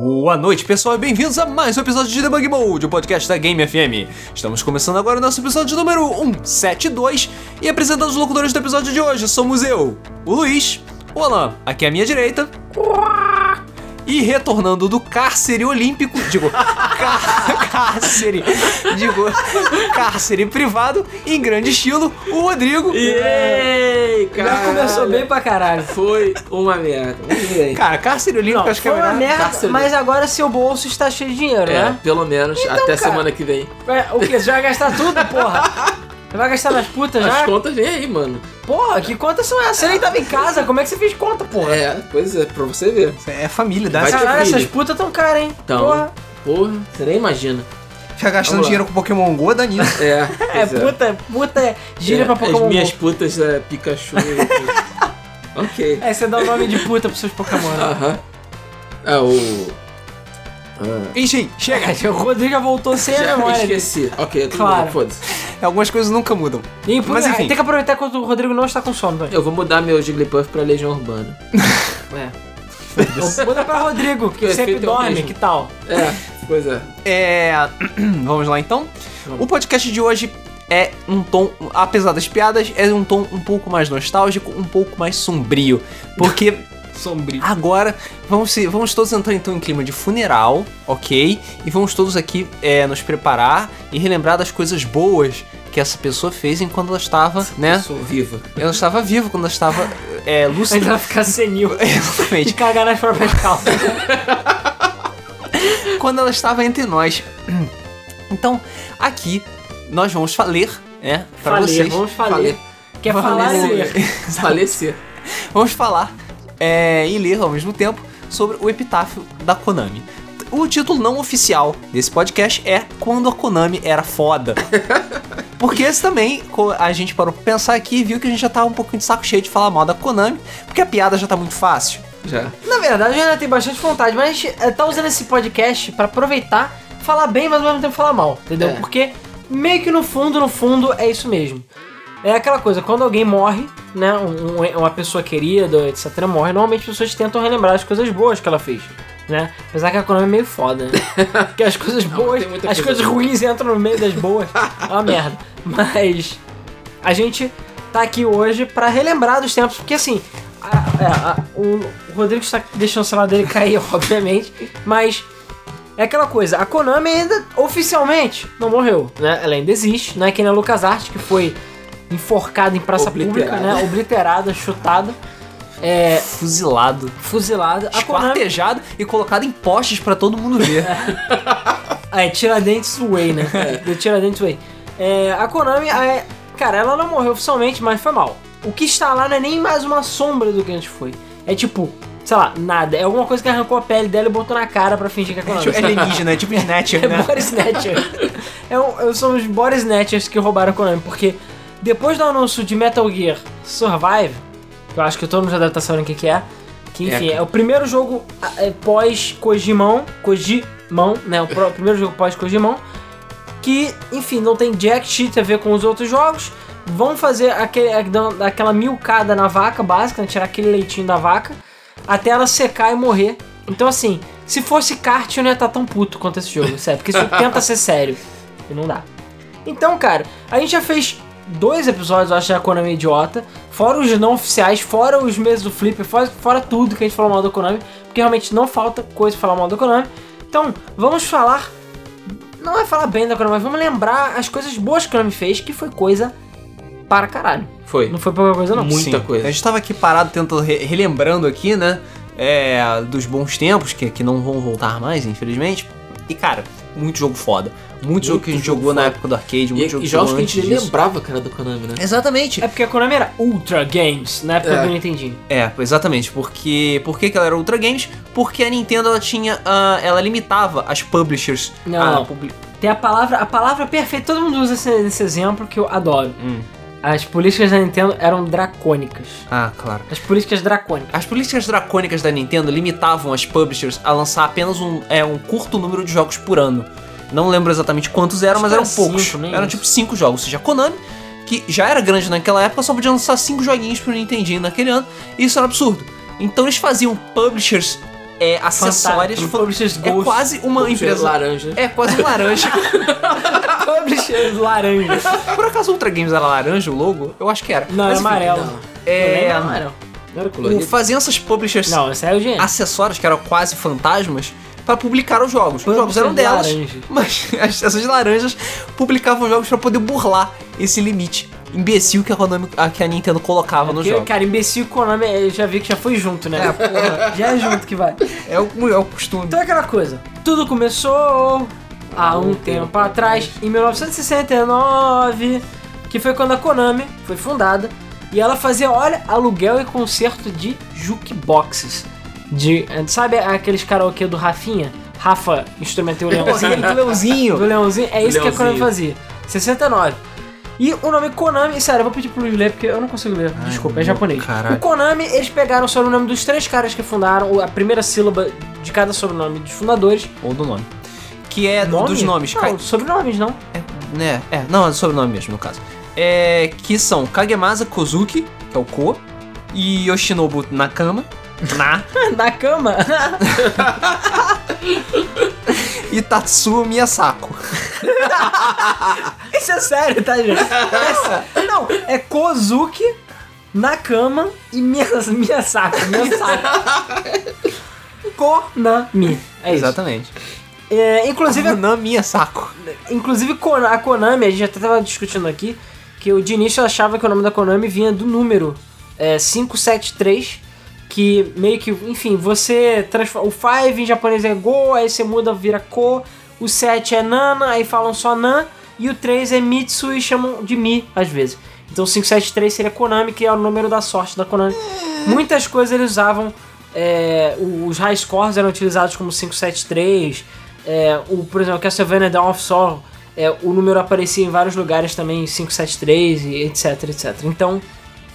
Boa noite, pessoal, e bem-vindos a mais um episódio de Debug Mode, o podcast da Game FM. Estamos começando agora o nosso episódio número 172 e apresentando os locutores do episódio de hoje somos eu, o Luiz, o Alan, aqui à minha direita, e retornando do cárcere olímpico, digo, cá- cárcere, digo, cárcere privado, em grande estilo, o Rodrigo. É, Ei, cara. Já começou bem pra caralho. Foi uma merda. Muito bem. Cara, cárcere olímpico acho que Foi é uma melhor. merda, cárcere. mas agora seu bolso está cheio de dinheiro, né? É, né? pelo menos até semana que vem. É, O que? Você vai gastar tudo, porra? Você vai gastar nas putas As já? contas vem aí, mano. Porra, que contas são essas? Você nem tava em casa, como é que você fez conta, porra? É, pois é, pra você ver. É família, dá Vai essa- te- Caralho, filho. essas putas tão caras, hein? Então, Porra. porra, você nem imagina. ficar gastando Vamos lá. dinheiro com Pokémon GO, dá nisso. É, É, pois puta, puta, é gíria É, pra Pokémon. As minhas Go. putas é Pikachu. e- ok. É, você dá o nome de puta pros seus Pokémon. né? Aham. É o. Ah, Enfim, chega. O Rodrigo já voltou sem a já memória. dele. esqueci. Ok, tudo É, Claro. bem, foda-se. Algumas coisas nunca mudam. E, puta, Mas enfim. Tem que aproveitar enquanto o Rodrigo não está com sono, velho. Eu vou mudar meu Jigglypuff pra Legião Urbana. É. Muda pra Rodrigo, que O sempre efeito é o dorme, mesmo. que tal? É, pois é. É. Vamos lá então. Vamos. O podcast de hoje é um tom, apesar das piadas, é um tom um pouco mais nostálgico, um pouco mais sombrio. Porque Sombrio. agora vamos, se- vamos todos entrar então em clima de funeral, ok? E vamos todos aqui é, nos preparar e relembrar das coisas boas que essa pessoa fez enquanto ela estava, né? Sou viva. Ela estava viva, quando ela estava é, Ele lúcida. vai ficar senil. Exatamente. E cagar nas próprias calças. quando ela estava entre nós. Então, aqui nós vamos falar, né, para Faler, vocês. vamos falar. Quer falar e Falecer. ler. Falecer. Vamos falar é, e ler ao mesmo tempo sobre o epitáfio da Konami. O título não oficial desse podcast é Quando a Konami Era Foda. Porque esse também, co- a gente parou pra pensar aqui e viu que a gente já tava um pouquinho de saco cheio de falar mal da Konami, porque a piada já tá muito fácil. Já. Na verdade, eu ainda tenho bastante vontade, mas a gente eh, tá usando esse podcast pra aproveitar, falar bem, mas ao mesmo tempo falar mal, entendeu? É. Porque meio que no fundo, no fundo, é isso mesmo. É aquela coisa, quando alguém morre, né, um- um- uma pessoa querida, etc, morre, normalmente as pessoas tentam relembrar as coisas boas que ela fez, né? Apesar que a Konami é meio foda, né? Porque as coisas boas, tem muita as coisa coisas boa. ruins entram no meio das boas, é uma merda. Mas a gente tá aqui hoje pra relembrar dos tempos, porque assim, a- a- a- o o Rodrigo está deixando o celular dele cair, obviamente, mas é aquela coisa, a Konami ainda oficialmente não morreu, né? Ela ainda existe, né? Que nem a LucasArts, que foi enforcada em praça pública, Obliterada. né? Obliterada, chutada, é, Fuzilado, fuzilada. A Konami... esquartejado e colocado em postes pra todo mundo ver. Ah, É, Tiradentes Way, né? Do Tiradentes Way. É, a Konami, é, cara, ela não morreu oficialmente, mas foi mal. O que está lá não é nem mais uma sombra do que antes foi. É tipo, sei lá, nada. É alguma coisa que arrancou a pele dela e botou na cara pra fingir que a É Konami. tipo alienígena, é tipo Snatcher, É né? Boris Snatcher. é um, eu- são os Boris Snatchers que roubaram a Konami, porque depois do anúncio de Metal Gear Survive, que eu acho que todo mundo já deve estar sabendo o que, que é, que enfim, é, o primeiro jogo ah, é, pós Kojimão, Kojimão, né, o pró- primeiro jogo pós Kojimão, que, enfim, não tem jack shit a ver com os outros jogos, vão fazer aquele, a- dão- aquela milcada na vaca básica, né, tirar aquele leitinho da vaca, até ela secar e morrer. Então, assim, se fosse kart, eu não ia estar tão puto quanto esse jogo, sério, porque isso tenta ser sério e não dá. Então, cara, a gente já fez dois episódios, eu acho, da Konami Idiota, fora os não oficiais, fora os meses do Flip, fora, fora tudo que a gente falou mal da Konami, porque realmente não falta coisa pra falar mal da Konami. Então, vamos falar. Não é falar bem da Konami, mas vamos lembrar as coisas boas que a Konami fez, que foi coisa para caralho. Foi. Não foi pouca coisa, não. Muito. muita coisa. A gente tava aqui parado tentando re- relembrando aqui, né? é, dos bons tempos, que, que não vão voltar mais, infelizmente. E cara, muito jogo foda. Muito, jogo que a gente jogo jogou na foda. época do arcade, muito E, um jogo e jogos que a jogou gente antes disso. lembrava, cara, do Konami, né? Exatamente. É porque a Konami era Ultra Games na época É. do Nintendinho. É, exatamente, porque por que que ela era Ultra Games? Porque a Nintendo ela tinha, ah, ela limitava as publishers. Não, a não. publi- Tem a palavra, a palavra perfeita, todo mundo usa esse, esse exemplo que eu adoro. Hum. As políticas da Nintendo eram dracônicas. Ah, claro. As políticas dracônicas. As políticas dracônicas da Nintendo limitavam as publishers a lançar apenas um, é, um curto número de jogos por ano. Não lembro exatamente quantos eram, Acho mas que eram era poucos. cinco, nem eram isso. tipo cinco jogos. Ou seja, a Konami, que já era grande naquela época, só podia lançar cinco joguinhos pro Nintendinho naquele ano. E isso era um absurdo. Então eles faziam publishers é, acessórias. Fantástico. fan- Publishers É Ghost. quase uma Publisher empresa. laranja. É quase um laranja. Publisher laranja. Por acaso Ultra Games era laranja o logo? Eu acho que era. Não, Mas, é enfim, amarelo. não. É, Não, amarelo. Não era o- colorido? faziam essas publishers Não, isso aí é o gênio. acessórios, que eram quase fantasmas, pra publicar os jogos. Os jogos eram delas, Laranjas. mas as- essas laranjas publicavam jogos pra poder burlar esse limite imbecil que a, Konami- a- que a Nintendo colocava nos Porque, jogos. cara, imbecil e Konami, eu já vi que já foi junto, né? já é junto que vai. É o, é o costume. Então é aquela coisa. Tudo começou há um tempo atrás, em 1969, que foi quando a Konami foi fundada e ela fazia, olha, aluguel e concerto de jukeboxes. De, sabe aqueles karaokê do Rafinha? Rafa, instrumento e o Leão. Correio do do Leãozinho. Leãozinho, é Do isso que a Konami Leãozinho. fazia. 69. E o nome Konami, sério, eu vou pedir pro Luiz ler porque eu não consigo ler. Desculpa, é japonês. caralho. O Konami, eles pegaram só o sobrenome dos três caras que fundaram, a primeira sílaba de cada sobrenome dos fundadores. Ou do nome. Que é Nome? Ah, dos nomes. Não, Ka- sobrenomes não. É, né? É, não, é sobrenome mesmo, no caso. É, que são Kagemasa Kozuki, que é o Ko, e Yoshinobu Nakama, Na, Na cama. e Tatsuo Miyasako. Isso é sério, tá, gente? É sério. não, é Kozuki, na cama e minha, minha saca, minha saca. Konami. É isso. Exatamente. É, inclusive, a Konami Miyasako. Inclusive, Kon- a Konami, a gente até tava discutindo aqui, que o de início eu achava que o nome da Konami vinha do número é, 573, que meio que, enfim, você transforma. O 5 em japonês é Go, aí você muda, vira Ko, o 7 é Nana, aí falam só Nan, e o 3 é Mitsu e chamam de Mi, às vezes. Então 573 seria Konami, que é o número da sorte da Konami. Muitas coisas eles usavam. é, os high scores eram utilizados como 573. É, o, por exemplo, Castlevania Dawn of Sorrow, é, o número aparecia em vários lugares também, 573 e etc, etc. Então,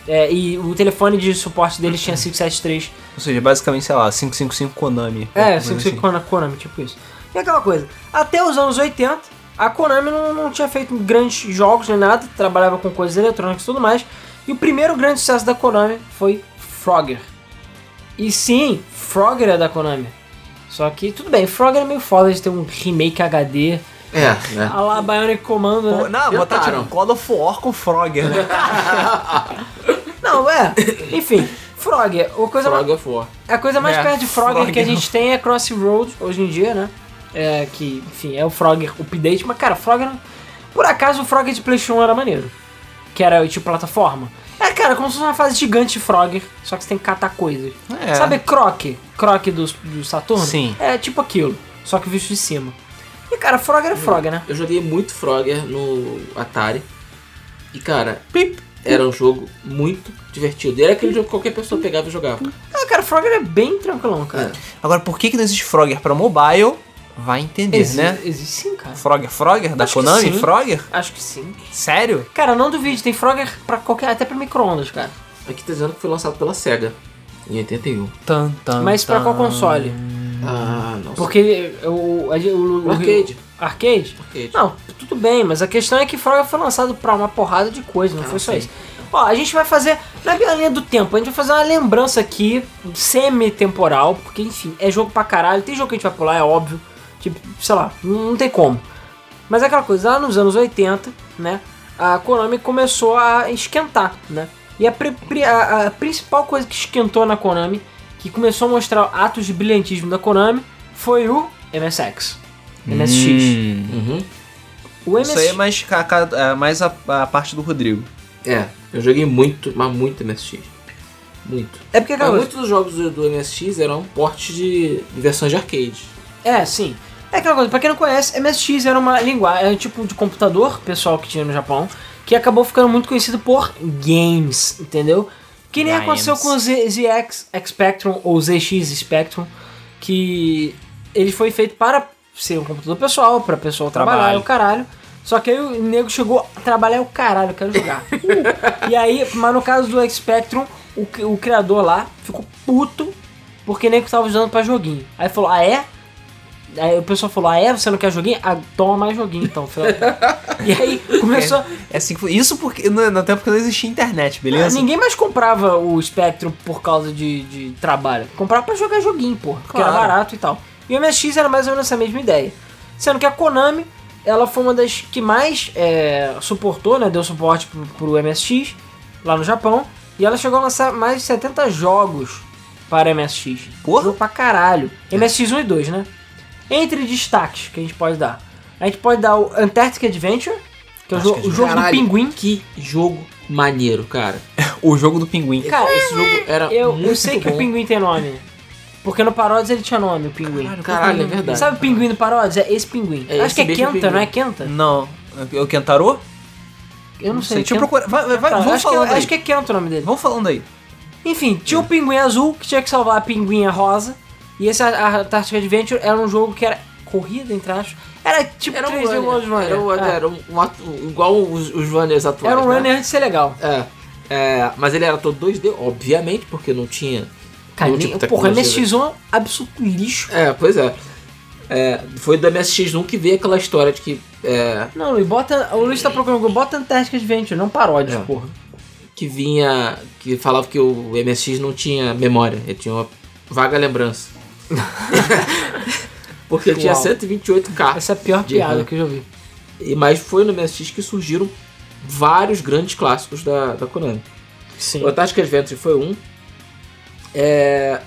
é, e o telefone de suporte deles tinha 573. Ou seja, basicamente, sei lá, 555 Konami. É, Alguma coisa assim. 554 na Konami, tipo isso. E aquela coisa, até os anos 80, a Konami não, não tinha feito grandes jogos nem nada, trabalhava com coisas eletrônicas e tudo mais. E o primeiro grande sucesso da Konami foi Frogger. E sim, Frogger é da Konami. Só que tudo bem, Frogger é meio foda de ter um remake HD. É, né? A lá Bionic Commando. Pô, né? não, botar Tentaram. tipo God of War com Frogger, né? Não, é. Enfim, Frogger. A coisa, Frog of War. mais- a coisa mais É, perto de Frogger, Frogger. que a gente tem é Crossroads hoje em dia, né? É, que, enfim, é o Frogger update. Mas, cara, Frogger. não- Por acaso o Frogger de PlayStation 1 era maneiro. Que era tipo plataforma. É, cara, como se fosse uma fase gigante de Frogger, só que você tem que catar coisas. É. Sabe Croc? Croc do, do Saturno? Sim. É tipo aquilo, só que visto de cima. E, cara, Frogger é Frogger, né? Eu joguei muito Frogger no Atari. E, cara, era um jogo muito divertido. E era aquele jogo que qualquer pessoa pegava e jogava. Ah, cara, Frogger é bem tranquilão, É, cara. Agora, por que, que não existe Frogger pra mobile? Vai entender, existe, né? existe sim, cara. Frogger, Frogger? Da Acho que Konami? sim. Frogger? Acho que sim. Sério? Cara, não duvide, tem Frogger pra qualquer. até pra micro-ondas, cara. Aqui tá dizendo que foi lançado pela SEGA em 81. Tan, tan, Mas pra qual tan. console? Ah, não. sei. Porque o. a gente- o- o- Arcade. Arcade? Arcade. Não, tudo bem, mas a questão é que Frogger foi lançado pra uma porrada de coisa, Ah, não foi só isso. Ó, a gente vai fazer. Na minha linha do tempo, a gente vai fazer uma lembrança aqui, semi-temporal, porque enfim, é jogo pra caralho, tem jogo que a gente vai pular, é óbvio. Tipo, sei lá, não não tem como. Mas é aquela coisa, lá nos anos 80, né? A Konami começou a esquentar, né? E a, pri- pri- a- a principal coisa que esquentou na Konami, que começou a mostrar atos de brilhantismo da Konami, foi o MSX. MSX. Hum. Uhum. O MSX. Isso aí é mais, ca- ca- é mais a, a parte do Rodrigo. É, eu joguei muito, mas muito MSX. Muito. É porque Mas aquela coisa. muitos dos jogos do, do MSX eram portes de, de versões de arcade. É, sim. É aquela coisa, pra quem não conhece, MSX era uma linguagem, era um tipo de computador pessoal que tinha no Japão, que acabou ficando muito conhecido por games, entendeu? Que nem Games. aconteceu com o Z- ZX Spectrum ou ZX Spectrum, que ele foi feito para ser um computador pessoal, pra pessoa trabalhar Trabalho. o caralho. Só que aí o nego chegou a trabalhar o caralho, quero jogar. Uh, e aí, mas no caso do Spectrum, o, cri- o criador lá ficou puto porque nego tava usando pra joguinho. Aí falou: Ah, é? Aí o pessoal falou: Ah, é? Você não quer joguinho? Ah, toma mais joguinho então. filha da- e aí começou. É assim que foi. Isso porque no, no tempo que não existia internet, beleza? Ninguém mais comprava o Spectrum por causa de, de trabalho. Comprava pra jogar joguinho, porra. Porque era Claro. barato e tal. E o MSX era mais ou menos essa mesma ideia. Sendo que a Konami, ela foi uma das que mais é, suportou, né? Deu suporte pro, pro MSX lá no Japão. E ela chegou a lançar mais de 70 jogos para MSX. Porra. Jogo pra caralho. MSX 1 e 2, né? Entre destaques que a gente pode dar. A gente pode dar o Antarctic Adventure, que é o, jo- Antarctic o jogo do Caralho, pinguim. Que jogo maneiro, cara. O jogo do pinguim. Cara, Esse jogo era Eu, muito eu sei que bom. o pinguim tem nome. Porque no Paródios ele tinha nome, o pinguim. Caralho, é verdade. Sabe o pinguim do Paródios? É esse pinguim. É Acho que esse é mesmo Kenta, pinguim. não é Kenta? Não. É o Kentaro? Eu não sei. Deixa eu Kenta. procurar. Vai, vai, vai, Tá, vamos acho, que, falando aí. acho que é Kenta o nome dele. Vamos falando aí. Enfim, tinha o pinguim azul que tinha que salvar a pinguinha rosa. E esse a- a Antarctic Adventure era um jogo que era corrida, entre aspas. Era tipo Era um 3D World runner. Era, Runner. um, É. era um, um atu- igual os, os runners atuais. Era um né? runner antes de ser legal. É, é, mas ele era todo 2D, obviamente, porque não tinha. Cara, nenhum nem, tipo de porra, tecnologia. MSX1 é um absoluto lixo. É, pois é. É, Foi do MSX1 que veio aquela história de que. é, Não, e bota. O Luiz tá procurando, bota Antarctic Adventure, não paródios, É. porra. que vinha. que falava que o MSX não tinha memória, ele tinha uma vaga lembrança. Porque ele tinha Uau. 128K. Essa é a pior De piada RAM. que eu já vi. E- Mas foi no MSX que surgiram vários grandes clássicos da, da Konami. Sim. O Antarctic Adventure foi um. É.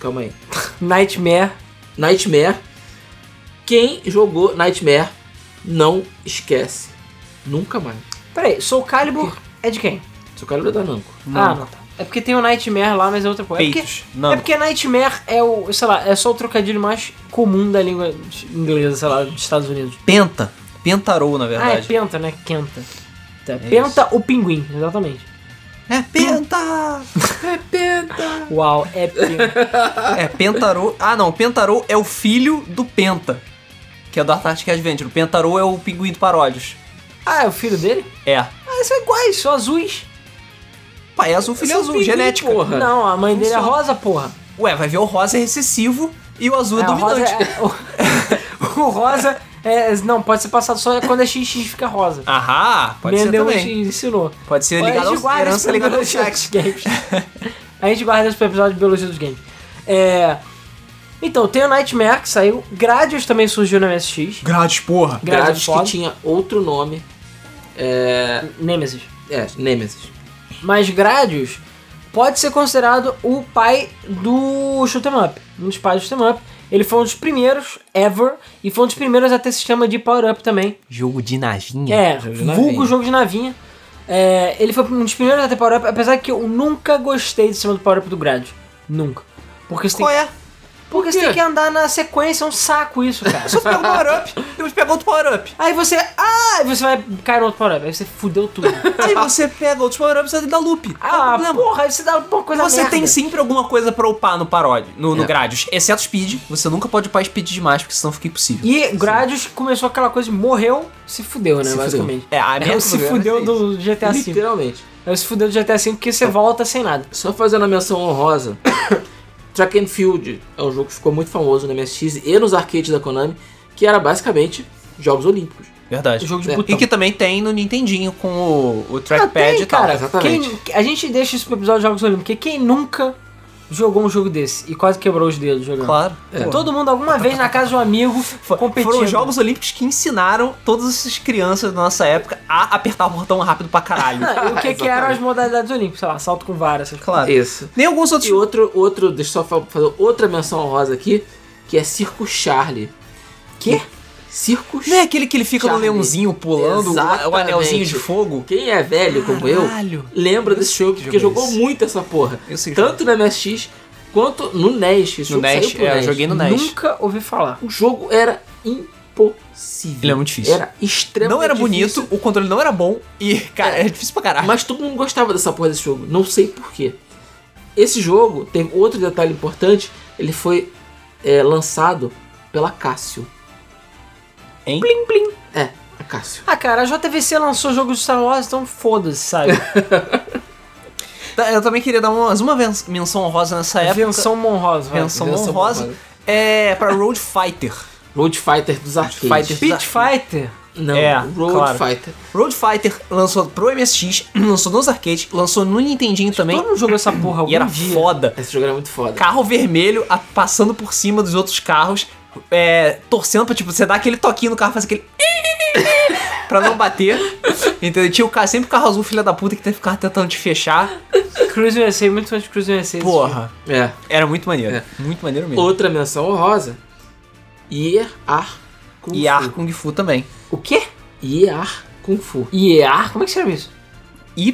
Calma aí. Nightmare. Nightmare. Quem jogou Nightmare não esquece. Nunca mais. Peraí, Soul Calibur é de quem? Seu cara é da Namco. Ah, não tá. É porque tem o Nightmare lá, mas é outra coisa. É porque, Peitos. Não. é porque Nightmare é o, sei lá, é só o trocadilho mais comum da língua inglesa, sei lá, dos Estados Unidos. Penta. Pentarou, na Ah, é verdade. É Penta, né? Kenta. Tá, isso. penta o pinguim, exatamente. é, penta! Uau, é Penta. É, Pentarou. Ah, não. Pentarou é o filho do Penta. Que é do Antarctic Adventure. O Pentarou é o pinguim do Paródios. ah, é o filho dele? É. Ah, eles são iguais, são azuis. Pai é azul, filho é Seu um azul. pinguim, genética. porra. Não, a mãe dele é Funciona. rosa, porra. Ué, vai ver o rosa é recessivo e o azul é, É, a rosa dominante. é- o, o rosa é. Não, pode ser passado só quando é XX fica rosa. Ahá, Ah, pode Mendel ser também. ensinou. Pode ser Olha, Tá né? ligado a ao gente guarda isso herança pra ligado ao biologia dos sexo. games. a gente guarda isso pro episódio de biologia dos games. É... Então, tem o Nightmare que saiu. Gradius também surgiu no MSX. Grátis, porra. Gradius Grades foda. que tinha outro nome. É. Nemesis. É, Nemesis. Mas Gradius pode ser considerado o pai do shoot'em up. Um dos pais do shoot'em up. Ele foi um dos primeiros ever. E foi um dos primeiros a ter sistema de power-up também. Jogo de navinha. É, Hum, jogo de vulgo navinha. jogo de navinha. É, ele foi um dos primeiros a ter power-up, apesar que eu nunca gostei de cima do power-up do Gradius. Nunca. Porque você, tem, Qual é? porque você quê? tem que andar na sequência, é um saco isso, cara. Só se pega o power-up, depois pega outro power-up. aí você. Ah! Aí você vai cair no outro power-up, aí você fudeu tudo. Aí você pega outros power-ups e dá loop. Qual é o ah, um problema? porra, aí você dá uma coisa Você merda. tem sempre alguma coisa pra upar no paródio, no, no É. Gradius, exceto speed. Você nunca pode upar speed demais, porque senão fica impossível. E Gradius começou aquela coisa de morreu, se fudeu, né? Se fudeu. basicamente. É, a É minha o se fudeu do GTA V. Literalmente. É o se fudeu do GTA V porque você volta sem nada. Só fazendo a menção honrosa. Track and Field é um jogo que ficou muito famoso no MSX e nos arcades da Konami, que era basicamente Jogos Olímpicos. Verdade. Jogo de É. botão. E que também tem no Nintendinho com o, o Ah, trackpad tem, e tal. cara. exatamente. Quem- a gente deixa isso pro episódio de Jogos Olímpicos, porque quem nunca jogou um jogo desse e quase quebrou os dedos jogando? Claro. É. Todo mundo alguma vez na casa de um amigo competindo. Foram os Jogos Olímpicos que ensinanaram todas essas crianças da nossa época a apertar o botão rápido pra caralho. Ah, e o que, que eram as Exatamente. modalidades olímpicas? Sei lá, salto com vara, essas claro. Isso. Nem alguns outros. E outro, outro, deixa eu só fa- fazer outra menção honrosa aqui, que é Circo Charlie. Quê? Circo Não é Charlie. aquele que ele fica Charlie. no leãozinho pulando, o- o Exatamente. anelzinho de fogo. Quem é velho como eu, Caralho. lembra desse jogo, porque jogo é jogou esse? muito essa porra. Eu sei que Tanto no MSX, quanto no NES. Esse No jogo saiu NES, pro é, eu joguei no NES. Nunca ouvi falar. O jogo era impossível. Ele é muito difícil. Era extremamente Não era bonito, Ah. difícil, o controle não era bom e, cara, É. era difícil pra caralho. Mas todo mundo gostava dessa porra desse jogo. Não sei porquê. Esse jogo tem outro detalhe importante. Ele foi é, lançado pela Cássio. Hein? Plim, plim. É, a Cássio. Ah, cara, a JVC lançou jogo de Star Wars, então foda-se, sabe? Tá, Eu também queria dar uma- mais uma ven- menção honrosa nessa época. Invenção monrosa. vai. Menção Invenção honrosa. honrosa. é pra Road Fighter. Road Fighter dos Fighter. arcades. Pit Fighter? Não, É, Road claro. Fighter. Road Fighter lançou pro MSX, lançou nos arcades, lançou no Nintendinho também. Todo mundo jogou essa porra algum E era dia. foda. Esse jogo era muito foda. Carro vermelho a- passando por cima dos outros carros, é, torcendo pra, tipo, você dá aquele toquinho no carro, faz aquele... pra não bater. Entendeu? Tinha o carro, sempre o carro azul, filha da puta, que teve que ficar tentando te fechar. Cruise USA, muito fã de Cruise USA. Porra. É. Era muito maneiro. É. Muito maneiro mesmo. Outra menção honrosa. Year Ar Kung E Ar Fu. Kung Fu também. O quê? Year Kung Fu. IEA? Como é que escreve isso?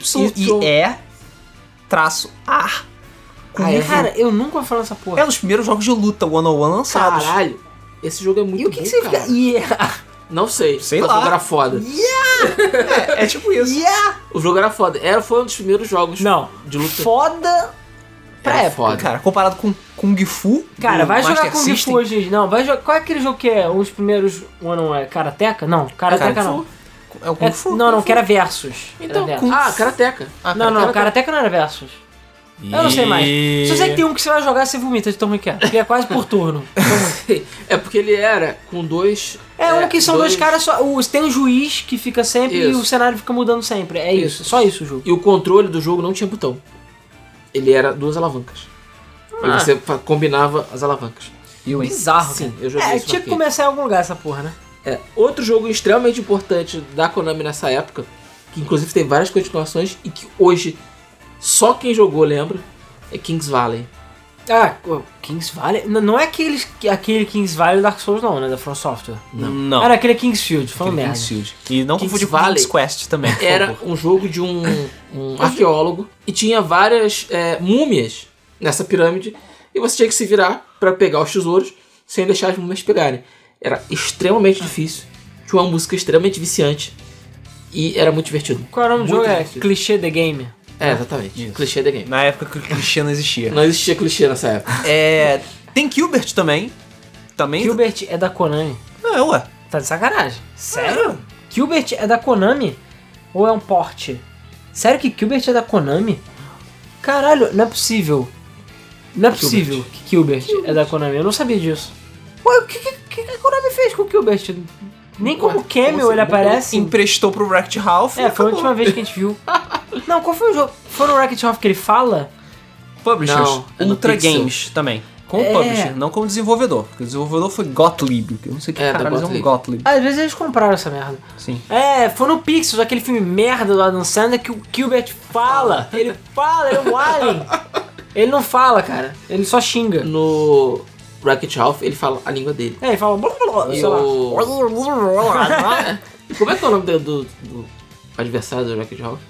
Y-I-E traço Ar Kung Ah, é? Fu. Cara, eu nunca vou falar essa porra. É um dos primeiros jogos de luta one-on-one lançados. Caralho, esse jogo é muito E o que, bom, que significa cara. IEA? Não sei. Sei mas lá. O jogo era foda. É, é tipo isso. O jogo era foda. Era, foi um dos primeiros jogos Não. é, de luta. Foda pra Era é época. foda. Cara, comparado com Kung Fu. Cara, do vai jogar Master Kung System, Fu hoje. em dia. Não, vai jogar. Qual é aquele jogo que é os primeiros. Não, não é. Karateka? Não, Kung Karateka não. É o Kung É, Fu. não, não, que era Versus. Então, era Kung versus. Ah, Karateka. Ah, Não, não, Karateka. Karateka não era Versus. Eu não sei mais. Só sei que tem um que você vai jogar e você vomita de tão ruim que é. Porque é quase por turno. é porque ele era com dois. É um que são dois, caras só. os- tem um juiz que fica sempre e Isso. o cenário fica mudando sempre. É isso. Isso. Só isso o jogo. E o controle do jogo não tinha botão. Ele era duas alavancas. Ah. E você fa- combinava as alavancas. Eu, hein? Bizarro. Sim, cara. eu joguei é, isso tinha no arcade. que começar em algum lugar essa porra, né? É, outro jogo extremamente importante da Konami nessa época, que inclusive tem várias continuações e que hoje só quem jogou lembra, é Kings Valley. Ah, o Kings Valley. N- não é aqueles, aquele Kings Valley Dark Souls, não, né? Da From Software. Não. Era aquele Kingsfield, falando Aquele é merda. Kingsfield. E não Kings confundir com Valley King's Quest também. por Era favor. um jogo de um, um arqueólogo e tinha várias é, múmias nessa pirâmide e você tinha que se virar pra pegar os tesouros sem deixar as múmias pegarem. Era Ah. extremamente difícil, tinha uma música extremamente viciante e era muito divertido. Qual era o nome do Muito jogo? É divertido. Clichê The Game. É, exatamente. Ah, Isso. Clichê da game. Na época que o clichê não existia. Não existia clichê nessa época. É, tem Gilbert também. Também. Gilbert é da Konami. É, ué. Tá de sacanagem. Sério? Gilbert é da Konami? Ou é um porte? Sério que Gilbert é da Konami? Caralho, não é possível. Não é possível que Gilbert, é da Konami. Eu não sabia disso. Ué, o que, que- que a Konami fez com o Gilbert? Nem como Ué, cameo como assim? ele aparece. Emprestou pro Wrecked Ralph. É, foi a última vez que a gente viu. Não, qual foi o jogo? Foi no Rocket Ralph que ele fala? Publishers. Não, é no Ultra Pixel. Games também. Como É. publisher, não como desenvolvedor. Porque o desenvolvedor foi Gottlieb. que Eu não sei que É, do caralho é um Gottlieb. Gottlieb. Às vezes eles compraram essa merda. Sim. É, foi no Pixels, aquele filme merda do Adam Sandler que o Gilbert fala. Ele fala, ele é um alien. Ele não fala, cara. Ele só xinga. No Wreck-It Ralph ele fala a língua dele. É, ele fala... Blá, blá, blá, E sei lá. o- Como é que é o nome do, do- do adversário do Wreck-It Ralph?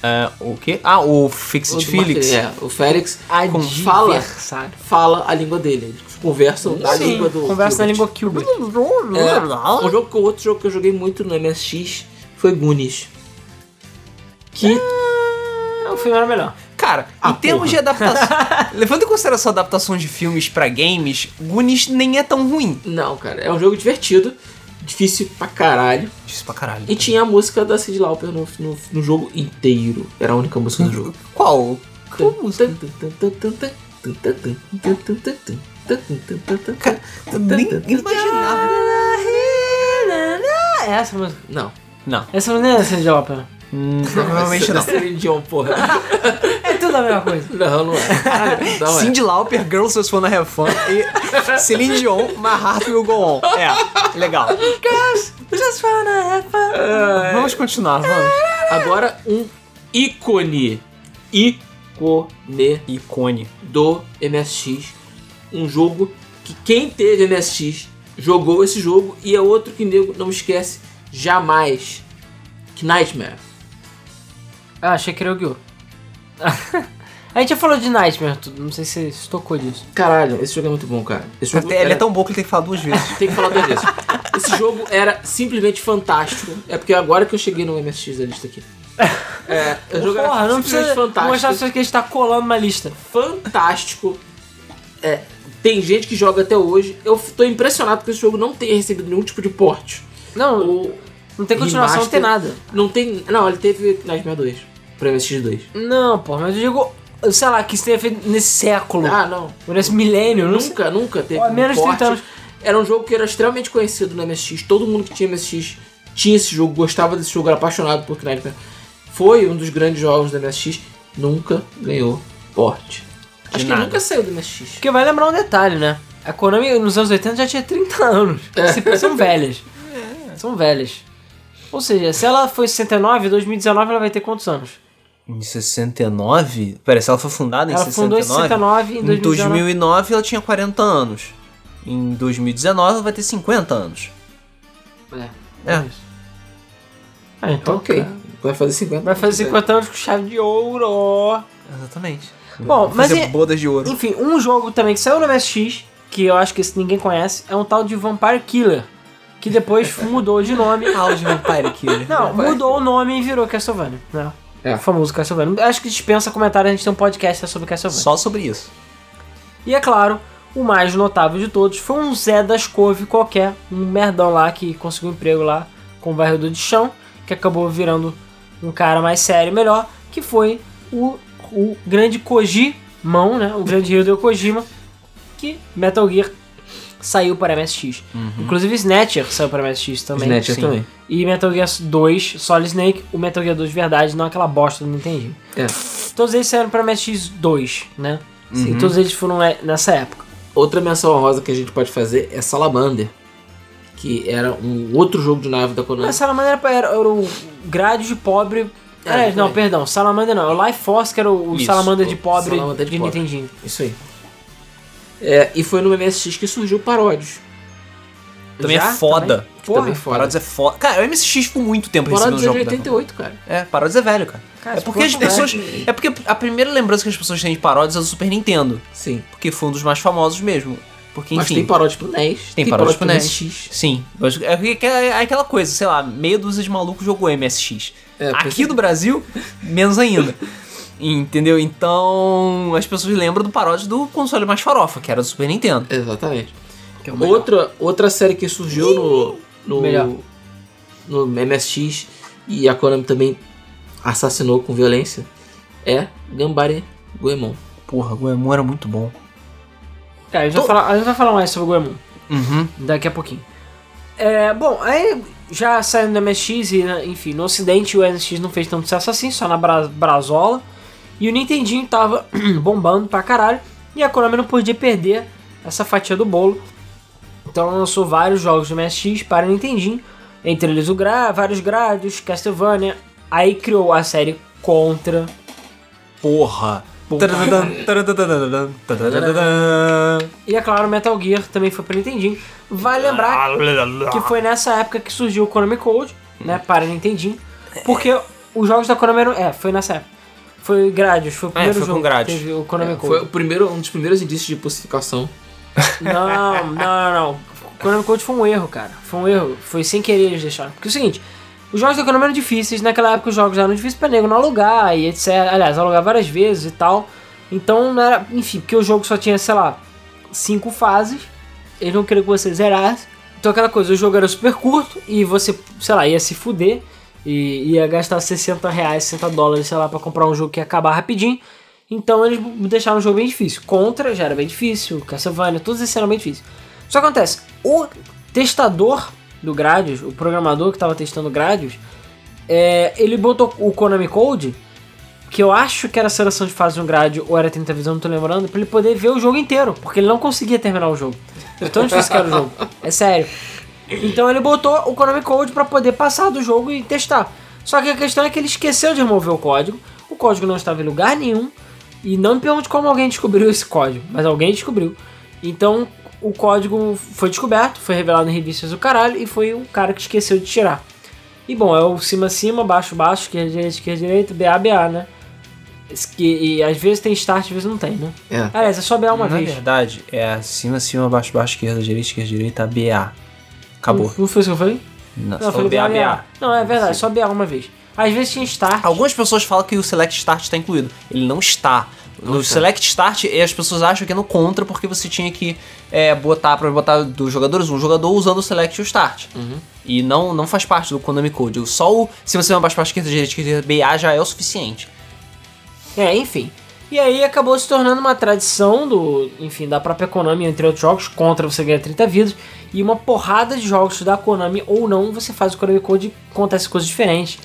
É, o quê? Ah, o Fixed O do Felix. Martin- É, o Félix com- fala, Adversário. fala a língua dele. Eles conversam na Sim, língua do. conversa na Gilbert. língua Gilbert. É, um jogo que outro jogo que eu joguei muito no MSX foi Goonies. Que O é um filme era melhor. Cara, Ah, em termos porra. de adaptação. levando em consideração adaptações de filmes pra games, Goonies nem é tão ruim. não, cara, é um jogo divertido, difícil pra caralho Difícil pra caralho. e tinha a música da Cid Lauper no, no, no jogo inteiro. Era a única música do jogo. Qual? Qual música? Cara, eu nem imaginava. É essa a música. Não. Não, Essa não é a cena de ópera. Hum, provavelmente não. Essa é Celine Dion, porra. É tudo a mesma coisa. Não, não é. Caralho, Não é. Cindy Lauper, Girls Just Wanna Have Fun e Celine Dion, My Heart Will Go On. É, legal. Just wanna have fun. É. Vamos continuar, vamos. Agora um ícone. Ícone Icone. do MSX. Um jogo que quem teve MSX jogou esse jogo e é outro que nego não esquece jamais. Que Nightmare. Ah, achei que era o Gil. A gente já falou de Nightmare, tudo. Não sei se você tocou disso. Caralho, esse jogo é muito bom, cara. Esse jogo Até, ele é era- tão bom que ele tem que falar duas vezes. Tem que falar duas vezes. Esse jogo era simplesmente fantástico. É porque agora que eu cheguei no MSX da lista aqui. É, o jogo Porra, era não simplesmente precisa fantástico. mostrar pra vocês que a gente tá colando uma lista. fantástico. É, tem gente que joga até hoje. Eu f- tô impressionado que esse jogo não tenha recebido nenhum tipo de porte. Não, Ou não tem continuação, não tem nada. Não tem. Não, ele teve Nightmare 2. Pra MSX 2. Não, pô, mas eu digo sei lá, que isso tenha feito nesse século. Ah, não. Ou nesse milênio, não sei. Nunca, nunca teve. Ó, um menos de porte. 30 anos. Era um jogo que era extremamente conhecido no MSX. Todo mundo que tinha MSX tinha esse jogo, gostava desse jogo, era apaixonado por Crackdown. Foi um dos grandes jogos do MSX. Nunca ganhou porte. Acho que nada. nunca saiu do MSX. Porque vai lembrar um detalhe, né? A Konami nos anos 80 já tinha 30 anos. Assim, São velhas. São velhas. Ou seja, se ela foi 69, em 2019 ela vai ter quantos anos? Em 69? Pera, se ela foi fundada em Ela 69? fundou em 69 e em 2019. 2009 ela tinha 40 anos. Em 2019 ela vai ter 50 anos. É. É. Ah, então Ok. cara. Vai fazer 50. Vai fazer 50 anos com chave de ouro. Exatamente. Bom, Vai mas fazer e- bodas de ouro. Enfim, um jogo também que saiu no MSX, que eu acho que esse ninguém conhece, é um tal de Vampire Killer. Que depois mudou de nome. Auge Vampire Killer. Não, Vampire mudou o nome e virou Castlevania. Né? É. O famoso Castlevania. Acho que dispensa comentário, a gente tem um podcast sobre Castlevania. Só sobre isso. E é claro, o mais notável de todos foi um Zé das Couve qualquer, um merdão lá que conseguiu emprego lá com o varredor de chão, que acabou virando um cara mais sério e melhor, que foi o, o grande Kojimão, né? O grande Hideo Kojima, que Metal Gear saiu para MSX. Inclusive Snatcher saiu para MSX também. Uhum. Snatcher Sim. também. E Metal Gear 2, Solid Snake, o Metal Gear 2 de verdade, não aquela bosta do Nintendinho. É. Todos eles saíram para MSX2, né? Sim, todos eles foram é, nessa época. Outra menção honrosa que a gente pode fazer é Salamander. Que era um outro jogo de nave da Konami. Mas Salamander era, pra- era, era o grade de pobre. É, Aliás, não, também. perdão, Salamander não. É o Life Force que era o, o Isso, Salamander o de pobre Salamander de de, pobre. Nintendinho. Isso aí. É, e foi no MSX que surgiu Paródios. Também Já? é foda. Que Porra, também é foda. Paródios é foda. Cara, o MSX ficou muito tempo Paródios recebendo é jogo. de da- 88, cara. É, Paródios é velho, cara. Cara, é porque as esse porra pessoas. É porque a primeira lembrança que as pessoas têm de paródias é do Super Nintendo. Sim. Porque foi um dos mais famosos mesmo. Porque, Mas enfim. tem paródios pro NES. Tem paródias pro NES. MSX. Sim. Eu acho que- É porque é é aquela coisa, sei lá, meia dúzia de maluco jogou MSX. É, porque- Aqui do Brasil, menos ainda. Entendeu? Então, as pessoas lembram do paródio do console mais farofa, que era do Super Nintendo. Exatamente. Que é o melhor. Outra, outra série que surgiu no, no, Melhor. no MSX e a Konami também assassinou com violência é Gambare Goemon. Porra, o Goemon era muito bom. Cara, a gente, vai falar, a gente vai falar mais sobre o Goemon Uhum. daqui a pouquinho. É, bom, aí já saindo do MSX e, né, enfim, no ocidente o MSX não fez tanto sucesso assim, só na Bra- Brazola. E o Nintendinho tava bombando pra caralho. E a Konami não podia perder essa fatia do bolo. Então ela lançou vários jogos do MSX para o Nintendinho. Entre eles o Gra vários Gradius, Castlevania. Aí criou a série Contra. Porra. É. Tadadadam, tadadadadadam, tadadadadam. E é claro, Metal Gear também foi para o Nintendinho. Vai lembrar que foi nessa época que surgiu o Konami Code, Uhum. né, para Nintendinho, porque os jogos da Konami eram, é, foi nessa época. Foi Gradius, foi o primeiro É, foi com jogo que Gradius. É, teve o Konami Code. Foi o primeiro, um dos primeiros indícios de pulsificação. Não, não, não, não. O Konami Code foi um erro, cara. Foi um erro, foi sem querer eles deixaram. Porque é o seguinte, os jogos da Konami eram difíceis, naquela época os jogos eram difíceis pra nego não alugar e etc. Aliás, alugar várias vezes e tal. Então não era, enfim, porque o jogo só tinha, sei lá, cinco fases. Eles não queriam que você zerasse. Então aquela coisa, o jogo era super curto e você, sei lá, ia se fuder e ia gastar 60 reais, 60 dólares, sei lá, pra comprar um jogo que ia acabar rapidinho. Então eles deixaram o jogo bem difícil. Contra já era bem difícil, Castlevania, todos esses eram bem difíceis. Só acontece, o testador do Gradius, o programador que tava testando o Gradius, é, ele botou o Konami Code, que eu acho que era a seleção de fase de um grade ou era 30 visão, não tô lembrando, pra ele poder ver o jogo inteiro, porque ele não conseguia terminar o jogo. De tão difícil que era o jogo. É sério. Então ele botou o Konami Code pra poder passar do jogo e testar. Só que a questão é que ele esqueceu de remover o código, o código não estava em lugar nenhum, e não me pergunte como alguém descobriu esse código, mas alguém descobriu. Então o código foi descoberto, foi revelado em revistas do caralho, e foi o cara que esqueceu de tirar. E bom, é o cima, cima, baixo, baixo, esquerda, direita, esquerda, direita, BA, BA, né? Esse que- E às vezes tem start, às vezes não tem, né? É. Aliás, é só BA uma Na vez. verdade, é acima, acima, baixo, baixo, esquerda, direita, esquerda, direita, BA. Acabou. Não, não foi isso que eu falei? Não, Não, eu só falei BA, BA, BA. BA. Não, é verdade, só BA uma vez. Às vezes tinha start. Algumas pessoas falam que o Select Start está incluído. Ele não está. No Select Start, eh, as pessoas acham que é no contra, porque você tinha que eh, botar para botar dos jogadores um jogador usando o Select e o Start. E não, não faz parte do Konami Code. Só o. Se você vai baixo para esquerda, direita, esquerda, BA já é o suficiente. É, enfim. E aí acabou se tornando uma tradição do, enfim, da própria Konami, entre outros jogos, contra você ganha 30 vidas. E uma porrada de jogos da Konami ou não, você faz o Konami Code e acontece coisas diferentes.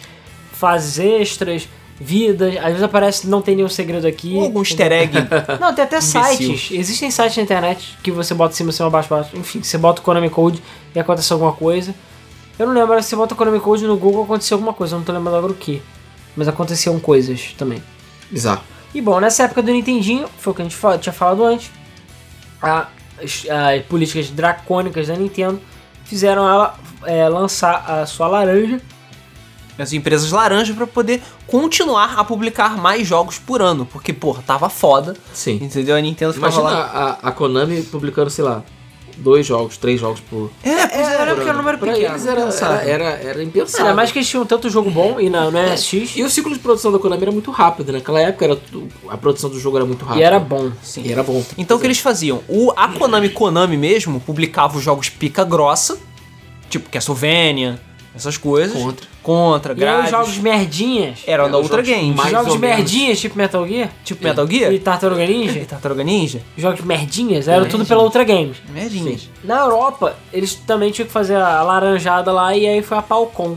Fases extras, vidas, às vezes aparece não tem nenhum segredo aqui. Ou algum easter egg. Não, tem até Imbecil. sites. Existem sites na internet que você bota em cima, em cima, abaixo, abaixo. Enfim, você bota o Konami Code e acontece alguma coisa. Eu não lembro, agora, se você bota o Konami Code no Google aconteceu alguma coisa, eu não tô lembrando agora o que. Mas aconteciam coisas também. Bizarro. E bom, nessa época do Nintendinho, foi o que a gente fa- tinha falado antes, a- as, as políticas dracônicas da Nintendo fizeram ela é, lançar a sua laranja. As empresas laranja pra poder continuar a publicar mais jogos por ano. Porque, porra, tava foda. Sim. Entendeu? A Nintendo ficava Imagina Então, lá. a, a Konami publicando, sei lá, dois jogos, três jogos por. É, pois É, é. era porque era um número Pra pequeno. eles era, era, era, era impensável. Era mais que eles tinham tanto jogo bom e na, no MSX, E o ciclo de produção da Konami era muito rápido. né? Naquela época era tudo- a produção do jogo era muito rápida. e era bom. E era bom. Então o que eles faziam? O, a Konami Konami mesmo publicava os jogos pica grossa, tipo Castlevania, essas coisas. Contra. Contra, E aí os Gradius. jogos merdinhas, Eram da Eram os Ultra jogos Games. os mais jogos ou menos. merdinhas tipo Metal Gear Tipo Metal Gear e Tartaruga e Ninja, Tartaruga Ninja. os jogos merdinhas, eram tudo pela Ultra Games. Merdinhas. Na Europa, eles também tinham que fazer a laranjada lá e aí foi a Palcom,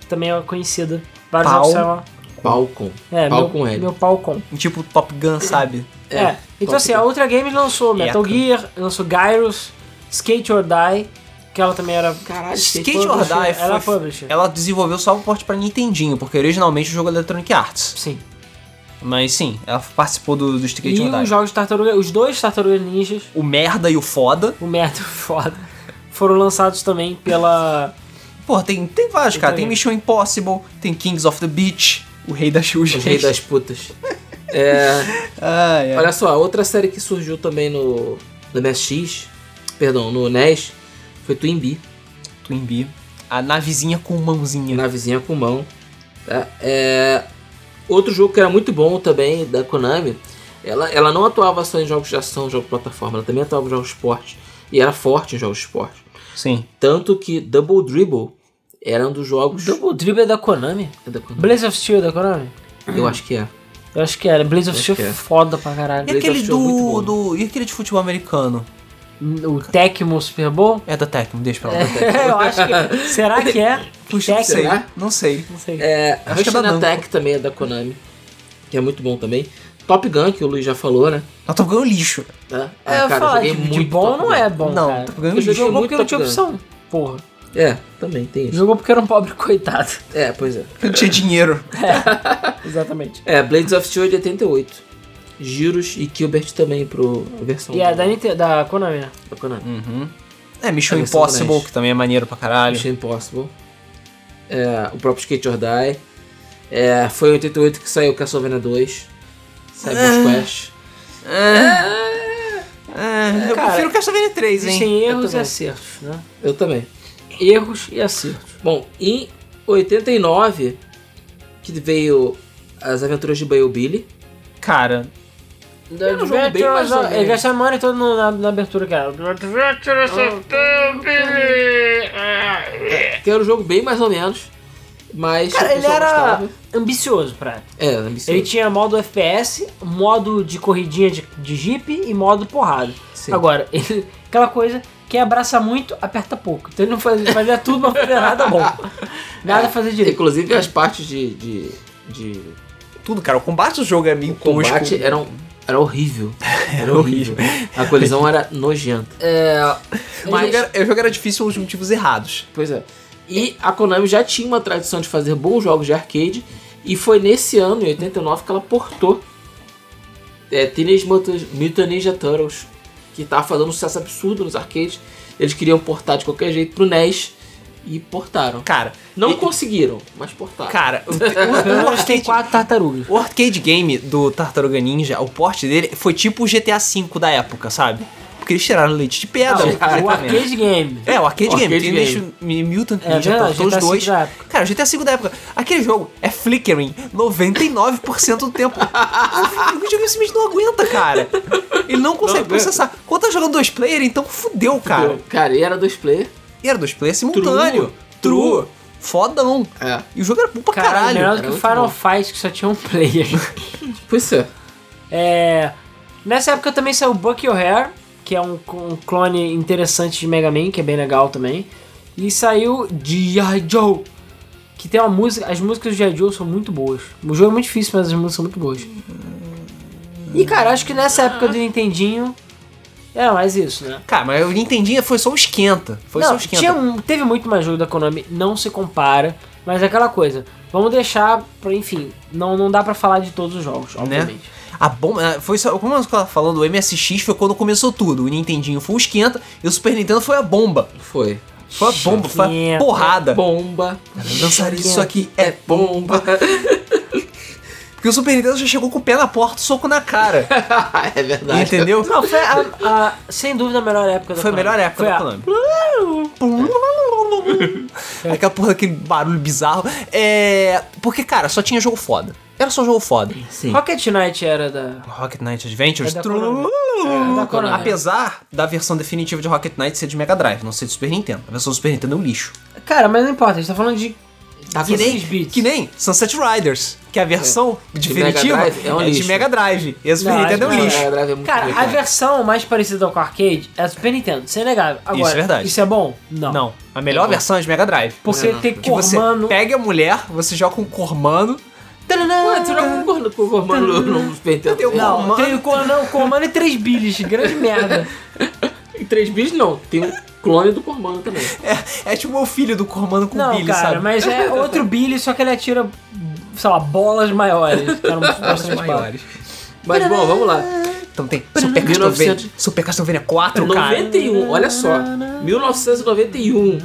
que também é conhecida. Vários Pal- jogos saíram lá. Palcom. É, Palcom meu, L. meu Palcom. Tipo Top Gun, sabe? É. É, Então Top assim, Gear. a Ultra Games lançou Eca. Metal Gear, lançou Gyros, Skate or Die, que ela também era. Caralho, Skate or publisher, Die ela é foi- publisher. Ela desenvolveu só o porte pra Nintendinho, porque originalmente o jogo é da Electronic Arts. Sim. Mas sim, ela participou do, do Skate E um or Die. os jogos de Tartaruga, os dois Tartaruga Ninjas, O merda e o foda. o Metro foda, foram lançados também pela. Porra, tem, tem vários, cara. Tem também. Mission Impossible, tem Kings of the Beach, o Rei das O Xuxas. rei das putas. É, Ai, ai. olha só, outra série que surgiu também no, no MSX, perdão, no NES, foi Twin Bee, Twin Bee. A navezinha com mãozinha. na vizinha com mão. tá? É, outro jogo que era muito bom também, da Konami, ela, ela não atuava só em jogos de ação, jogos de plataforma, ela também atuava em jogos de esporte. E era forte em jogos de esporte. Sim. Tanto que Double Dribble era um dos jogos. Double Dribble é da Konami? É da Konami? Blaze of Steel é da Konami? Eu acho que é. Eu acho que era. Blaze of Acho Steel que é. foda pra caralho. E Blade aquele of Steel é muito do, bom. do. E aquele de futebol americano? O Tecmo Super Bowl? É da Tecmo, deixa pra lá. eu acho que. Será que é? Puxa, não Tecmo? sei. será? Não sei. Não sei. É, Acho que é da Russian Namco. Attack também é da Konami, que é muito bom também. Top Gun, que o Luiz já falou, né? Ela tá ganhando lixo. Tá? Ah, É, eu falo, de, de bom Top não Gun. um é bom. Não, cara. tá ganhando Ele lixo. jogou Muito porque não tinha Top Gun. opção. Porra. É, também tem isso. Jogou porque era um pobre coitado. É, pois é. Não tinha dinheiro. Exatamente. É, Blades of Steel é de 88. Giros e Gilbert também pro a versão E é da, da, Nintendo, da Konami, né? da Konami. Uhum. É, Mission É versão do Impossible, NES. que também é maneiro pra caralho. Mission Impossible. É, o próprio Skate or Die. É, foi em 88 que saiu Castlevania 2. Cyber Quest. É, eu Cara, prefiro Castlevania 3, hein? Existem erros e também. acertos, né? Eu também. Erros e acertos. Bom, em 89 que veio As Aventuras de Bayo Billy. Cara, Eu não jogo bem, mas joguei. Eles gastaram é, money todo no- na, na abertura, cara. Adventure Que era um jogo bem mais ou menos. Mas o é. Cara, ele pessoal era gostava. ambicioso pra época. É, ambicioso. Ele tinha modo FPS, modo de corridinha de, de jeep e modo porrada. Sim. Agora, ele, aquela coisa, quem abraça muito, aperta pouco. Então ele não fazia, fazia tudo, mas fazia nada bom. Nada fazer direito. É, Inclusive as partes de. de, de tudo, cara. O combate do jogo é meio combate tosco. eram. Era horrível. Era horrível. A colisão era nojenta. É. O Mas. jogo era, o jogo era difícil pelos motivos errados. Pois é. E a Konami já tinha uma tradição de fazer bons jogos de arcade. E foi nesse ano, em 89, que ela portou é, Teenage Mutant Mutant Ninja Turtles, que tava fazendo um sucesso absurdo nos arcades. Eles queriam portar de qualquer jeito pro NES e portaram. Cara, Não e- conseguiram, mas portaram. Cara, o, Eu o, o gastei arcade, quatro tartarugas. o arcade game do Tartaruga Ninja, o porte dele, foi tipo o GTA V da época, sabe? Porque eles tiraram leite de pedra. Não, o completamente. arcade game. É, o arcade, O game. arcade Tem game. Ninja, Mutant É Ninja verdade, Turtles GTA V 2. da época. Cara, o GTA V da época. Aquele jogo é flickering 99% do tempo. o jogo simplesmente não aguenta, cara. Ele não consegue aguenta. processar. Quando tá jogando dois player, então fudeu, cara. Cara, cara, e era dois player. E era dois player simultâneo. True. True. Fodão. É. E o jogo era bom pra Caralho, caralho. melhor era do que o muito Final bom. Fight, que só tinha um player. Pois é. É, nessa época também saiu Bucky O'Hare, que é um, um clone interessante de Mega Man, que é bem legal também. E saiu G.I. Joe, que tem uma música. As músicas do G.I. Joe são muito boas. O jogo é muito difícil, mas as músicas são muito boas. E cara, acho que nessa época do Nintendinho. É mais isso, né? Cara, mas o Nintendinho foi só um esquenta. Foi só um Não, esquenta. tinha um- teve muito mais jogo da Konami, não se compara, mas é aquela coisa. Vamos deixar, pra, enfim, não, não dá pra falar de todos os jogos, Né? obviamente. A bomba. Foi só, como eu tava falando, o MSX foi quando começou tudo. O Nintendinho foi o esquenta e o Super Nintendo foi a bomba. Foi. Foi a bomba, foi a Esquenta. porrada. Bomba. Dançar isso aqui é Bomba. Porque o Super Nintendo já chegou com o pé na porta, soco na cara. é verdade. entendeu? Não, foi a, a- sem dúvida a melhor época da Foi a Konami. melhor época Foi da a- Konami. Aquela porra, aquele barulho bizarro. É. Porque, cara, só tinha jogo foda. Era só jogo foda. Sim. Rocket Knight é era da. Tipo, Rocket Knight Adventures. É da tru- Konami. É, da Konami. Apesar da versão definitiva de Rocket Knight ser de Mega Drive, não ser de Super Nintendo. A versão do Super Nintendo é um lixo. Cara, mas não importa, a gente tá falando de. Tá Que com nem, seis bits. que nem Sunset Riders, que é É. a versão definitiva Mega Drive é um de lixo. Mega Drive. E a Super Não, Nintendo é um acho que lixo. Mega Drive é muito Cara, a complicado. versão mais parecida com o arcade é a Super Nintendo, isso é inegável. Agora, é verdade. Isso é bom? Não. Não, a melhor Não. versão é de Mega Drive. Porque Não. tem Que você Cormano. pega a mulher, você joga um cormano. Ué, tu não concorda com o Romano no- no Super Nintendo? Tem um- Não, é Cormano. tem o Cormano, Cormano e 3 bilhas, grande merda. Em 3 bits não. Tem um clone do Cormano também. É, é tipo o filho do cormano com o Não, Billy, cara, sabe? mas é outro Billy, só que ele atira, sei lá, bolas maiores. que eram bastante maiores. Mas bom, vamos lá. Então tem Super Castlevania, 1900. Super Castlevania É 4, cara. 91, olha só. 1991.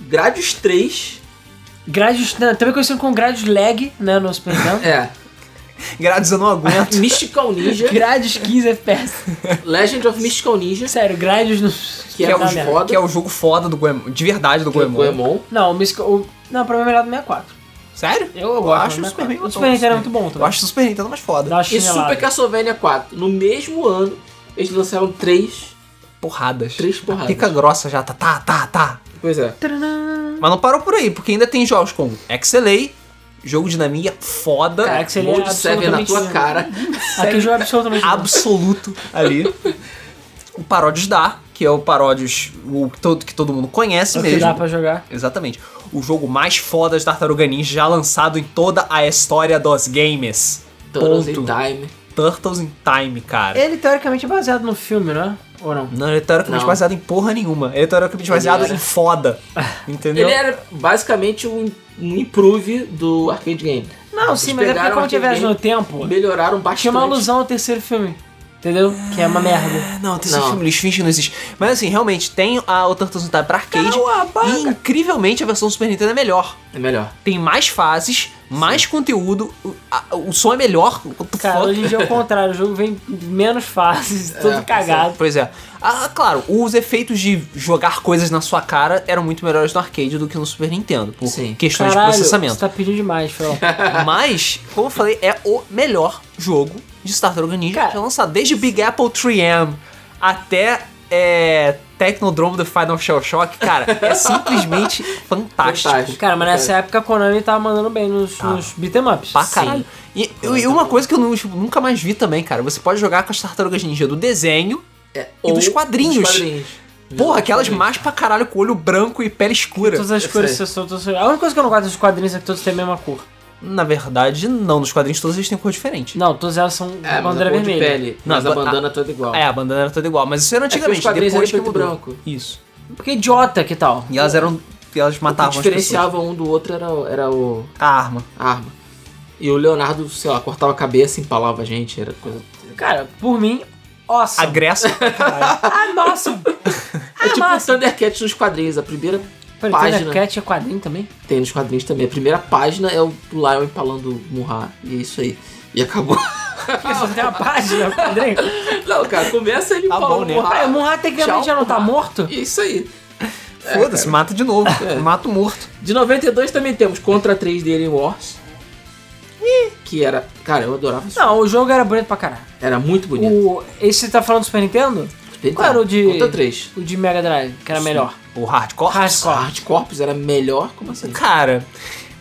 Gradius 3. Gradius, né, também conhecido como Gradius Lag, né, no Super Nintendo. É. Grades eu não aguento. Mystical Ninja. É. Gradius 15 FPS. Legend of Mystical Ninja. Sério, Gradius no... Que é Tá o merda. foda. que é o jogo foda do Goemon, de verdade do que é o Goemon. Goemon. Não, o Mystical... O... Não, pra mim é melhor do 64. Sério? Eu, gosto acho do o Super 64. Nintendo- O Super Nintendo é muito bom Eu também. acho o Super Nintendo mais foda. Dá uma E chinelada. Super Castlevania 4. No mesmo ano, eles lançaram três. Porradas. Três porradas. Pica grossa já, tá, tá, tá, tá. Pois é. Tadã. Mas não parou por aí, porque ainda tem jogos como XLA, jogo de dinamia foda, Cara, É que seria Mode 7 na absolutamente tua zero. cara. Aquele jogo é absolutamente bom. absoluto ali. O Paródios dá, que é o Paródios o que todo, que todo mundo conhece É o que mesmo. dá pra jogar. Exatamente. O jogo mais foda de Tartaruga Ninja já lançado em toda a história dos games. Turtles in Ponto. Time. Turtles in Time, cara. Ele, teoricamente, é baseado no filme, não é? Ou não? Não, ele é teoricamente Não. baseado em porra nenhuma. Ele é teoricamente Ele baseado era. em foda. Entendeu? Ele é- era basicamente um, um improve do arcade game. Não, Eles sim, mas é porque pegaram como aquele tiver no game, tempo, Melhoraram bastante. tinha uma alusão ao terceiro filme. Entendeu? Que é uma merda. É, Não, tem esse Não. filme, eles fingem que não existe. Mas assim, realmente, tem a, o Turtles in Time pra arcade. é Cauabaga. E incrivelmente a versão do Super Nintendo é melhor. É melhor. Tem mais fases, mais conteúdo, o, a- o som é melhor. what the Cara, fuck? hoje em dia é o contrário, o jogo vem menos fases, É, todo pois é. cagado. Pois é. Ah, claro, os efeitos de jogar coisas na sua cara eram muito melhores no arcade do que no Super Nintendo, por Sim. questões Caralho, de você processamento. tá pedindo demais, Fel. Mas, como eu falei, é o melhor jogo de Star Trek Ninja Cara- já lançado desde Big Apple 3M até é, Technodrome do Final Shell Shock. Cara, é simplesmente fantástico. Fantástico. Cara, mas nessa época a Konami tava mandando bem nos, nos beat'em ups. Ah, Pra caralho. Sim. E, e uma coisa que eu nu- nunca mais vi também, cara. Você pode jogar com as tartarugas ninja do desenho. É, E dos ou quadrinhos. dos quadrinhos. Porra, aquelas mais pra caralho com olho branco e pele escura. Todas as Eu cores sei. são todas. A única coisa que eu não gosto dos quadrinhos é que todos têm a mesma cor. Na verdade, não. Nos quadrinhos todos eles têm cor diferente. Não, todas elas são É, mas bandeira a cor de vermelha. pele. Não, Mas a ba- bandana toda igual. É, a bandana era toda igual, mas isso era É que os antigamente, quadrinhos depois eram que preto mudou. e branco. Isso. Porque é idiota, que tal? E elas eram... e elas o matavam que as pessoas. diferenciava um do outro era, o- era o, A arma. a arma. E o Leonardo, sei lá, cortava a cabeça, empalava a gente, era coisa. Cara, por mim, awesome. Agressa. Ah, nossa! É tipo massa. o Thundercats nos quadrinhos. A primeira Peraí, página. Thundercat é quadrinho também? Tem nos quadrinhos também. A primeira página é o Lion empalando o Murra. E é isso aí. E acabou. Porque só tem uma página, quadrinho. Não, cara, começa ele Tá empalando bom, né? o Murra. Ah, o Munra tecnicamente Tchau, já não tá Munra. morto? E é isso aí. Foda-se, mata de novo. Mata o morto. De 92 também temos Contra 3 dele em Wars. Que era. Cara, eu adorava isso. Não, o jogo era bonito pra caralho. Era muito bonito. O, esse você tá falando do Super Nintendo? Tem Qual era o de. Contra 3. O de Mega Drive, que era melhor. O hardcore. A Hardcore. Hard Corps era melhor? Como assim? Cara,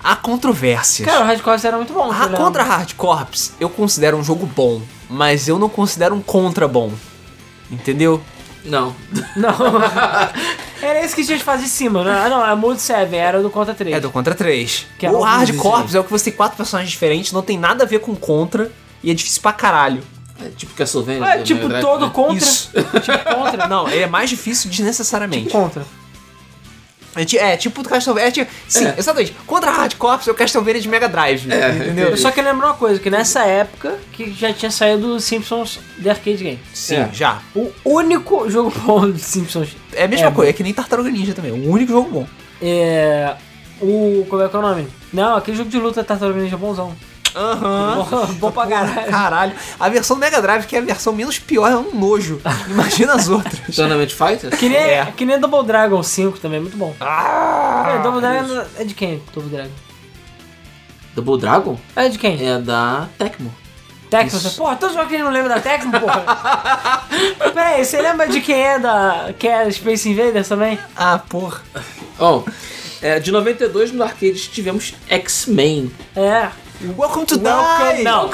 há controvérsias. Ah, Cara, o Hardcore era muito bom. A né? Contra Hard Corps eu considero um jogo bom. mas eu não considero um contra bom. Entendeu? Não. Não. Era isso que tinha de fazer em cima, né? Ah, não, é Mode 7, era do Contra 3. É do Contra 3. Que é o algo Hard desse Corps é o que você tem quatro personagens diferentes, não tem nada a ver com Contra, e é difícil pra caralho. É tipo Castlevania. Ah, do tipo, Mega Drive, todo né? contra. Isso. Tipo, contra. Não, ele é mais difícil desnecessariamente. Contra. É, ti- é tipo do Castlevania. É, tipo- sim, É. exatamente. Contra Hard Corps é o Castlevania de Mega Drive. É, entendeu? entendi. Só que lembrar uma coisa, que nessa época que já tinha saído o Simpsons The Arcade Game. Sim, É. já. O único jogo bom de Simpsons É a mesma É. coisa, é que nem Tartaruga Ninja também. O único jogo bom. é. O. Como é que é o nome? Não, aquele jogo de luta Tartaruga Ninja é bonzão. Aham. Bom, bom pra caralho. Caralho. A versão Mega Drive, que é a versão menos pior, é um nojo. Imagina as outras. Tournament Fighter? Que nem, É. que nem Double Dragon 5 também, muito bom. é, Double Ah, Dragon é de quem? Double Dragon. Double Dragon? É de quem? É da Tecmo. Tecmo. Isso. Porra, todos os jogos que ele não lembra da Tecmo, porra. Peraí, você lembra de quem é da. Que é Space Invaders também? ah, porra. Ó, é, de 92 no arcade tivemos X-Men. É. Welcome to Welcome, die! não.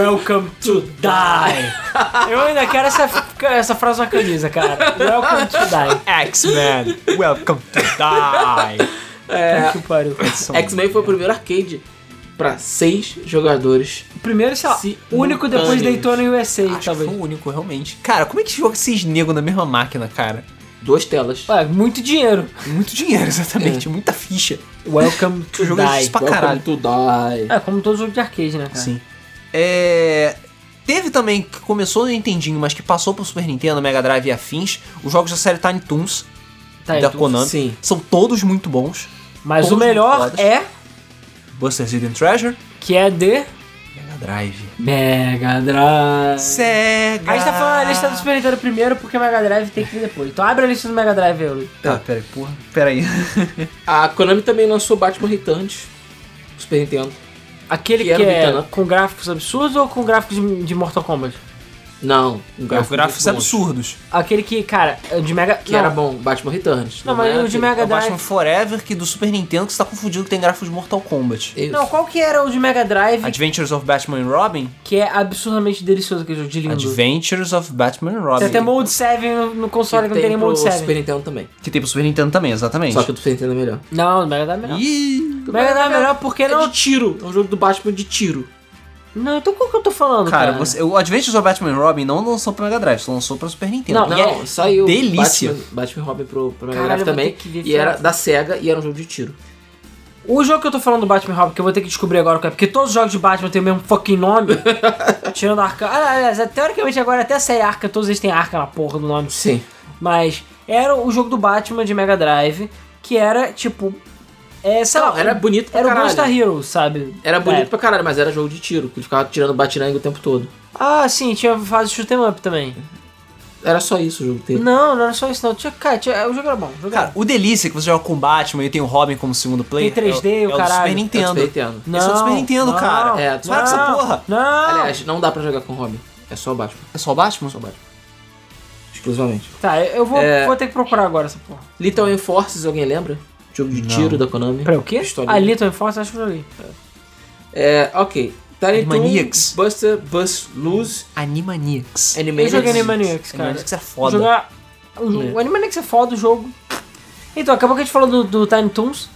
Welcome to die. Eu ainda quero essa, essa frase na camisa, cara. é Welcome to die. X-Men, welcome to die! É, Que pariu. X-Men foi o primeiro arcade pra seis jogadores. Primeiro, sei lá, Se- único depois de Montanhas. Daytona USA, Acho talvez. que foi o único, realmente. Cara, como é que joga esses negros na mesma máquina, cara? Duas telas. um Ué, muito dinheiro. Muito dinheiro, exatamente. É. Muita ficha. Welcome to O jogo é die. difícil pra caralho. to die. É, como todo jogo de arcade, né, cara? Sim. É... Teve também, que começou no Nintendinho, mas que passou pro Super Nintendo, Mega Drive e afins, os jogos da série Tiny Toons, Tá, da então- Konami. sim. São todos muito bons. Mas o Todos melhor fodas. é Buster's Hidden Treasure, que é de Mega Drive. Mega Drive. Sega! A gente tá falando a lista do Super Nintendo primeiro, porque o Mega Drive tem que vir depois. Então abre a lista do Mega Drive, Euro. Tá, peraí, porra. Peraí. A Konami também lançou Batman Returns. Super Nintendo. Aquele Que que, era do é Nintendo. né? com gráficos absurdos ou com gráficos de, de Mortal Kombat? Não. Um Gráficos, gráfico muito bom. absurdos. Aquele que, cara, é de Mega... Que não, era bom. Batman Returns. Não, mas era o de aquele- Mega É o Batman Drive... Forever que do Super Nintendo que você tá confundindo que tem gráfico de Mortal Kombat. Isso. Não, qual que era o de Mega Drive Adventures of Batman and Robin? que é absurdamente delicioso aquele jogo de lindo? Adventures of Batman and Robin. Tem até Mode 7 no, no console que, não tem nem pro Mode 7. Super Nintendo também. Que tem pro Super Nintendo também, exatamente. Só que o do Super Nintendo é melhor. Não, o Mega Drive é melhor. Ih, O Mega Drive é melhor porque É não... de tiro. É um jogo do Batman de tiro. Não, então qual que eu tô falando, cara? cara, você- o Adventures of Batman and Robin não lançou pro Mega Drive, só lançou pro Super Nintendo. Não, é- E Não, saiu. delícia. Batman, Batman Robin pro, pro Mega Caralho, Drive eu vou também. ter que ver E era essa- da SEGA e era um jogo de tiro. O jogo que eu tô falando do Batman Robin, que eu vou ter que descobrir agora, cara, porque todos os jogos de Batman têm o mesmo fucking nome. tirando Arca. Ah, aliás, teoricamente agora até sair Arca, todos eles têm Arca na porra do nome. Sim. Mas era o jogo do Batman de Mega Drive, que era tipo. É, sei Não, lá, era bonito pra era o caralho. Gunstar Heroes, sabe? Era bonito É. pra caralho, mas era jogo de tiro, que ele ficava tirando batirangue o tempo todo. Ah, sim, tinha fase shoot 'em up também. Era só isso o jogo dele. Não, não era só isso, não. Tinha, cara, tinha- o jogo era bom. O jogo Cara, o delícia que você joga com o Batman e tem o Robin como segundo player. Tem 3D, é o é do caralho. Super Nintendo. É do Super Nintendo. Esse é do Super Nintendo, cara. É, Para com essa porra. Não! Aliás, não dá pra jogar com o Robin. É só o Batman. É só o Batman? Só o Batman. Exclusivamente. Tá, eu vou, É. vou ter que procurar agora essa porra. Little Enforces, alguém lembra? Jogo de tiro da Konami. Peraí, o quê? Pistolinha. Ah, Little Enforce, acho que eu joguei. É, ok. Tiny Animaniacs. Toon, Buster, Buzz, Lose, Animaniacs. Animaniacs. É, Eu joguei Animaniacs, cara. Animaniacs é foda. Jogar. O, o Animaniacs é foda, o jogo. Então, acabou que a gente falou do, do Time Toons.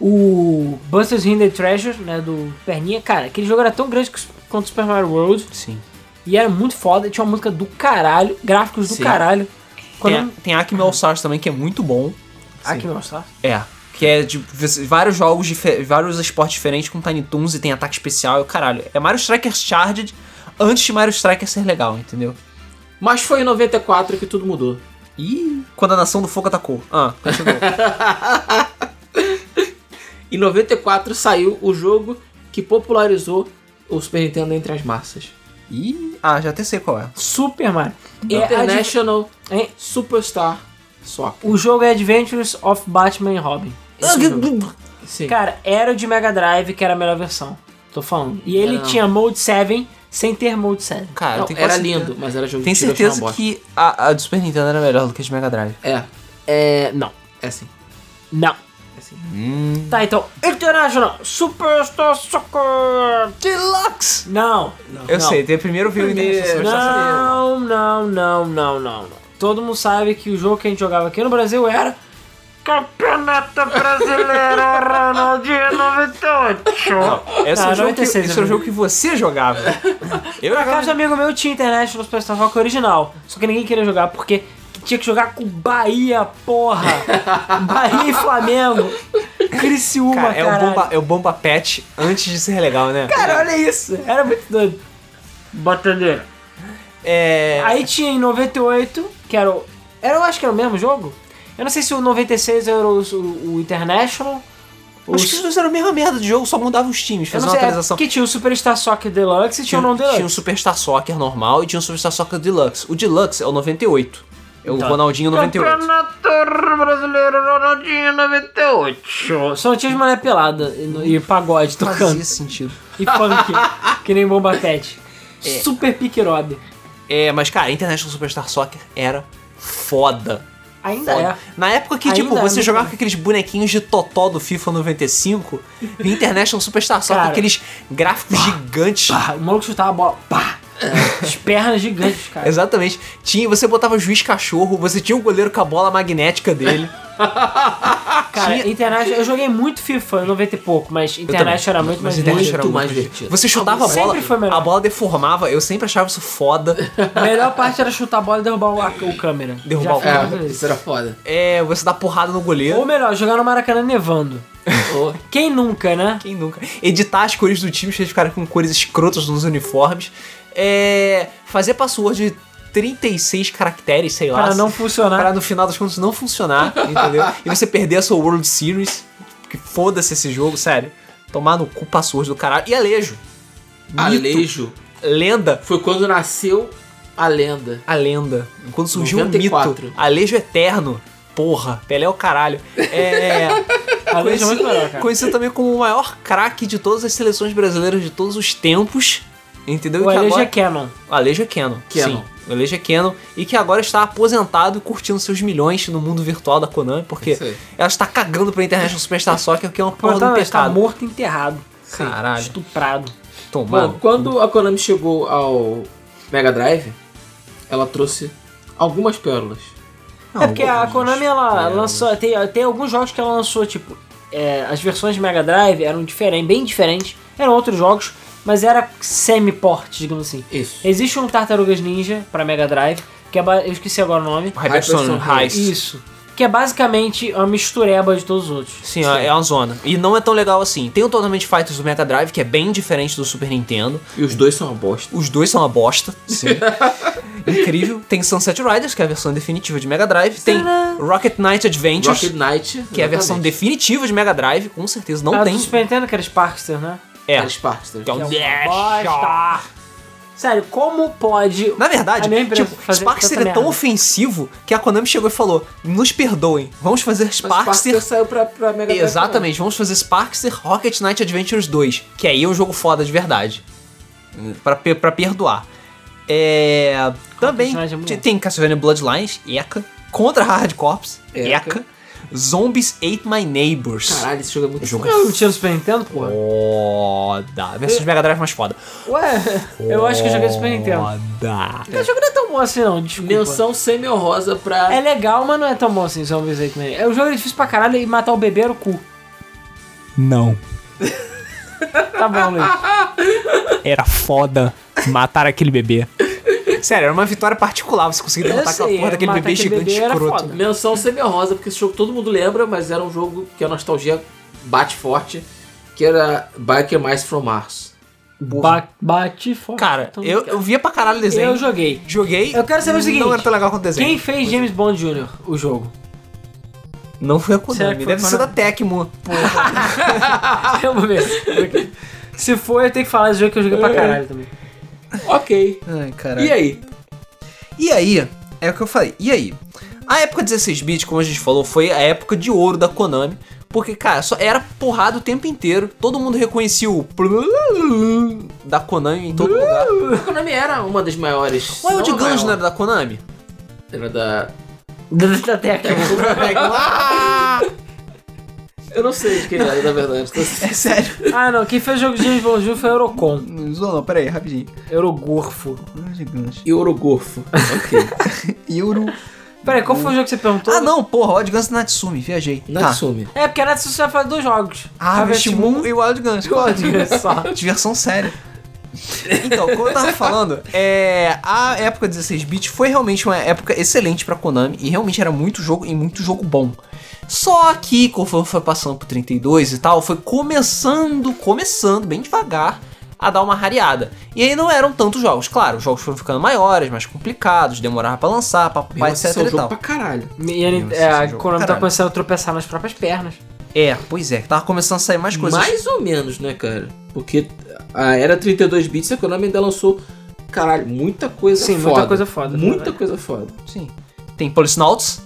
O Buster's Hidden Treasure, né, do Perninha. Cara, aquele jogo era tão grande que- quanto o Super Mario World. Sim. E era muito foda. Tinha uma música do caralho, gráficos do Sim. É, caralho. Quando... Tem, a- tem Acme All Stars também, que é muito bom. Aqui, meu, tá? É. Que é de v- vários jogos, dife- vários esportes diferentes com Tiny Toons e tem ataque especial e o caralho. É Mario Strikers Charged antes de Mario Strikers ser legal, entendeu? Mas foi em 94 que tudo mudou. E quando a Nação do Fogo atacou. Ah, continua. Em 94 saiu o jogo que popularizou o Super Nintendo entre as massas. Ih, ah, já até sei qual é. Super Mario. É adve- International é- Superstar Soccer. o jogo é Adventures of Batman e Robin. Esse é jogo. Sim. Cara, era o de Mega Drive que era a melhor versão. Tô falando. E ele Não. tinha Mode 7 sem ter Mode 7. Cara, Não, tem era lindo, mas era jogo Tem de tiro, eu achava certeza uma bosta. que a, a do Super Nintendo era melhor do que a de Mega Drive. É, É. Não. é sim. Não. assim. Tá, então. International Superstar Soccer! Deluxe! Não. Eu não. É, sei, tem primeiro viu o Primeiro. Não, não, não, não, não, não. Todo mundo sabe que o jogo que a gente jogava aqui no Brasil era. Campeonato Brasileiro Ronaldinho 98. Esse é Ah, o jogo que, 96 esse é o eu jogo que você jogava. Eu Por acaso, um jogava. amigo meu tinha International Superstar Soccer original. Só que ninguém queria jogar porque tinha que jogar com Bahia, porra. Bahia e Flamengo. Criciúma, Cara, cara. é o um bomba, é o bomba pet antes de ser legal, né? Cara, olha isso. Era muito doido. Batedeira. É. Aí tinha em 98, que era o. Era, eu acho que era o mesmo jogo. Eu não sei se o 96 era o, o, o International. ou Acho que se- eles fizeram a mesma merda de jogo, só mudavam os times, eu fazer não uma sei, atualização. é, que tinha o Superstar Soccer Deluxe e tinha o não Tinha o Deluxe. Superstar Soccer normal e tinha o Superstar Soccer Deluxe. O Deluxe é o 98. É o Ronaldinho 98. Brasileiro Ronaldinho 98. Só não tinha de mané pelada e, no- e pagode tocando. Fazia sentido. E funk, que nem Bomba Pet. Super piquerobe. É, mas cara, International Superstar Soccer era foda. Ainda foda. é. Na época que, Ainda tipo, é você muito jogava bom. com aqueles bonequinhos de totó do FIFA 95, vinha International Superstar Soccer, Cara. aqueles gráficos gigantes. Pá, o maluco chutava a bola. Pá! As pernas gigantes, cara. Exatamente. Tinha, você botava juiz cachorro, você tinha o goleiro com a bola magnética dele. Cara, Tinha- International, eu joguei muito FIFA, 90 e pouco, mas International era muito mais Internet divertido. era muito mais divertido. divertido. Você chutava a Sempre bola, foi melhor. a bola deformava, eu sempre achava isso foda. A melhor parte era chutar a bola e derrubar o, a- o câmera. Derrubar o Já fiz É, várias isso era foda. É, você dá porrada no vezes. Ou goleiro. melhor, jogar no Maracanã nevando. Ou- Quem nunca, né? Quem nunca? Editar as cores do time, vocês ficaram com cores escrotas nos uniformes. É, fazer password de 36 caracteres, sei lá. Pra não funcionar. Pra no final das contas não funcionar, entendeu? e você perder a sua World Series. Que foda-se esse jogo, sério. Tomar no cu password do caralho. E Alejo. Mito. Alejo Lenda. foi quando nasceu a lenda. A lenda. Quando surgiu o 94. mito. Alejo eterno. Porra, Pelé é o caralho. É. A lei é muito Conhecido, melhor, cara. conhecido também como o maior craque de todas as seleções brasileiras de todos os tempos. Entendeu? O E que Alejo é agora... Canon. O Alejo é Canon. Canon. Sim. O Alejo é Canon. E que agora está aposentado e curtindo seus milhões no mundo virtual da Konami, porque Isso aí. ela está cagando pra International Superstar Soccer, que é uma Pô, porra de tá, um mas tá pecado. morto e enterrado. Caralho. Estuprado. Tomando. Mano, quando a Konami chegou ao Mega Drive, ela trouxe algumas pérolas. Não, é porque a alguns. Konami, ela lançou... Tem, tem alguns jogos que ela lançou, tipo... é, as versões de Mega Drive eram diferentes, bem diferentes. Eram outros jogos, mas era semi-port, digamos assim. Isso. Existe um Tartarugas Ninja pra Mega Drive, que é ba- eu esqueci agora o nome. Hyperstone Hyperstone Heist. Isso. Que é basicamente uma mistureba de todos os outros. Sim, é uma zona. E não é tão legal assim. Tem o Tournament Fighters do Mega Drive, que é bem diferente do Super Nintendo. E os dois são uma bosta. Os dois são uma bosta. Sim. Incrível. Tem Sunset Riders, que é a versão definitiva de Mega Drive. Tem Rocket Knight Adventures, Rocket Knight. que é a versão exatamente. definitiva de Mega Drive. Com certeza não Ah, tem. do Super Nintendo, que era Sparkster, né? É. Era Sparkster. Que é um Que é uma lixo. bosta. Sério, como pode... Na verdade, A minha empresa tipo, fazer Sparkster é tanta tão merda. ofensivo que a Konami chegou e falou: nos perdoem, vamos fazer Mas Sparkster Sparkster. saiu pra, pra Mega Drive. Exatamente, vamos fazer Sparkster Rocket Knight Adventures 2, que aí é um jogo foda de verdade. Pra, pe- pra perdoar. É. Também Knight é muito te- bom. tem Castlevania Bloodlines, ECA. Contra Hard Corps, ECA. Eca. Zombies Ate My Neighbors. Caralho, esse jogo é muito O jogo foda. Eu não tinha no um Super Nintendo, porra. Foda. Versão de Mega Drive é mais foda. Ué, eu acho que eu joguei no Super Nintendo. Foda. O jogo não é tão bom assim, não, desculpa. Menção semi-honrosa pra... É legal, mas não é tão bom assim, Zombies Eight Man. É um jogo difícil pra caralho e matar o bebê era o cu. Não. Tá bom, Luiz. Era foda matar aquele bebê. Sério, era uma vitória particular você conseguir Eu derrotar aquela sei, é, porra daquele matar bebê aquele gigante bebê era escroto. foda. Menção semi-honrosa, porque esse jogo todo mundo lembra, mas era um jogo que a nostalgia bate forte, que era Biker Mice from Mars. Ba bate forte. Cara, Então, eu, eu via pra caralho o desenho. eu joguei. Joguei. Eu quero saber o seguinte, Não era tão legal quanto o desenho. Quem fez James Bond Jr., o jogo? Não foi a Será que Konami. foi Deve ser da Konami? Tecmo. Porra. Eu vou ver. Se for, eu tenho que falar desse jogo que eu joguei É. pra caralho também. Ok. Ai, caralho. E aí? E aí, é o que eu falei, e aí? A época 16-bit, como a gente falou, foi a época de ouro da Konami. Porque, cara, só era porrada o tempo inteiro. Todo mundo reconhecia o da Konami em todo lugar. A Konami era uma das maiores. O Wild se não é, a Guns não maior. era da Konami? Era da... Da Tecmo. Ah! Eu não sei de quem era, na verdade. Tô- É sério. Ah, não. Quem fez o jogo de James Bond Jr. foi Eurocon. Não zoou não, peraí, rapidinho. Eurogorfo. Ah, gigante. Eurogorfo. Tá. Ok. Euro. Peraí, qual foi o jogo que você perguntou? Ah, não, porra, Odd Guns Natsumi, viajei. Natsume. É, porque a Natsu já faz dois jogos. Ah, Tá. Harvest Moon e Wild Guns. Olha Ah, só. Diversão séria. Então, como eu tava falando, é, a época 16-bit foi realmente uma época excelente pra Konami e realmente era muito jogo e muito jogo bom. Só que, conforme foi passando pro 32 e tal, foi começando, começando, bem devagar, a dar uma rareada. E aí não eram tantos jogos, claro, os jogos foram ficando maiores, mais complicados, demorava pra lançar, papai, Mas etc esse é um e jogo tal. pra caralho. E ele, Nossa, é, a esse jogo, Konami tá caralho. começando a tropeçar nas próprias pernas. É, pois é, tava começando a sair mais coisas. Mais ou menos, né, cara? Porque a era 32 bits, a Konami ainda lançou, caralho, muita coisa Sim, é foda. muita coisa foda. né? Muita Verdade. coisa foda. Sim. Tem Policenauts,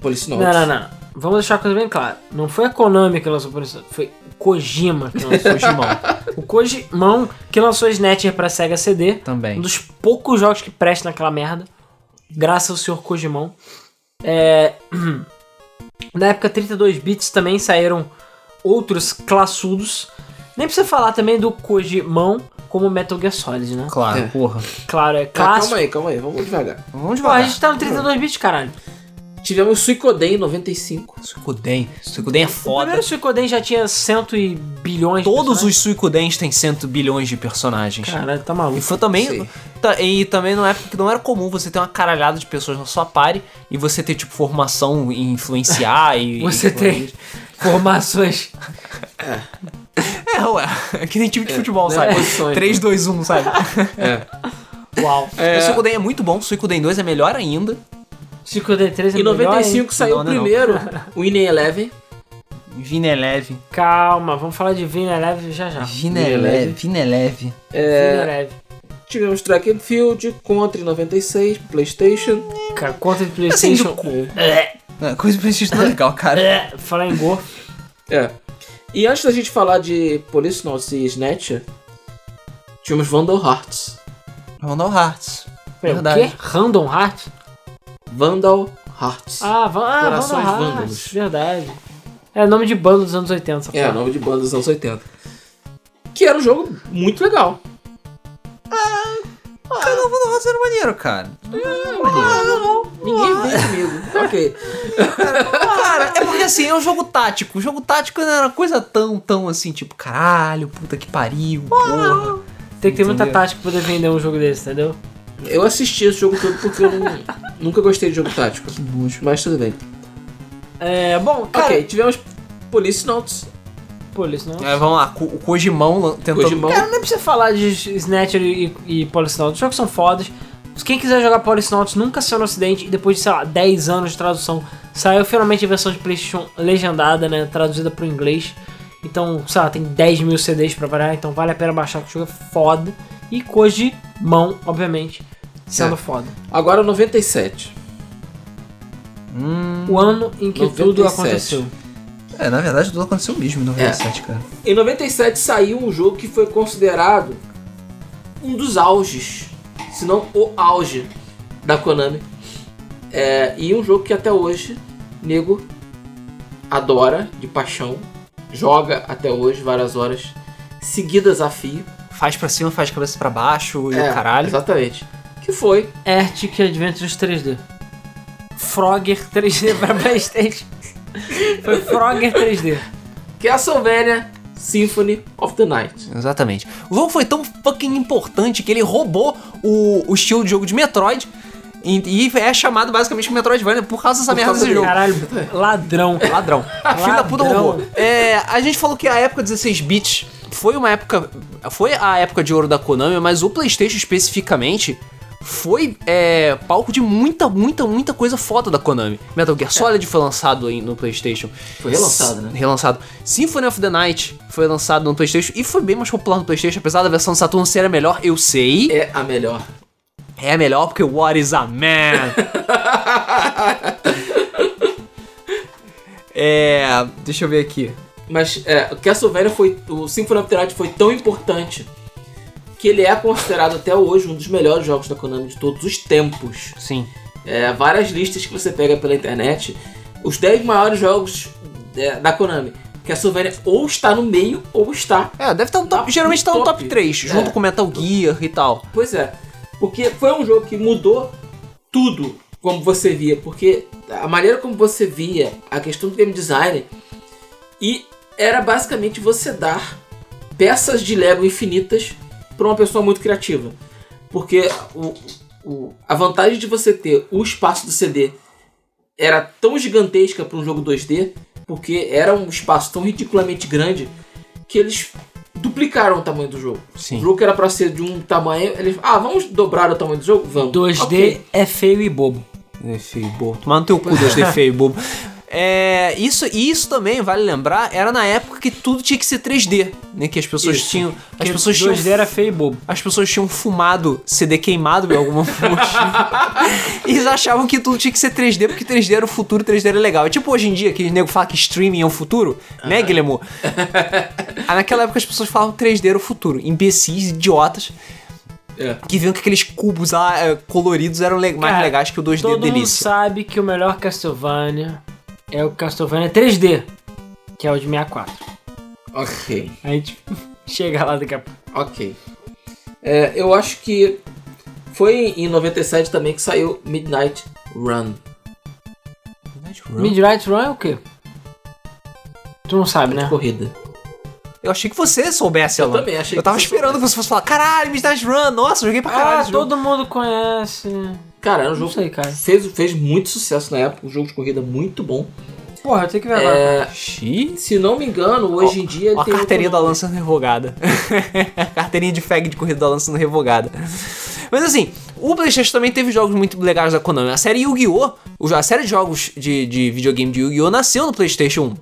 Policinauts. Não, não, não. Vamos deixar a coisa bem clara. Não foi a Konami que lançou por isso. Foi o Kojima que lançou o Kojimão. o Kojimão que lançou Snatcher pra Sega CD. Também. Um dos poucos jogos que presta naquela merda. Graças ao senhor Kojimão. É... Na época 32 bits também saíram outros classudos. Nem precisa falar também do Kojimão como Metal Gear Solid, né? claro, É. porra. Claro, é Tá, clássico. calma aí, calma aí, vamos devagar. Vamos Pô, a devagar. gente tá no 32 bits, caralho. Tivemos Suicoden em 95. Suicoden. Suicoden é O foda. primeiro Suicoden já tinha cento e bilhões de Todos personagens. os Suicodens têm 100 bilhões de personagens. Caralho, tá E maluco. foi Sim. também. ta- e também na época que não era comum você ter uma caralhada de pessoas na sua party e você ter, tipo, formação e influenciar e. Você e- tem formações. É, ué. É que nem time de futebol, né? sabe? Posições. 3, 2, 1, sabe? Uau. O Suicoden é muito bom, o Suicoden 2 é melhor ainda. Suicoden 3 é Em melhor, 95 hein? saiu Não, o não é não. primeiro, o Ine Eleven. Vineleve. Calma, vamos falar de Vina Leve já já. é Vineleve. Vineleve. É. Vina Leve. Tivemos Track and Field, Contra em 96, Playstation. Cara, conta de Assim, Playstation. de cu. É, Coisa pra gente não é legal, cara. É, falar em Go. É. E antes da gente falar de Policenauts e Snatcher, tivemos Vandal Hearts. Ronald Hearts. Peraí, Verdade. O quê? Random Heart? Vandal Hearts. Ah, va ah Random Corações Heart. vândalos. Verdade. É nome de banda dos anos 80, essa É, porra. nome de banda dos anos 80. Que era um jogo muito legal. Cara, o Ronald Hearts era é maneiro, cara. É, um Ninguém veio comigo. Ah. ok. Cara, é porque assim, é um jogo tático. O jogo tático não era coisa tão, tão assim, tipo, caralho, puta que pariu, porra. Tem que ter muita Entendeu? tática pra poder vender um jogo desse, entendeu? Eu assisti esse jogo todo porque eu não- nunca gostei de jogo tático. Que nojo. Mas tudo bem. É, bom, cara. ok, tivemos Policenauts. Pô, isso não. É, vamos lá, co- o Kojimão lan- tentando... Kojimão. Cara, não é pra você falar de Snatcher e, e Policenauts. Os jogos são fodas. Quem quiser jogar Policenauts nunca saiu no ocidente e depois de, sei lá, 10 anos de tradução, saiu finalmente a versão de Playstation legendada, né? Traduzida pro inglês. Então, sei lá, tem 10 mil CDs pra variar, então vale a pena baixar que o jogo é foda. E Kojimão, obviamente, sendo É. foda. Agora 97. Hum, O ano em que tudo 97. aconteceu. é, na verdade tudo aconteceu mesmo em 97, cara. Em 97 saiu um jogo que foi considerado um dos auges, se não o auge da Konami. É, e um jogo que até hoje nego adora de paixão, joga até hoje várias horas seguidas a fio. Faz pra cima, faz cabeça pra baixo e É, o caralho. Exatamente. Que foi Ertic Adventures 3D. Frogger 3D pra Playstation. Foi Frogger 3D. Castlevania Symphony of the Night. Exatamente. O jogo foi tão fucking importante que ele roubou o, o estilo de jogo de Metroid e, e é chamado basicamente de Metroidvania por causa dessa merda causa desse jogo. Caralho, ladrão. Ladrão. Ah, Filho da puta Ladrão. roubou. É, a gente falou que a época 16 bits foi uma época. Foi a época de ouro da Konami, mas o PlayStation especificamente foi é, palco de muita, muita, muita coisa foda da Konami. Metal Gear Solid foi lançado em- no PlayStation. É. Foi relançado, né? Relançado. Symphony of the Night foi lançado no PlayStation e foi bem mais popular no PlayStation, apesar da versão do Saturno ser a melhor, eu sei. É a melhor. É a melhor porque What is a Man? é. Deixa eu ver aqui. Mas é, o Castlevania foi. O Symphony of the Night foi tão importante que ele é considerado até hoje um dos melhores jogos da Konami de todos os tempos. Sim. É, várias listas que você pega pela internet, os 10 maiores jogos é, da Konami. Que a Sylvania ou está no meio ou está. É, deve estar no top. Tá geralmente no tá no top. top 3, junto É. com Metal Gear e tal. Pois é. Porque foi um jogo que mudou tudo como você via. Porque a maneira como você via a questão do game design e era basicamente você dar peças de Lego infinitas para uma pessoa muito criativa. Porque o- o- a vantagem de você ter o espaço do CD era tão gigantesca para um jogo 2D, porque era um espaço tão ridiculamente grande que eles duplicaram o tamanho do jogo. O Sim. jogo que era pra ser de um tamanho, eles. Ah, vamos dobrar o tamanho do jogo? Vamos. 2D Ok. é feio e bobo. É feio, bobo. Tomar no teu cu, Deus de feio, bobo. É, isso, e isso também, vale lembrar, era na época que tudo tinha que ser 3D, né? Que as pessoas Isso. tinham. As Porque pessoas 2D tinham era feio e bobo. As pessoas tinham fumado CD queimado por alguma motivo. e eles achavam que tudo tinha que ser 3D, porque 3D era o futuro, 3D era legal. É tipo hoje em dia, que o nego fala que streaming é o futuro, né, Guilherme? Ah, Naquela época as pessoas falavam 3D era o futuro. Imbecis, idiotas, É. que viam que aqueles cubos lá eh, coloridos eram le- mais Cara, legais que o 2D É, Todo mundo é delícia. sabe que o melhor Castlevania é o Castlevania 3D, que é o de 64. Ok. A gente chega lá daqui a pouco. Ok. É, eu acho que foi em 97 também que saiu Midnight Run. Midnight Run é o quê? Tu não sabe, né? Corrida. Eu achei que você soubesse, Eu Alan. também achei Eu que tava você esperando que você fosse falar, caralho, Midnight Run, nossa, eu joguei pra caralho. Ah, esse jogo." todo mundo conhece. Cara, era um Não jogo sei, cara. fez, fez muito sucesso na época, um jogo de corrida muito bom. Porra, eu tenho que ver agora. É, Xiii. se não me engano, hoje em dia. Ó, a tem carteirinha da outro lança sendo revogada. a carteirinha de fag de corrida da lança sendo revogada. Mas assim, o PlayStation também teve jogos muito legais da Konami. A série Yu-Gi-Oh! o- A série de jogos de, de videogame de Yu-Gi-Oh! nasceu no PlayStation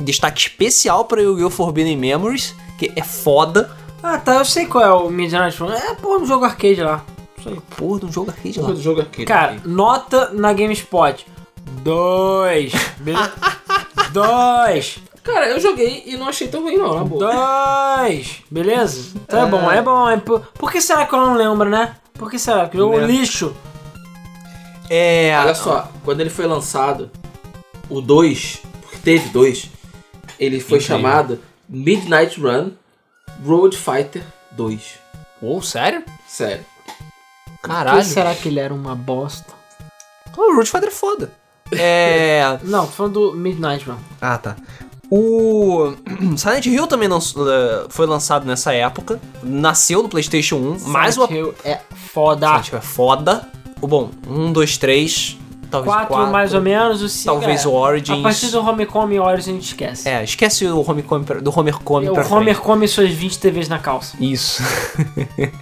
1. Destaque especial pra Yu-Gi-Oh! Forbidden Memories, que é foda. Ah, tá, eu sei qual é o Midnight Run. É, porra, um jogo arcade lá. Porra, de um jogo arcade nome lá. do jogo aqui. né? Cara, nota na GameSpot. Dois. Beleza? Dois. Cara, eu joguei e não achei tão ruim, não, na boa. Dois. Beleza? Então é bom, é bom. É... po- Por que será que eu não lembro, né? Por que será? Porque o jogo Lembro. lixo. É. Olha só, quando ele foi lançado, o 2, porque teve dois, ele foi Incrível. chamado Midnight Run Road Fighter 2. Uou, sério? Sério. Caralho. Por que será que ele era uma bosta? O Road Fighter é foda. É. Não, tô falando do Midnight Run. Ah, tá. O Silent Hill também lan- eh, foi lançado nessa época. Nasceu no PlayStation 1. mais uma. Silent Hill é foda. Silent Hill é foda. O bom, 1, 2, 3. Talvez 4. Quatro, mais ou menos. O cinco, Talvez é. o Origins. A partir do Homecoming Origins a gente esquece. É, esquece o Homecoming pra- do Homecoming É, o pra frente. Homer come suas 20 TVs na calça. Isso.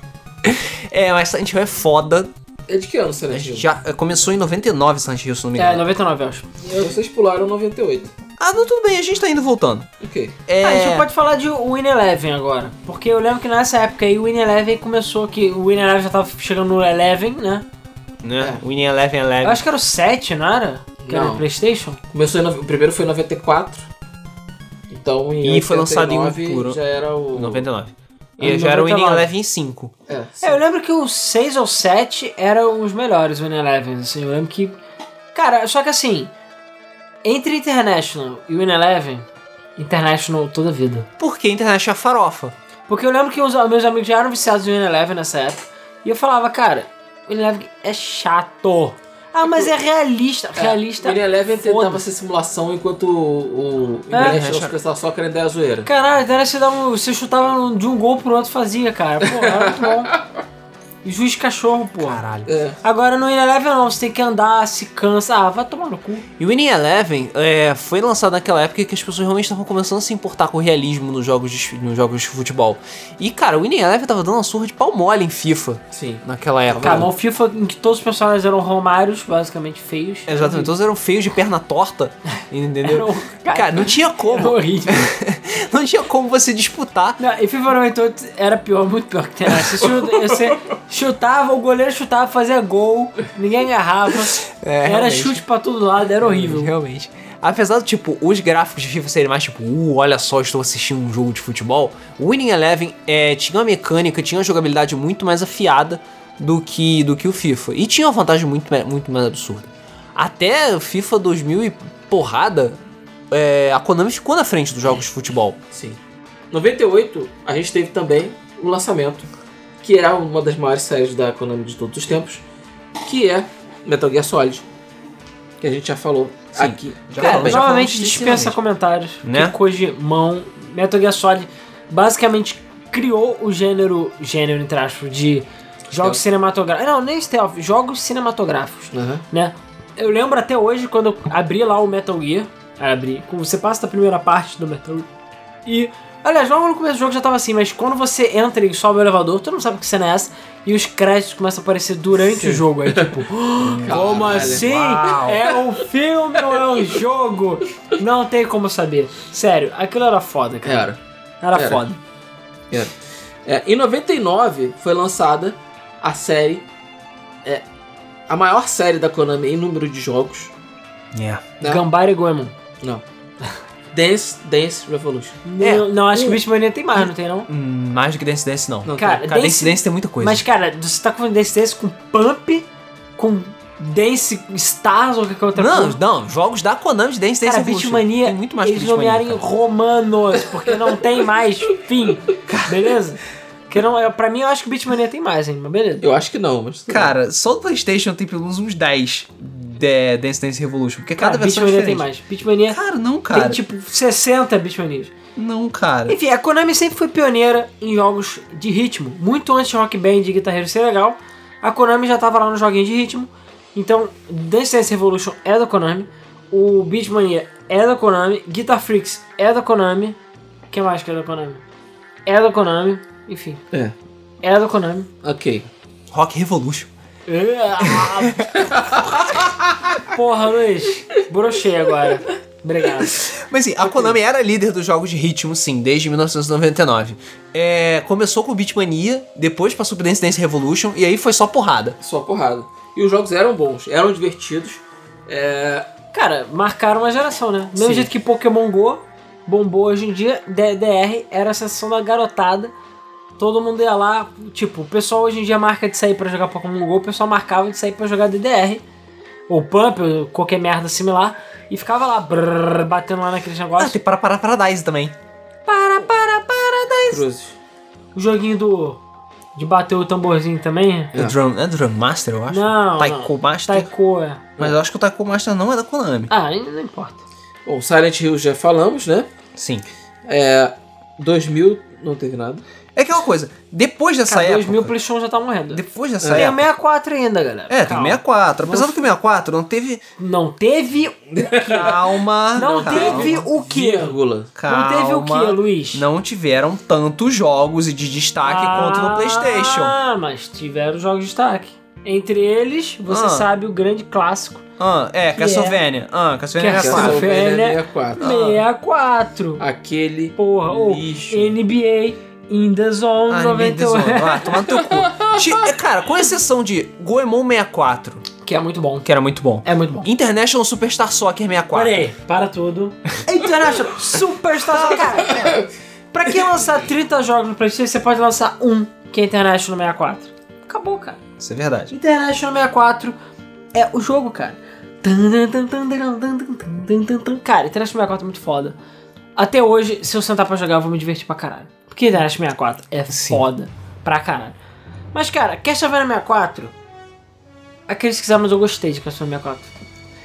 é, mas Silent Hill é foda. É de que ano, Silent Hill? Já eh, começou em 99 Silent Hill, se não me É, engano. 99, eu acho. Então Vocês pularam 98. Ah, não, tudo bem, a gente tá indo e voltando. Ok. É... Ah, a gente pode falar de Win Eleven agora. Porque eu lembro que nessa época aí o Win Eleven começou que o Win Eleven já tava chegando no Eleven, né? Né? Winning Eleven Eleven. Eu acho que era o 7, não era? Que era É. Não. o Playstation? Começou em, no- o primeiro foi em 94. Então em E foi lançado em 89 outubro. Já era o. 99. Ah, E já era o Winning 99. Eleven em 5. É, sim. É, eu lembro que o 6 ou 7 eram os melhores Win Elevens, assim, eu lembro que... Cara, só que assim, entre International e Win Eleven, International toda a vida. Porque a internet é farofa. Porque eu lembro que os meus amigos já eram viciados em Unilever nessa época. E eu falava, cara, Unilever é chato. Ah, mas é realista. Realista. É, O Winning Eleven tentava foda-se. ser simulação enquanto o, o É. International é. só querendo dar a zoeira. Caralho, então você, dava um- você chutava um- de um gol pro outro fazia, cara. Pô, era muito bom. E Juiz de cachorro, pô. Caralho. É. Agora no Unilever não, você tem que andar, se cansa. Ah, vai tomar no cu. E o Winning Eleven é, foi lançado naquela época que as pessoas realmente estavam começando a se importar com o realismo nos jogos de, nos jogos de futebol. E, cara, o Winning Eleven tava dando uma surra de pau mole em FIFA Sim. naquela época. Cara, Tá, mas o FIFA em que todos os personagens eram romários, basicamente feios. Exatamente, todos eram feios de perna torta, entendeu? Eram- Cara, não tinha Era como. horrível. Não tinha como você disputar. Não, e FIFA 98 era pior, muito pior que Tenace. Você, chuta- você chutava, o goleiro chutava, fazia gol, ninguém agarrava. era É, realmente. chute pra todo lado, era horrível. Realmente. Apesar do tipo, os gráficos de FIFA serem mais tipo, uh, olha só, estou assistindo um jogo de futebol, o Winning Eleven é, tinha uma mecânica, tinha uma jogabilidade muito mais afiada do que, do que o FIFA. E tinha uma vantagem muito, ma- muito mais absurda. Até o FIFA 2000 e porrada, é, a Konami ficou na frente dos jogos de futebol. Sim. 98, a gente teve também o lançamento, que era uma das maiores séries da Konami de todos os tempos, que é Metal Gear Solid. Que a gente já falou Sim. aqui. Já Cara, falamos, já falamos novamente dispensa extensivamente. comentários. Né? Que Kojimão, Metal Gear Solid basicamente criou o gênero, gênero entre aspas, de jogos cinematográficos. Não, nem stealth, jogos cinematográficos, Aham. né? Eu lembro até hoje quando eu abri lá o Metal Gear, ah, abri, quando você passa da primeira parte do Metal Gear e Aliás, logo no começo do jogo já tava assim, mas quando você entra e sobe o elevador, tu não sabe que cena é essa, e os créditos começam a aparecer durante o jogo. Aí, tipo, Como Caralho. assim? Uau. É um filme ou é um jogo? Não tem como saber. Sério, aquilo era foda, cara. Era. Era, era. foda. É, em 99 foi lançada a série, é, a maior série da Konami em número de jogos. Né? Gambara e Goemon. Não. Dance Dance Revolution. É. Não, não, acho que Beatmania tem mais, não tem não? Hum, mais do que Dance Dance, não. Não, Cara, Cara, Dance Dance- Dance tem muita coisa. Mas, cara, você tá com Dance Dance com Pump, com Dance Stars ou qualquer outra não, coisa. não, jogos da Konami de Dance Cara, Dance Revolution. Beatmania, Tem muito mais eles que Beatmania, nomearem cara. romanos, porque não tem mais fim, beleza? Que não, é- pra mim, eu acho que Beatmania tem mais, hein, mas beleza. Eu acho que não, mas. tudo Cara, só do Playstation tem pelo menos uns 10 de Dance Dance Revolution, porque cada Cara, versão é Beatmania tem diferente. mais. Beatmania Cara, não, cara. tem, tipo, 60 Beatmanias. Não, cara. Enfim, a Konami sempre foi pioneira em jogos de ritmo. Muito antes de Rock Band e Guitarreiro ser legal, a Konami já tava lá no joguinho de ritmo. Então, Dance Dance Revolution é da Konami, o Beatmania é da Konami, Guitar Freaks é da Konami. O que mais que é da Konami? É da Konami, enfim, bem. É. é da Konami. Ok. Rock Revolution. Porra, Luiz, brochei agora. Obrigado. Mas assim, a Konami era líder dos jogos de ritmo, sim, desde 1999. É, começou com o Beatmania, depois passou pro Dance Dance Revolution, e aí foi só porrada. Só porrada. E os jogos eram bons, eram divertidos. É, Cara, marcaram uma geração, né? Do Sim. mesmo jeito que Pokémon Go bombou hoje em dia, DDR era a sensação da garotada. Todo mundo ia lá, tipo, o pessoal hoje em dia marca de sair pra jogar Pokémon Go, o pessoal marcava de sair pra jogar DDR. Ou Pump, ou qualquer merda similar. E ficava lá, brrr, batendo lá naqueles Ah, negócios. tem para para Paradise também. Para, para, para, daí. cruzes. Ah, O joguinho do... De bater o tamborzinho também. É. Drum, é Drum Master, eu acho. Não, Taiko não. Master. Taiko, é. Mas eu acho que o Taiko Master não é da Konami. Ah, não importa. Bom, Silent Hill já falamos, né? Sim. É, 2000 não teve nada. É aquela coisa, depois dessa Cara, época... 2000 o PlayStation já tá morrendo. Depois dessa Tem a época... 64 ainda, galera. É, tem Calma. 64. Apesar do que o 64 não teve... Não teve. Calma. Não calma, teve o quê? Vírgula. Calma. Não teve o quê, Luiz? Não tiveram tantos jogos e de destaque quanto no PlayStation. Ah, mas tiveram jogos de destaque. Entre eles, você Ah. sabe o grande clássico Ah, é, Que Castlevania. Ah, Castlevania Que é 64. Castlevania. Castlevania Ah. 64. 64. Aquele Porra, ou lixo. NBA In The Zone Ah, 98. Ah, toma no teu cu. Ti- é, Cara, com exceção de Goemon 64, Que é muito bom. que era muito bom. É muito bom. International Superstar Soccer 64. Pera aí, para tudo. International Superstar Soccer. Cara, pra que lançar 30 jogos no PlayStation, você pode lançar um que é International 64. Acabou, cara. Isso é verdade. International 64 é o jogo, cara. Tan, tan, tan, tan, tan, tan, tan, tan, tan, tan. Cara, International 64 é muito foda. Até hoje, se eu sentar pra jogar, eu vou me divertir pra caralho. Porque International 64 é foda pra caralho. Mas, cara, Castlevania 64, aqueles que quiseram, mas eu gostei de Castlevania 64.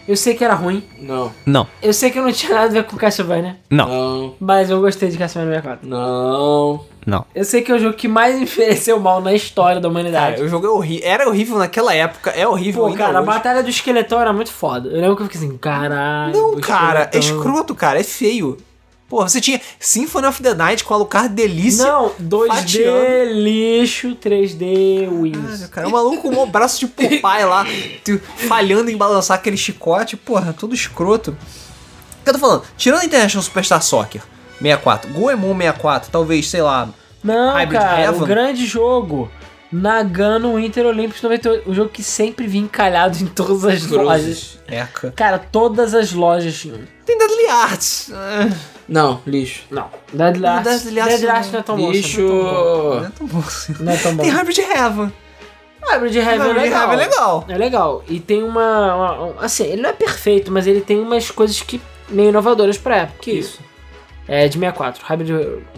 Eu sei que era ruim, Não. Não, eu sei que eu não tinha nada a ver com Castlevania, não, Não. mas eu gostei de Castlevania 64. Não. não. Eu sei que é o jogo que mais envelheceu mal na história da humanidade. Cara, o jogo é horrível. Era horrível naquela época, é horrível Pô, ainda cara, a hoje. batalha do esqueletão era muito foda. Eu lembro que eu fiquei assim, caralho. Não, o cara, é esqueletão. escroto, cara, é feio. Pô, você tinha Symphony of the Night com a Alucard Delícia. Não, 2D fatiando. lixo, 3D Wins. Cara, cara, o maluco com o braço de Popeye lá, tu- falhando em balançar aquele chicote, porra, todo escroto. O que eu tô falando? Tirando International Superstar Soccer 64, Goemon 64, talvez, sei lá. Não, Hybrid cara, Heaven? o grande jogo. Nagano Inter Olympics 98. O jogo que sempre vinha encalhado em todas as lojas. Cruzes. Eca. Cara, todas as lojas tinham. Tem Deadly Arts. É, Não, lixo. Não. Deadly Arts. Deadly Arts Deadly não- Arts não é tão bom. lixo. não é tão bom assim. Não é tão bom. Tem Hybrid Heaven. Hybrid Heaven é Hybrid legal. Heaven é legal. É legal. E tem uma, uma- um- Assim, ele não é perfeito, mas ele tem umas coisas que meio inovadoras pra época. Que isso? É de 64. Rabbit.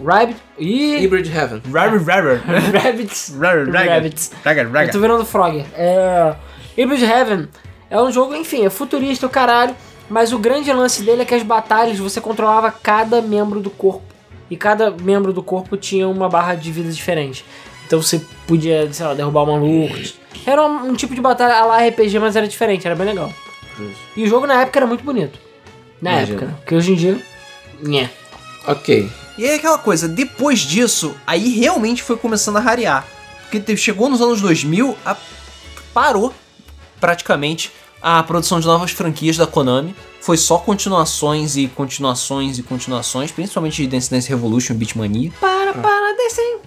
Rabbit. Ih! Hybrid Heaven. Rare, rare. Rabbits. Rare, Rabbits. Raga, Eu tô virando Frog. É. Hybrid Heaven é um jogo, enfim, é futurista, o caralho. Mas o grande lance dele é que as batalhas você controlava cada membro do corpo. E cada membro do corpo tinha uma barra de vida diferente. Então você podia, sei lá, derrubar uma luz. Era um, um tipo de batalha a lá RPG, mas era diferente, era bem legal. E o jogo na época era muito bonito. Na Imagino. época, né? Porque hoje em dia. Nhé. Ok. E aí é aquela coisa, depois disso, aí realmente foi começando a rarear. Porque te- chegou nos anos 2000, a- parou praticamente a produção de novas franquias da Konami. Foi só continuações e continuações e continuações, principalmente de Dance Dance Revolution, Beatmania.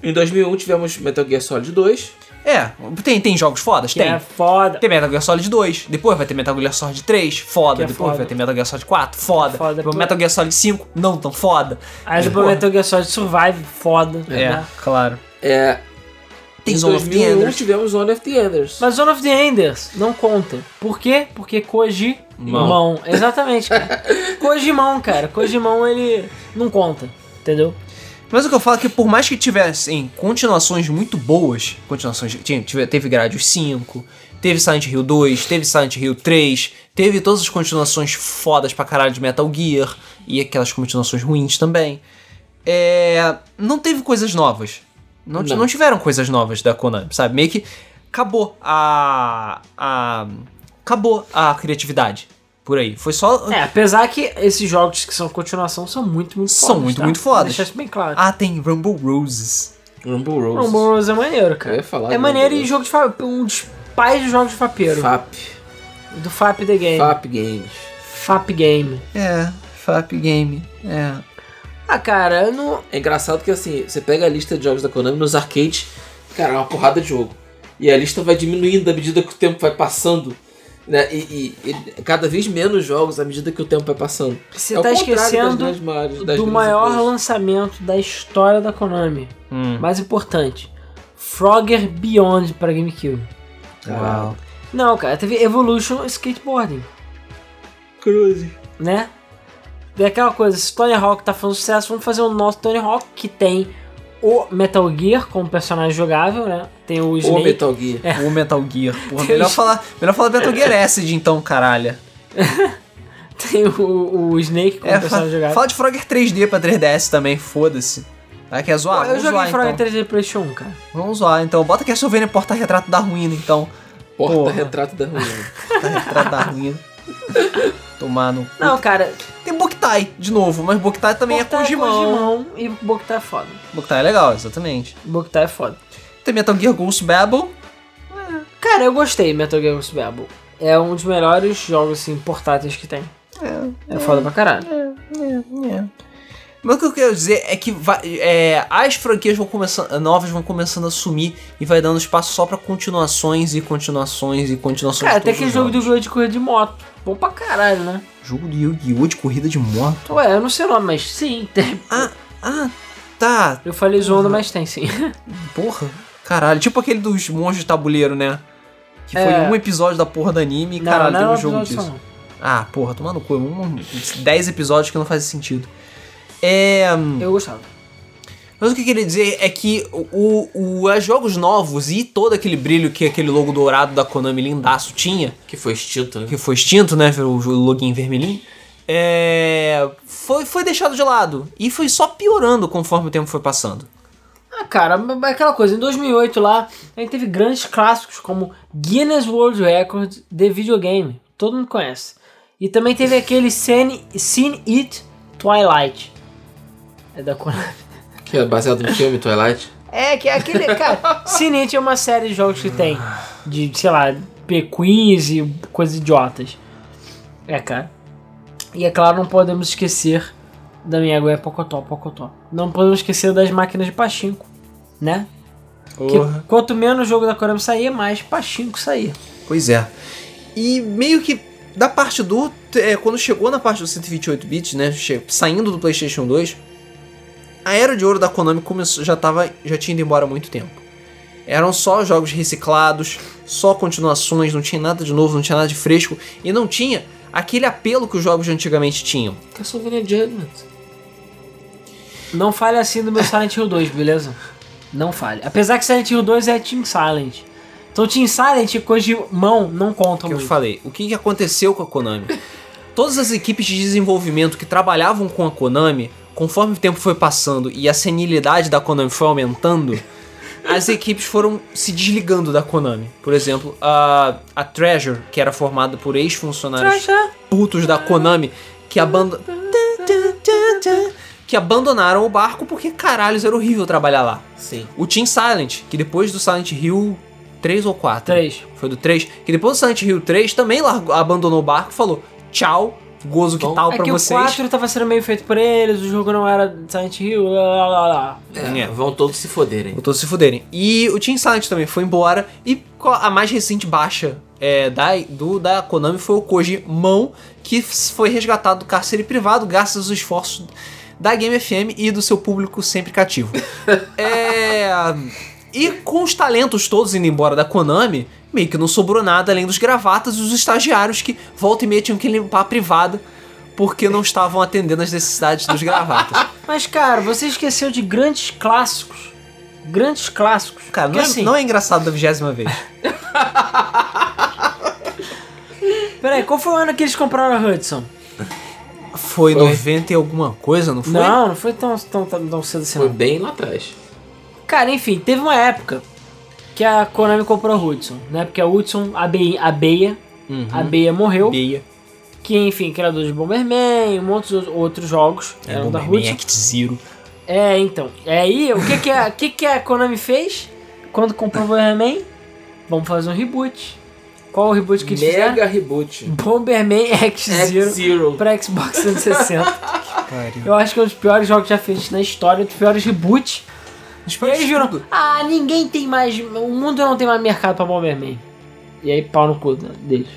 Em 2001 tivemos Metal Gear Solid 2. É, tem, tem jogos fodas? Que tem. é foda. Tem Metal Gear Solid 2, depois vai ter Metal Gear Solid 3, foda. Que é depois foda. é vai ter Metal Gear Solid 4, foda. Foda, depois pô. Metal Gear Solid 5, não tão foda. Aí depois Porra. Metal Gear Solid é Survive, foda. É, né? claro. É, Tem em Zone of the 2001 Enders. tivemos Zone of the Enders. Mas Zone of the Enders não conta. Por quê? Porque Koji Mão. Mão. Exatamente, cara. Kojimão, cara. Kojimão, ele não conta. Entendeu? Mas o que eu falo é que por mais que tivessem continuações muito boas, continuações, tinha, tive- teve Gradius 5, teve Silent Hill 2, teve Silent Hill 3, teve todas as continuações fodas pra caralho de Metal Gear e aquelas continuações ruins também. É, não teve coisas novas. Não, ti- Não. não tiveram coisas novas da Konami, sabe? Meio que acabou a a acabou a criatividade por aí. Foi só É, apesar que esses jogos que são continuação são muito, muito São fodas, muito, tá? muito fodas. Vou Deixar isso bem claro. ah, tem Rumble Roses. Rumble Rose. Rumble Rose é maneiro, Eu cara. ia falar. É de maneiro Rumble e jogo de fa- um dos pais de jogos Rose. de fapeiro. FAP. Do FAP The Game. FAP. FAP Games. Game. É, Fap Game. É. Ah, cara, eu não... É engraçado que assim, você pega a lista de jogos da Konami nos arcades, cara, é uma porrada de jogo. E a lista vai diminuindo à medida que o tempo vai passando. Né? E, e- e cada vez menos jogos à medida que o tempo vai passando. Você é o tá contrário das esquecendo grandes maiores- das do grandes maior empresas. lançamento da história da Konami. Hum. Mais importante, Frogger Beyond pra GameCube. Uau. Não, cara, teve Evolution Skateboarding, Cruze. né? E aquela coisa, se Tony Hawk tá fazendo sucesso, vamos fazer o nosso Tony Hawk, que tem o Metal Gear como personagem jogável, né? Tem o Ou Snake. Metal Gear. É. O Metal Gear, porra. Melhor falar, melhor falar Metal Gear Acid, então, caralho. Tem o, o Snake como É, fa- personagem jogável. fala de Frogger 3D pra 3DS também, foda-se. Tá, quer zoar? eu Vamos joguei zoar, Frogger então. 3D PlayStation 1, cara. Vamos zoar, então. Bota Castlevania Porta-Retrato da Ruína, então. Porra. Porta-retrato da ruína. Porta-Retrato da Ruína. Tomar no... Não, cara, Tem Boktai, de novo. Mas Boktai também Boktai é Kojimão. Kojimão e Boktai é foda. Boktai é legal, exatamente. Boktai é foda. Tem Metal Gear Ghost Babel. Cara, eu gostei de Metal Gear Ghost Babel. É um dos melhores jogos assim, portáteis que tem. É, foda pra caralho. É, Mas o que eu quero dizer é que vai- é, as franquias vão começando, novas vão começando a sumir e vai dando espaço só pra continuações e continuações e continuações. Cara, de todos até aquele os jogo do jogos. jogo de corrida de moto. Bom pra caralho, né? Jogo de Yu-Gi-Oh! de corrida de moto. Ué, eu não sei o nome, mas sim, tem. Ah, tá. Eu falei zoando, mas tem sim. Porra. Caralho, tipo aquele dos monstros de tabuleiro, né? Que foi É. um episódio da porra do anime e Não, caralho, não teve é um um jogo episódio disso. só, não. Ah, porra, tomar no cu. Um, 10 episódios que não faz sentido. É. Eu gostava. Mas o que eu queria dizer é que o, o, os jogos novos e todo aquele brilho que aquele logo dourado da Konami lindaço tinha, que foi extinto, né? que foi extinto, né? O jo- login vermelhinho, é, foi, foi deixado de lado. E foi só piorando conforme o tempo foi passando. Ah, cara, mas é aquela coisa, em 2008 lá, a gente teve grandes clássicos como Guinness World Record de videogame, todo mundo conhece. E também teve aquele Scene, Scene It Twilight. É da Konami. Que é baseado no filme Twilight. É, que é aquele. Cara, Scene It é uma série de jogos que tem, de, sei lá, P-Queens e coisas idiotas. É, cara. E é claro, não podemos esquecer da minha aguinha Pocotó, Pocotó. Não podemos esquecer das máquinas de pachinko, né? Que quanto menos jogo da Konami saía, mais Pachinko saía. Pois é. E meio que da parte do. é, quando chegou na parte do 128 bits, né? che- Saindo do PlayStation 2, a era de ouro da Konami começou, já, tava, já tinha ido embora há muito tempo. Eram só jogos reciclados, só continuações, não tinha nada de novo, não tinha nada de fresco e não tinha aquele apelo que os jogos de antigamente tinham. Castlevania Judgment. Não fale assim do meu Silent Hill 2, beleza? Não fale. Apesar que Silent Hill 2 é Team Silent. Então Team Silent e coisa de mão não contam que eu muito. falei, o que que aconteceu com a Konami? Todas as equipes de desenvolvimento que trabalhavam com a Konami, conforme o tempo foi passando e a senilidade da Konami foi aumentando, as equipes foram se desligando da Konami. Por exemplo, a, a Treasure, que era formada por ex-funcionários né? putos da Konami, que abandon... que abandonaram o barco porque caralhos era horrível trabalhar lá. Sim. O Team Silent, que depois do Silent Hill 3 ou 4? Três. Foi do 3. Que depois do Silent Hill 3 também largou, abandonou o barco e falou: tchau, gozo que Bom, tal É pra que vocês. o 4 tava sendo meio feito por eles, o jogo não era Silent Hill, lá lá lá lá. É, É. Vão todos se foderem. Eu tô se fuderem. E o Team Silent também foi embora. E co- a mais recente baixa é, da, do, da Konami foi o Koji Mão, que f- foi resgatado do cárcere privado graças aos esforços da Game FM e do seu público sempre cativo. é, e com os talentos todos indo embora da Konami, meio que não sobrou nada além dos gravatas e dos estagiários que volta e meia tinham que limpar a privada porque não estavam atendendo as necessidades dos gravatas. Mas, cara, você esqueceu de grandes clássicos. Grandes clássicos. Cara, não Porque, é, assim, não é engraçado da vigésima vez. é- Peraí, qual foi o ano que eles compraram a Hudson? Foi, Foi. 90 e alguma coisa, não foi? Não, não foi tão, tão, tão, tão cedo assim. Foi Não. bem lá atrás. Cara, enfim, teve uma época que a Konami comprou a Hudson, né? Porque a Hudson, a Be- a Beia, Uhum. a Beia morreu. Beia. Que, enfim, criador de Bomberman, um monte de outros jogos É, eram da Hudson. Act um Zero. É, então. É aí, o que que a, o que que a Konami fez quando comprou o Bomberman? Vamos fazer um reboot. Qual o reboot que eles fizeram? Mega reboot. Bomberman X-Zero X-Zero. pra Xbox 360. Eu acho que é um dos piores jogos já feitos na história, um dos piores reboots. E eles viram, ah, ninguém tem mais, o mundo não tem mais mercado pra Bomberman. E aí pau no cu deles.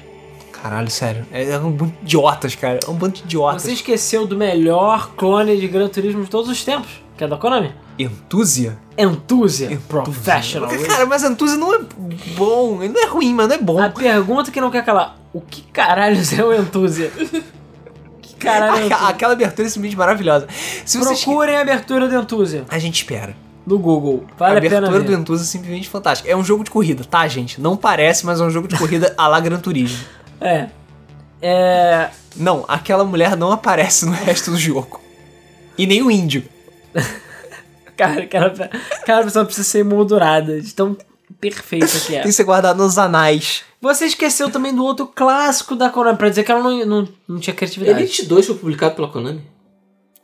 Caralho, sério. É, é um bando de idiotas, cara. É um bando de idiotas. Você esqueceu do melhor clone de Gran Turismo de todos os tempos, que é da Konami? Entúzia? Enthusia Professional. Cara, mas Entúzia não é bom. Ele não é ruim, mas não é bom. A pergunta que não quer calar: o que caralho é o Enthusia? que caralho é o Aquela, Enthusia? aquela abertura é simplesmente maravilhosa. Se Ah, vocês... Procurem a abertura do Enthusia A gente espera. no Google. a Vale a, pena abertura ver. do Entúzia é simplesmente fantástica. É um jogo de corrida, tá, gente? Não parece, mas é um jogo de corrida à la Gran Turismo. É. É. Não, aquela mulher não aparece no resto do jogo. E nem o índio. Cara, aquela, aquela pessoa precisa ser emoldurada de tão perfeita que é. Tem que ser guardado nos anais. Você esqueceu também do outro clássico da Konami, pra dizer que ela não, não, não tinha criatividade. Elite 2 foi publicado pela Konami.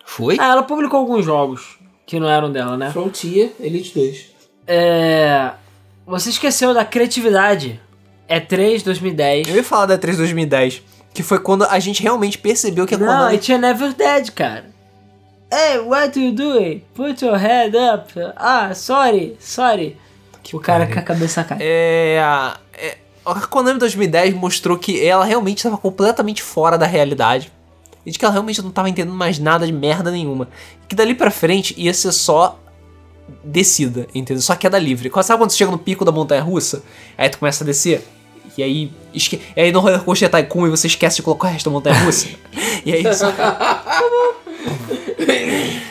Foi? Ah, ela publicou alguns jogos que não eram dela, né? Frontier Elite 2. É. Você esqueceu da criatividade. É 3, 2010. Eu ia falar da 3 2010, que foi quando a gente realmente percebeu que é a Não, Konami. e tinha Never Dead, cara. Hey, what you doing? Put your head up. Ah, sorry, sorry. o cara com a cabeça cai. É, a- é, a Konami 2010 mostrou que ela realmente estava completamente fora da realidade. E de que ela realmente não estava entendendo mais nada de merda nenhuma. Que dali pra frente ia ser só descida, entendeu? Só queda livre. Quando- Sabe quando você chega no pico da montanha russa? Aí tu começa a descer. E aí, esque... e aí no roller coaster Tycoon e você esquece de colocar o resto da montanha russa. e aí só... Extreme.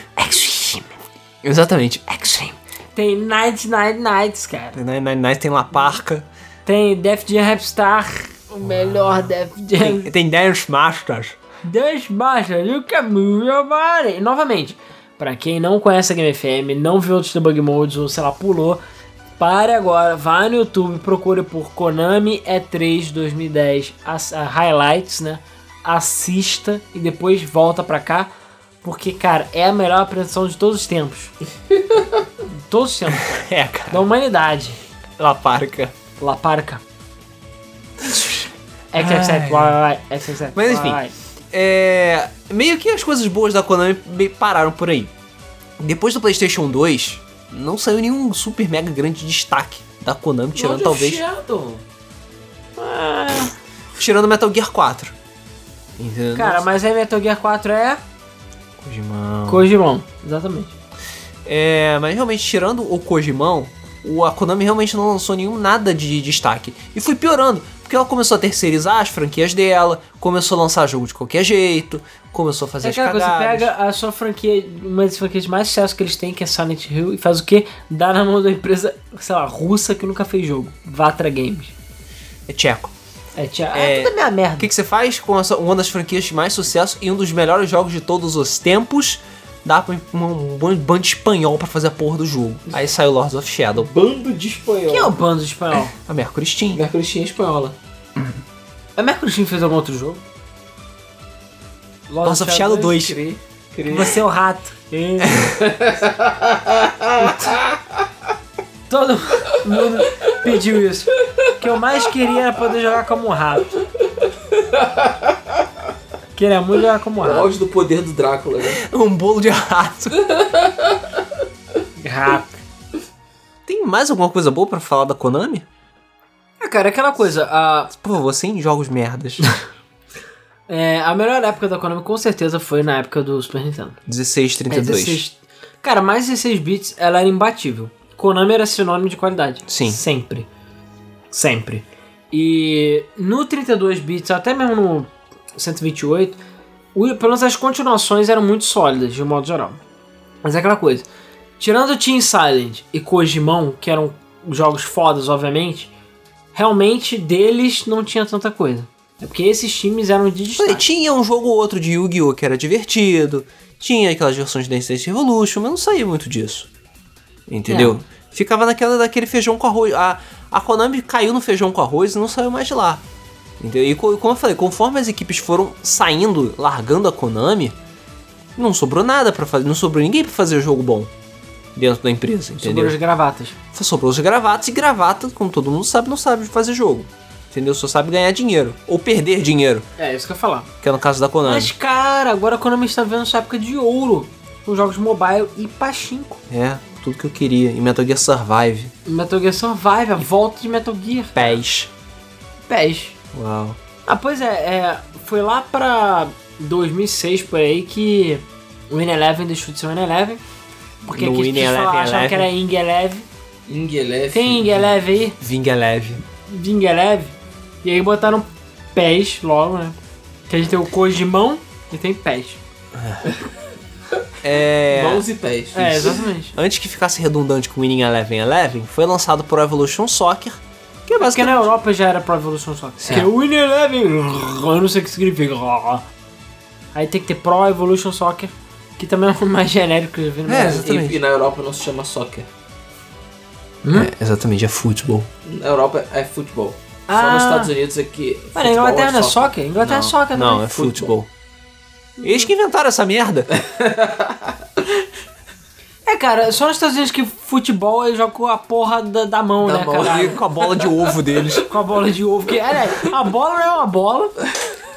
Exatamente. Extreme. Tem Night Night Nights, cara. Nine Nine Nines tem La Parca. Tem Def Jam Rapstar. O melhor Def Jam. E Tem Dance Masters. Dance Master, you can move your body. Novamente, pra quem não conhece a Game FM, não viu outros debug modes ou sei lá, pulou, pare agora, vá no YouTube, procure por Konami E3 2010 as- a Highlights, né? Assista e depois volta pra cá, porque, cara, é a melhor apresentação de todos os tempos. de todos os tempos, É, cara. da humanidade. La Parca. La Parca. XXX, XXX. Mas enfim. É. Meio que as coisas boas da Konami meio pararam por aí. Depois do PlayStation 2, não saiu nenhum super mega grande destaque da Konami, tirando Lord of talvez. Shadow. Tirando Metal Gear 4. Entendeu? Cara, mas aí Metal Gear 4 é Kojimão. Kojimão, exatamente. É, mas realmente, tirando o Kojimão, o, a Konami realmente não lançou nenhum nada de destaque. E foi piorando, porque ela começou a terceirizar as franquias dela, começou a lançar jogo de qualquer jeito, começou a fazer É as aquela cagadas. coisa, você pega a sua franquia, uma das franquias de mais sucesso que eles têm, que é Silent Hill, e faz o quê? Dá na mão da empresa, sei lá, russa que nunca fez jogo. Vatra Games. É tcheco. É, tia, É, é, tudo a minha merda. O que, que você faz com essa- uma das franquias de mais sucesso e um dos melhores jogos de todos os tempos? Dá pra um, um bando espanhol pra fazer a porra do jogo. Aí saiu Lords of Shadow. Bando de espanhol. Quem é o bando de espanhol? A Mercury Steam. Mercury Steam é espanhola. A Mercury Steam fez algum outro jogo? Lords of Shadow 2. Cri, cri. Você é o rato. Todo mundo pediu isso. O que eu mais queria era poder jogar como um rato. Queria muito jogar como um O rato. auge do poder do Drácula. né? Um bolo de rato. Rato. Tem mais alguma coisa boa pra falar da Konami? É, cara, aquela coisa, a, Por favor, sem jogos merdas. é, a melhor época da Konami com certeza foi na época do Super Nintendo. 1632. É, 16 Cara, mais 16 bits, ela era imbatível. Konami era sinônimo de qualidade. Sim. Sempre. Sempre. E no 32 bits, até mesmo no 128, o- pelo menos as continuações eram muito sólidas, de um modo geral. Mas é aquela coisa. Tirando Team Silent e Kojimão, que eram jogos fodas, obviamente, realmente deles não tinha tanta coisa. É porque esses times eram de Olha, destaque. Tinha um jogo ou outro de Yu-Gi-Oh! que era divertido. Tinha aquelas versões de Dance Dance Revolution, mas não saía muito disso. Entendeu? Ficava naquela daquele feijão com arroz. A, a Konami caiu no feijão com arroz e não saiu mais de lá. Entendeu? E co- como eu falei, conforme as equipes foram saindo, largando a Konami, não sobrou nada para fazer. Não sobrou ninguém pra fazer o jogo bom dentro da empresa, entendeu? Sobre as gravatas. sobrou os gravatas e gravata, como todo mundo sabe, não sabe fazer jogo. Entendeu? Só sabe ganhar dinheiro. Ou perder dinheiro, É, isso que eu ia falar. que é no caso da Konami. Mas, cara, agora a Konami está vendo sua época de ouro com jogos mobile e pachinko. É, tudo que eu queria. E Metal Gear Survive. Metal Gear Survive, a volta de Metal Gear. PES. PES. Uau. Ah, pois é, é, foi lá pra 2006 por aí que o Win Eleven deixou de ser Win Eleven. Porque No aqui as Win pessoas Eleven, falavam, achavam que era Ing Eleven. Ingelef. Tem Ing Eleven aí? Vinga leve. Ing Eleven. E aí botaram PES logo, né? Que a gente tem o Kojimão e tem PES. É. Mãos e pés. É, exatamente. Antes que ficasse redundante com Winning Eleven Eleven, foi lançado por Evolution Soccer, que é Porque basicamente. na Europa já era Pro Evolution Soccer. Porque o Win Eleven, eu não sei o que significa. Aí tem que ter Pro Evolution Soccer, que também é o mais genérico que eu já vi no É, Brasil. exatamente. E, e na Europa não se chama soccer. É, exatamente, é futebol. Na Europa é futebol. Só Ah. nos Estados Unidos é que. Mano, a futebol Inglaterra não é soccer. soccer? A Inglaterra é Não. soccer Não, também. é futebol. Eles que inventaram essa merda. É, cara, só nos Estados Unidos que futebol eles jogam com a porra da, da mão, Da né, mão. cara? com a bola de ovo deles. Com a bola de ovo. Que, aliás, a bola não é uma bola.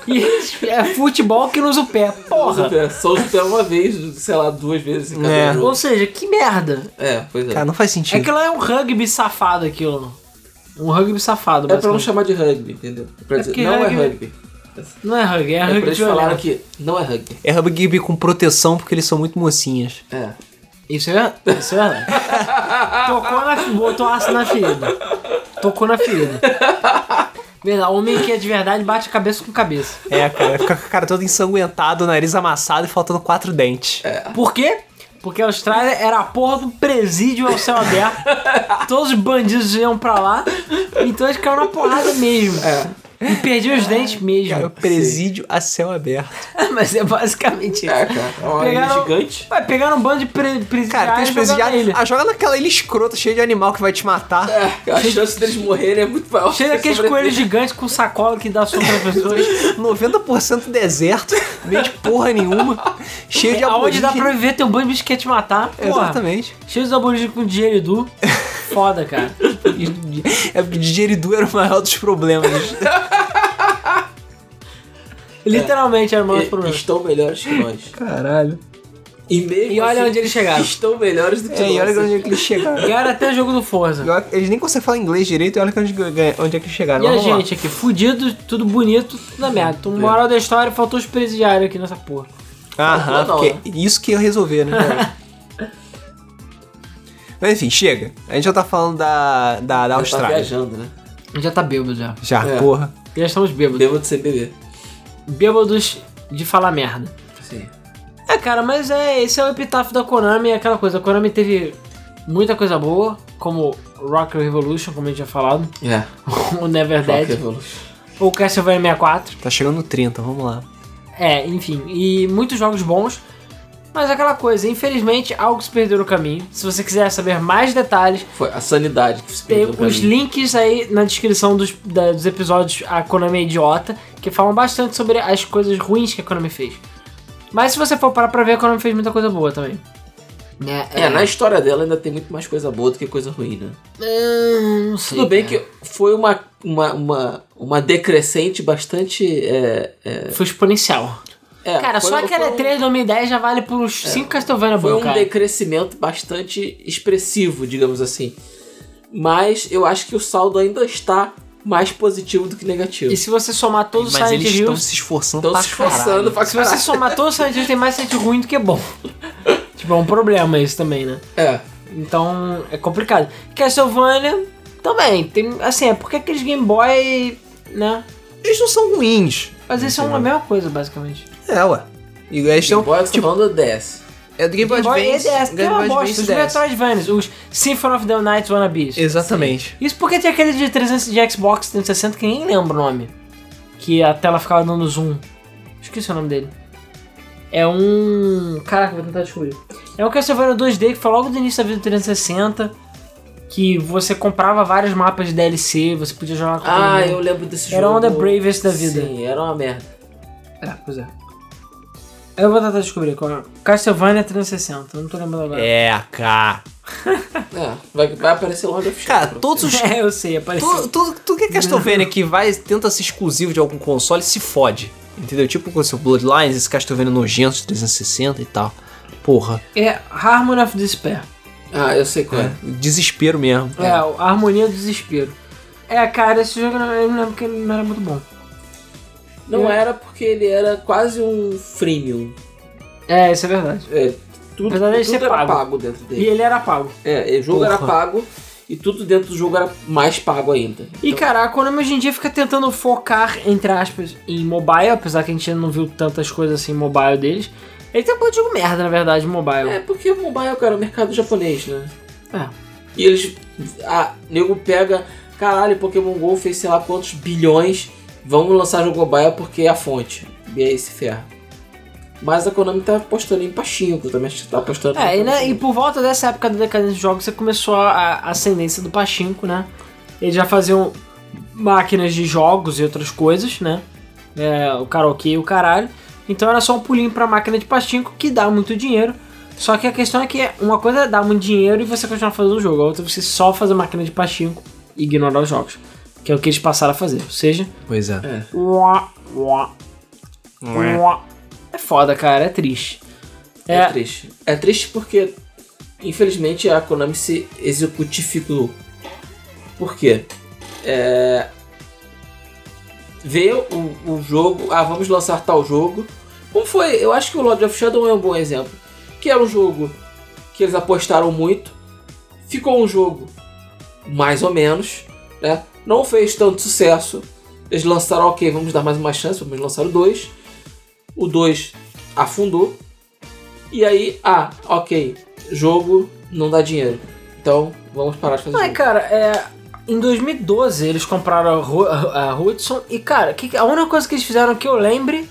E é futebol que não usa o pé. Porra. É, Só os pés uma vez, sei lá, duas vezes em cada É. jogo. Ou seja, que merda. É, pois é. Cara, não faz É sentido. que lá é um rugby safado aquilo. Um rugby safado, É pra não basicamente. chamar de rugby, entendeu? Pra dizer, porque não é rugby- rugby. Não é rugby, é É, rugby pra eles de falaram olhar. que não é rugby. É rugby com proteção porque eles são muito mocinhas. É. Isso é, isso é verdade. Tocou na ferida, botou aço na ferida. Tocou na ferida. Verdade, homem que é de verdade bate a cabeça com cabeça. É, cara, fica com a cara toda ensanguentada, o nariz amassado e faltando quatro dentes. Por quê? Porque a Austrália era a porra do presídio ao céu aberto. Todos os bandidos iam pra lá. Então eles caíram na porrada mesmo. E perdiam os dentes É o mesmo. presídio a céu aberto. Mas é basicamente isso. É, cara. É uma ilha Pegaram- gigante. Vai pegar um bando de pre presidiários Cara, tem os e é jogar na presidiários. ilha. Ah, joga naquela ilha escrota, cheia de animal que vai te matar. É, a chance deles morrerem é muito maior. Cheio daqueles coelhos gigantes com sacola que dá sombra às pessoas. 90% deserto, meio de porra nenhuma. Cheio de Aonde dá aborígenes. pra viver, tem um bando de bicho que quer te matar. Porra. Exatamente. Cheio de aborígenes com dinheiro edu. Foda, cara. É porque de Jeridu era o maior dos problemas. Literalmente era o maior E, problema. estão melhores que nós. Caralho. E, mesmo E olha assim, onde eles chegaram. Estão melhores do que É, nós. e olha onde é que eles chegaram. Ganharam até jogo do Forza. E olha- Eles nem conseguem falar inglês direito e olha que onde, onde é que eles chegaram. E a Mas vamos lá. gente aqui, fudido, tudo bonito, tudo na merda. Então, moral da história, faltou os presidiários aqui nessa porra. Aham, Não, porque não, né? isso que ia resolver, né? Mas enfim, chega. A gente já tá falando da, da, da Tá Austrália. viajando, né? Já tá bêbado já. já, É. porra. Já estamos bêbados. Devo de ser bebê. Bêbados de falar merda. Sim. É, cara, mas é, esse é o epitáfio da Konami, é aquela coisa. A Konami teve muita coisa boa, como Rock Revolution, como a gente já falado, É. o Never Rock Dead, Revolution. ou Castlevania 64. Tá chegando no 30, vamos lá. É, enfim, e muitos jogos bons. Mas é aquela coisa, infelizmente, algo se perdeu no caminho. Se você quiser saber mais detalhes, Foi a sanidade que se tem perdeu pra os mim. links aí na descrição dos, da- dos episódios A Konami é Idiota, que falam bastante sobre as coisas ruins que a Konami fez. Mas se você for parar pra ver, a Konami fez muita coisa boa também. É, na história dela ainda tem muito mais coisa boa do que coisa ruim, né? Hum, não sei, Tudo bem cara. que foi uma, uma, uma, uma decrescente bastante. É, é, Foi exponencial. é, cara, foi- só aquela foi um- E3 de 2010 já vale por uns 5 Castlevania Foi bom, um cara. decrescimento bastante expressivo, digamos assim. Mas eu acho que o saldo ainda está mais positivo do que negativo. E se você somar todos os Mas Silent eles estão Hills, se esforçando Estão pra se esforçando é um pra se você caralho. somar todos os Silent Hills, tem mais Silent Hill ruim do que bom. tipo, é um problema isso também, né? É. Então, é complicado. Castlevania também, tem, assim, é porque aqueles Game Boy, né? Eles não são ruins. Mas eles são a mesma coisa, basicamente. É, ué. E eles Então, estão. Boy, tipo, falando do DS. É do Game Boy Game Boy Advance. EDS, tem Game uma Boy bosta, os Advance DS. Metroidvanias, os Symphony of the Night Wannabes. Exatamente. Isso porque tem aquele de 300 de Xbox 360 que nem lembro o nome. Que a tela ficava dando zoom. Esqueci o nome dele. É um. Caraca, vou tentar descobrir. É um Castlevania 2D que foi logo do início da vida do 360. Que você comprava vários mapas de DLC, você podia jogar com Ah, todo eu mundo. lembro desse Era jogo. um The Bravest da vida. Sim, era uma merda. É, pois é. Eu vou tentar descobrir qual é. Castlevania 360, eu não tô lembrando agora. É, cara. É, vai, vai aparecer o Lord of Cara, Shadow. todos os. É, eu sei, apareceu. Tudo, tudo, tudo que é Castlevania que vai tenta ser exclusivo de algum console se fode. Entendeu? Tipo com o seu Bloodlines, esse Castlevania nojento de 360 e tal. Porra, É Harmony of Despair. Ah, eu sei qual é. desespero mesmo. É, a Harmonia do Desespero. É, cara, esse jogo eu não- eu não lembro que ele não era muito bom. Não era porque ele era quase um freemium. É, isso é verdade. É, tudo Apesar dele tudo ser era pago. pago. dentro E dele. ele era pago. É, e o jogo era Porra. pago e tudo dentro do jogo era mais pago ainda. E cara, a Konami hoje em dia fica tentando focar, entre aspas, em mobile, apesar que a gente ainda não viu tantas coisas assim mobile deles. Ele tem um pouco de jogo merda, na verdade, mobile. É, porque o mobile, cara, é o mercado japonês, né? É. E eles. A nego pega. Caralho, Pokémon GO fez sei lá quantos bilhões. Vamos lançar jogo mobile porque é a fonte. E aí se ferra. Mas a Konami tá apostando em Pachinko, também acho que tá apostando É, em e, né, e por volta dessa época da decadência de jogos, você começou a, a ascendência do Pachinko, né? Eles já faziam máquinas de jogos e outras coisas, né? É, o karaokê e o caralho. Então era só um pulinho pra máquina de Pachinko, que dá muito dinheiro. Só que a questão é que uma coisa é dar muito dinheiro e você continuar fazendo o jogo, a outra é você só fazer máquina de Pachinko e ignorar os jogos. Que é o que eles passaram a fazer. Ou seja, Pois é. uá, uá, uá. é foda, cara, é triste. É, triste. É triste porque, infelizmente, a Konami se executificou. Por quê? É... Veio o, o jogo, ah, vamos lançar tal jogo. Como foi? Eu acho que o Lord of Shadow é um bom exemplo. Que era um jogo que eles apostaram muito. Ficou um jogo mais ou menos, né? Não fez tanto sucesso. Eles lançaram, ok, vamos dar mais uma chance, vamos lançar o 2. O 2 afundou. E aí, ah, ok, jogo não dá dinheiro. Então, vamos parar de fazer Não, é, jogo. cara, é, em 2012 eles compraram a Ru- a a Hudson e, cara, que- a única coisa que eles fizeram que eu lembre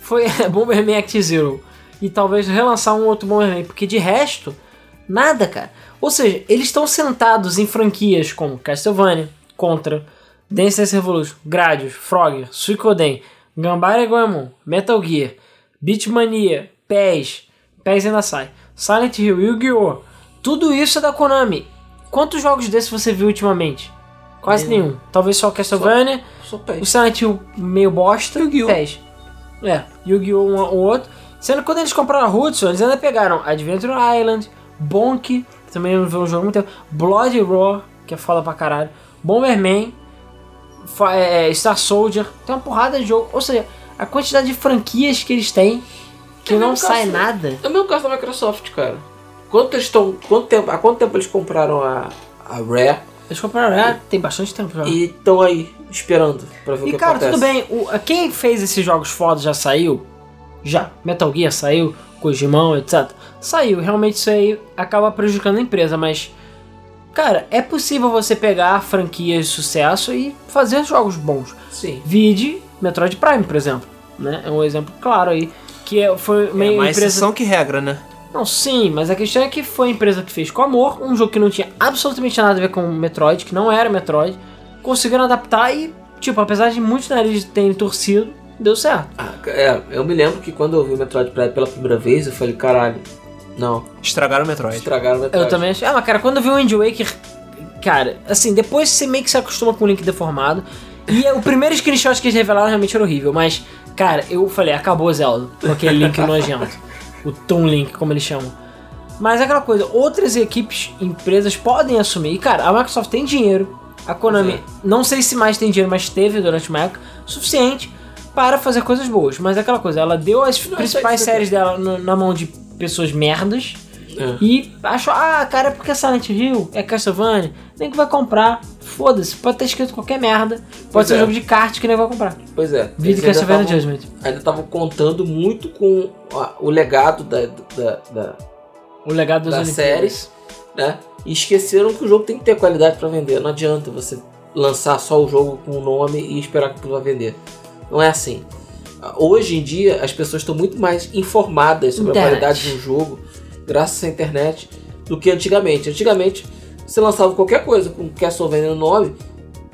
foi Bomberman Act Zero. E talvez relançar um outro Bomberman, porque de resto, nada, cara. Ou seja, eles estão sentados em franquias como Castlevania, Contra, Dance Dance Revolution, Gradius, Frogger, Suikoden, Gambara e Goemon, Metal Gear, Beatmania, PES, PES ainda sai, Silent Hill, Yu-Gi-Oh! Tudo isso é da Konami. Quantos jogos desses você viu ultimamente? Quase nenhum. Talvez só o Castlevania, Só pede. o Silent Hill meio bosta Yu-Gi-Oh! PES. É, Yu-Gi-Oh! um ou outro. Sendo que quando eles compraram a Hudson, eles ainda pegaram Adventure Island, Bonk, que também não viu um jogo há muito tempo, Blood Roar, que é foda pra caralho, Bomberman, fa- é, é, Star Soldier, tem uma porrada de jogo. Ou seja, a quantidade de franquias que eles têm, que É não mesmo sai caso- nada. É o mesmo caso da Microsoft, cara. Quanto eles estão. Quanto tempo, há quanto tempo eles compraram a, a Rare Eles compraram, é, tem bastante tempo já. e estão aí esperando pra ver o E que cara, acontece. tudo bem, o, a- quem fez esses jogos fodas já saiu? Já. Metal Gear saiu, Kojimão, etc. Saiu, realmente isso aí acaba prejudicando a empresa, mas. Cara, é possível você pegar franquias de sucesso e fazer jogos bons. Sim. Vide Metroid Prime, por exemplo. Né? É um exemplo claro aí. Que é- foi meio É mais empresa. exceção que regra, né? Não, sim, mas a questão é que foi a empresa que fez com amor, um jogo que não tinha absolutamente nada a ver com Metroid, que não era Metroid, conseguiram adaptar e, tipo, apesar de muitos narizes terem torcido, deu certo. Ah, é, eu me lembro que quando eu vi o Metroid Prime pela primeira vez, eu falei, caralho, não, Estragaram o Metroid. estragaram o Metroid. Eu também achei. Ah, mas cara, quando eu vi o Wind Waker, cara, assim, depois você meio que se acostuma com o Link deformado. E é o primeiro screenshot que eles revelaram realmente era horrível, mas, cara, eu falei, acabou Zelda, com aquele Link nojento. O Toon Link, como eles chamam. Mas é aquela coisa, outras equipes, empresas podem assumir. E, cara, a Microsoft tem dinheiro. A Konami, Pois é. não sei se mais tem dinheiro, mas teve durante uma época suficiente para fazer coisas boas. Mas é aquela coisa, ela deu as Não, principais isso aí- séries dela no- na mão de pessoas merdas. É. E achou, ah, cara, é porque é Silent Hill, é Castlevania, nem que vai comprar. Foda-se, pode ter escrito qualquer merda. Pode Pois ser um é. jogo de kart que nem vai comprar. Pois é. eles Vídeo ainda Castlevania tavam- Judgment. Ainda estavam contando muito com a- o legado da, da, da, O legado das das Olimpíadas. séries, né? E esqueceram que o jogo tem que ter qualidade pra vender. Não adianta você lançar só o jogo com o nome e esperar que tudo vai vender. Não é assim. Ah, Hoje em dia as pessoas estão muito mais informadas sobre Internet. a qualidade de um jogo, graças à internet, do que antigamente. Antigamente você lançava qualquer coisa com Castlevania no nome,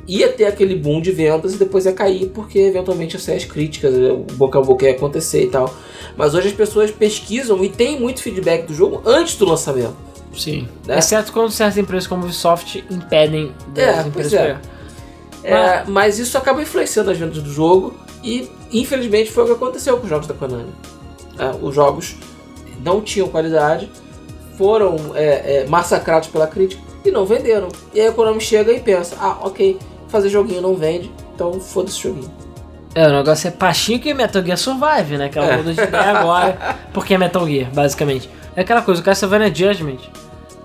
ia ter aquele boom de vendas e depois ia cair porque eventualmente ia sair as críticas, né? o boca a boca ia acontecer e tal. Mas hoje as pessoas pesquisam e tem muito feedback do jogo antes do lançamento. Sim. Né? Exceto quando certas empresas como Ubisoft impedem das É, empresas pois é. pegar. É, mas isso acaba influenciando as vendas do jogo e infelizmente foi o que aconteceu com os jogos da Konami. É, os jogos não tinham qualidade, foram é, é, massacrados pela crítica e não venderam. E aí a Konami chega e pensa, ah, ok, fazer joguinho não vende, então foda-se o joguinho. É, o negócio é pastinho que Metal Gear Survive, né? Aquela É. coisa de ideia agora, porque é Metal Gear, basicamente. É aquela coisa, o Castlevania Judgment,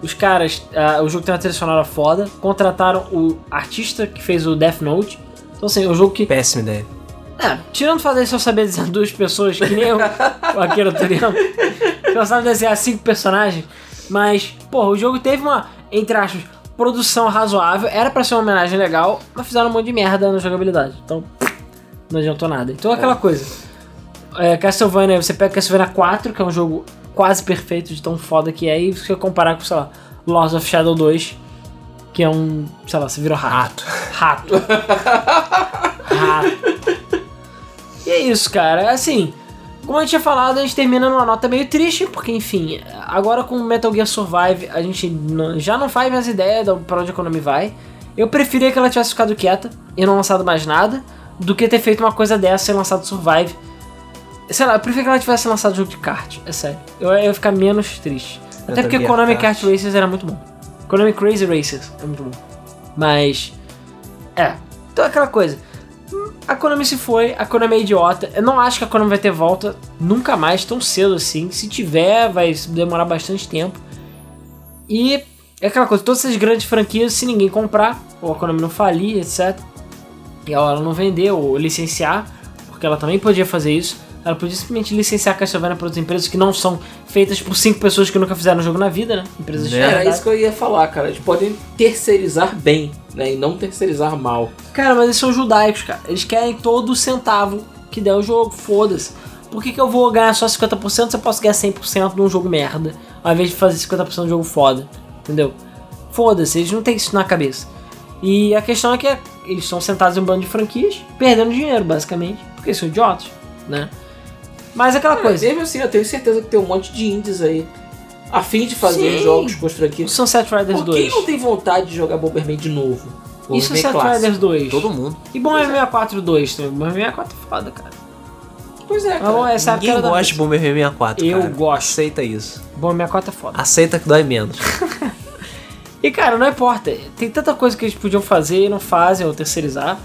os caras, ah, o jogo tem uma trilha sonora foda, contrataram o artista que fez o Death Note. Então, assim, é um jogo que. Péssima ideia. É, tirando fazer isso, eu sabia desenhar duas pessoas, que nem eu, o Akira Toriyama, que não sabe desenhar ah, cinco personagens. Mas, porra, o jogo teve uma, entre aspas, produção razoável, era pra ser uma homenagem legal, mas fizeram um monte de merda na jogabilidade. Então, não adiantou nada. Então, é aquela coisa. É, Castlevania, você pega Castlevania 4, que é um jogo quase perfeito, de tão foda que é, e você comparar com, sei lá, Lords of Shadow 2, que é um, sei lá, você virou rato. Rato. Rato. E é isso, cara. Assim, como a gente tinha falado, a gente termina numa nota meio triste, porque, enfim, agora com Metal Gear Survive, a gente não- já não faz mais ideia da- pra onde a Konami vai. Eu preferia que ela tivesse ficado quieta e não lançado mais nada, do que ter feito uma coisa dessa e lançado Survive. Sei lá, eu prefiro que ela tivesse lançado jogo de kart, é sério. Eu, eu ia ficar menos triste. Até Metal porque Gear Konami Kart. kart. Racers era muito bom. Konami Crazy Racers é muito bom. Mas. É. Então é aquela coisa. Hum, A Konami se foi, a Konami é idiota. Eu não acho que a Konami vai ter volta nunca mais tão cedo assim. Se tiver, vai demorar bastante tempo. E é aquela coisa, todas essas grandes franquias, se ninguém comprar, ou a Konami não falir, etc. E ela não vender ou licenciar, porque ela também podia fazer isso. Ela podia simplesmente licenciar a Castlevania para outras empresas que não são feitas por cinco pessoas que nunca fizeram jogo na vida, né? Empresas de Né? Era verdade. É, isso que eu ia falar, cara. Eles podem terceirizar bem, né? E não terceirizar mal. Cara, mas eles são judaicos, cara. Eles querem todo centavo que der o jogo, foda-se. Por que, que eu vou ganhar só 50% se eu posso ganhar 100% num jogo merda, ao invés de fazer 50% de um jogo foda? Entendeu? Foda-se, eles não têm isso na cabeça. E a questão é que eles estão sentados em um bando de franquias, perdendo dinheiro, basicamente, porque eles são idiotas, né? Mas é aquela Mas coisa, mesmo assim, eu tenho certeza que tem um monte de indies aí a fim de fazer Sim. jogos com as o franquias. Sunset Riders Por quem 2 não tem vontade de jogar Bomberman de novo? e Bomberman Sunset clássico. Riders 2 Todo mundo. e Bomber 64 2 também. Bomber 64 é foda, cara. Pois é, Mas bom, cara. essa é a Ninguém cara da gosta de Bomberman 64, Eu cara. gosto. Aceita isso. Bomber 64 é foda. Aceita que dói menos. E cara, não importa. Tem tanta coisa que eles podiam fazer e não fazem, ou terceirizar.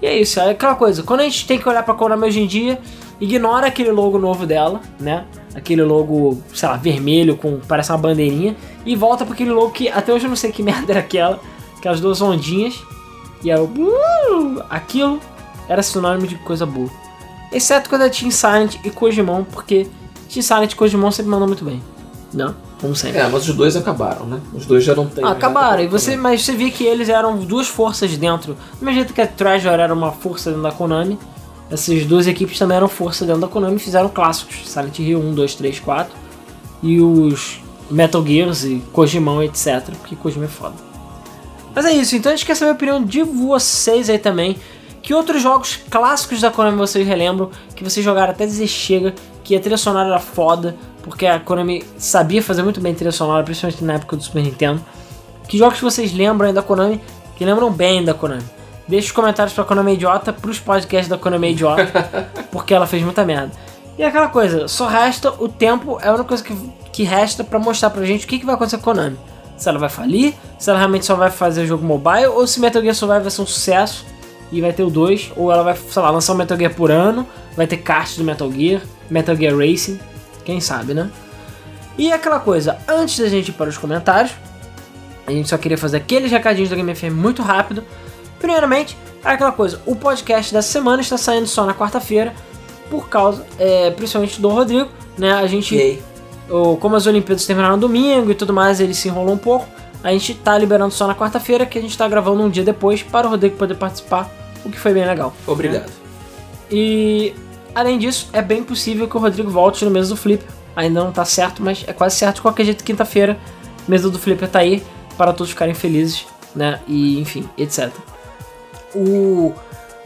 E é isso, é aquela coisa. Quando a gente tem que olhar pra Konami hoje em dia, ignora aquele logo novo dela, né? aquele logo, sei lá, vermelho, com parece uma bandeirinha, e volta para aquele logo que até hoje eu não sei que merda era aquela, aquelas duas ondinhas, e era o "Uh", aquilo era sinônimo de coisa boa. Exceto quando é Team Silent e Kojimon, porque Team Silent e Kojimon sempre mandam muito bem. Não, como sempre. É, mas os dois acabaram, né? Os dois já não tem. Ah, nada acabaram, pra- e você, mas você via que eles eram duas forças dentro. Do mesmo jeito que a Treasure era uma força dentro da Konami, essas duas equipes também eram força dentro da Konami e fizeram clássicos: Silent Hill 1, 2, 3, 4 e os Metal Gears e Kojimão, etc. Porque Kojima é foda. Mas é isso, então a gente quer saber a opinião de vocês aí também. Que outros jogos clássicos da Konami vocês relembram, que vocês jogaram até dizer chega, que a trilha sonora era foda, porque a Konami sabia fazer muito bem trilha sonora, principalmente na época do Super Nintendo. Que jogos vocês lembram aí da Konami, que lembram bem da Konami? Deixa os comentários pra Konami Idiota, pros podcasts da Konami Idiota, porque ela fez muita merda. E é aquela coisa, só resta o tempo, é a única coisa que, que resta pra mostrar pra gente o que, que vai acontecer com a Konami. Se ela vai falir, se ela realmente só vai fazer o jogo mobile, ou se Metal Gear Survive vai ser um sucesso e vai ter o 2, ou ela vai, sei lá, lançar um Metal Gear por ano, vai ter cast do Metal Gear, Metal Gear Racing, quem sabe, né? E aquela coisa, antes da gente ir para os comentários, a gente só queria fazer aqueles recadinhos da Game FM muito rápido. Primeiramente, aquela coisa, o podcast dessa semana está saindo só na quarta-feira, por causa, é, principalmente do Rodrigo, né? A gente E aí? ou como as Olimpíadas terminaram no domingo e tudo mais, ele se enrolou um pouco. A gente tá liberando só na quarta-feira, que a gente tá gravando um dia depois para o Rodrigo poder participar, o que foi bem legal. Obrigado. É. E além disso, é bem possível que o Rodrigo volte no mês do Flip. Ainda não tá certo, mas é quase certo. De qualquer jeito, quinta-feira, mesa do Flipper tá aí para todos ficarem felizes, né? E enfim, etc. O.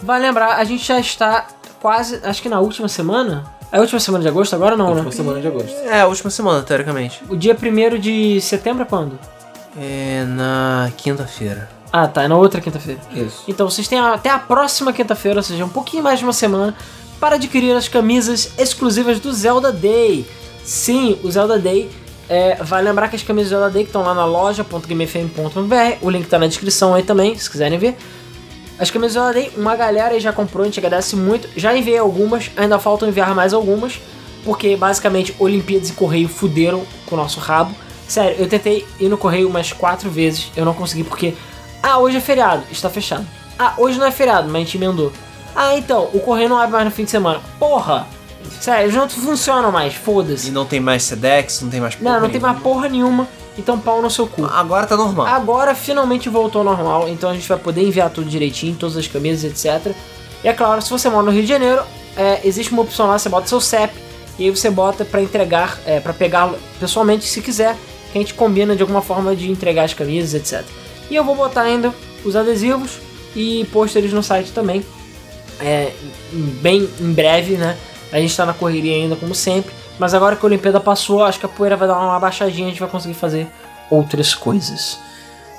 Vai lembrar, a gente já está quase, acho que na última semana. É a última semana de agosto agora, não, né? Última semana de agosto. É, a última semana, teoricamente. O dia 1 de setembro é quando? É na quinta-feira. Ah, tá, é na outra quinta-feira. Isso. Então vocês têm até a próxima quinta-feira, ou seja, um pouquinho mais de uma semana, para adquirir as camisas exclusivas do Zelda Day. Sim, o Zelda Day. É, vai lembrar que as camisas do Zelda Day que estão lá na loja.gamefm.br, o link tá na descrição aí também, se quiserem ver. As camisas do Zelda Day, uma galera aí já comprou, a gente agradece muito. Já enviei algumas, ainda faltam enviar mais algumas, porque basicamente Olimpíadas e Correio fuderam com o nosso rabo. Sério, eu tentei ir no Correio umas quatro vezes, eu não consegui porque ah, hoje é feriado, está fechado. Ah, hoje não é feriado, mas a gente emendou. Ah, então, o correio não abre mais no fim de semana. Porra! Sério, eles não funcionam mais, E foda-se. não tem mais Sedex, não tem mais Não, não tem nenhuma. mais Ah. porra nenhuma, então pau no seu cu. Agora tá normal. Agora finalmente voltou ao normal, então a gente vai poder enviar tudo direitinho, todas as camisas, etc. E é claro, se você mora no Rio de Janeiro, é, existe uma opção lá, você bota seu CEP e aí você bota pra entregar, é, para pegar pessoalmente se quiser, que a gente combina de alguma forma de entregar as camisas, etc. E eu vou botar ainda os adesivos e posto eles no site também é, em- bem em breve, né? A gente tá na correria ainda, como sempre. Mas agora que a Olimpíada passou, acho que a poeira vai dar uma abaixadinha, a gente vai conseguir fazer outras coisas.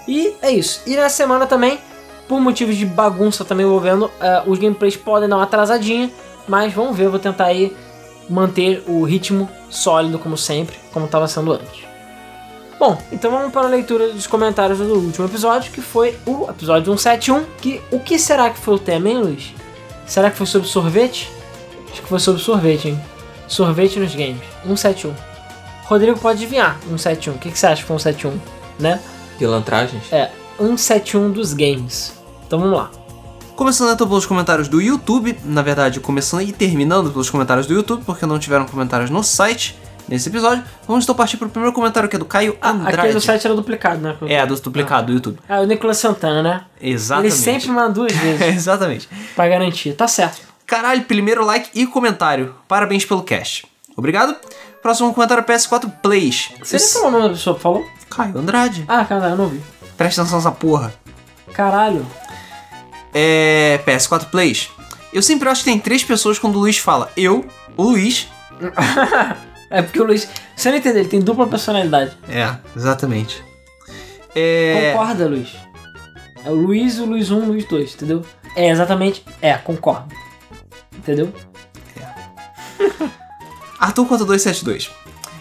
E é isso. E na semana também, por motivos de bagunça também envolvendo, eh, os gameplays podem dar uma atrasadinha, mas vamos ver, eu vou tentar aí manter o ritmo sólido como sempre, como estava sendo antes. Bom, então vamos para a leitura dos comentários do último episódio, que foi o episódio 171, que o que será que foi o tema, hein, Luiz? Será que foi sobre sorvete? Acho que foi sobre sorvete, hein? Sorvete nos games. 171. Rodrigo pode adivinhar. 171. O que, que você acha que foi 171? Né? Pilantragens. É, 171 dos games. Então vamos lá. Começando então pelos comentários do YouTube, na verdade, começando e terminando pelos comentários do YouTube, porque não tiveram comentários no site nesse episódio. Vamos então partir pro primeiro comentário que é do Caio Andrade. Ah, Aquele do site era duplicado, né? É, do duplicado do YouTube. Ah, o Nicolas Santana, né? Exatamente. Ele sempre manda duas vezes Exatamente. pra garantir. Tá certo. Caralho, primeiro like e comentário. Parabéns pelo cast. Obrigado. Próximo comentário é PS4 Plays. Você nem falou o nome da pessoa, falou? Caio Andrade. Ah, cara, eu não vi. Presta atenção nessa porra. Caralho. É. PS4 Plays. Eu sempre acho que tem três pessoas quando o Luiz fala. Eu, o Luiz. É porque o Luiz. Você não entendeu, ele tem dupla personalidade. É, exatamente. É. Concorda, Luiz? É o Luiz, o Luiz 1, o Luiz 2, entendeu? É, exatamente. É, concordo. Entendeu? Arthur4272.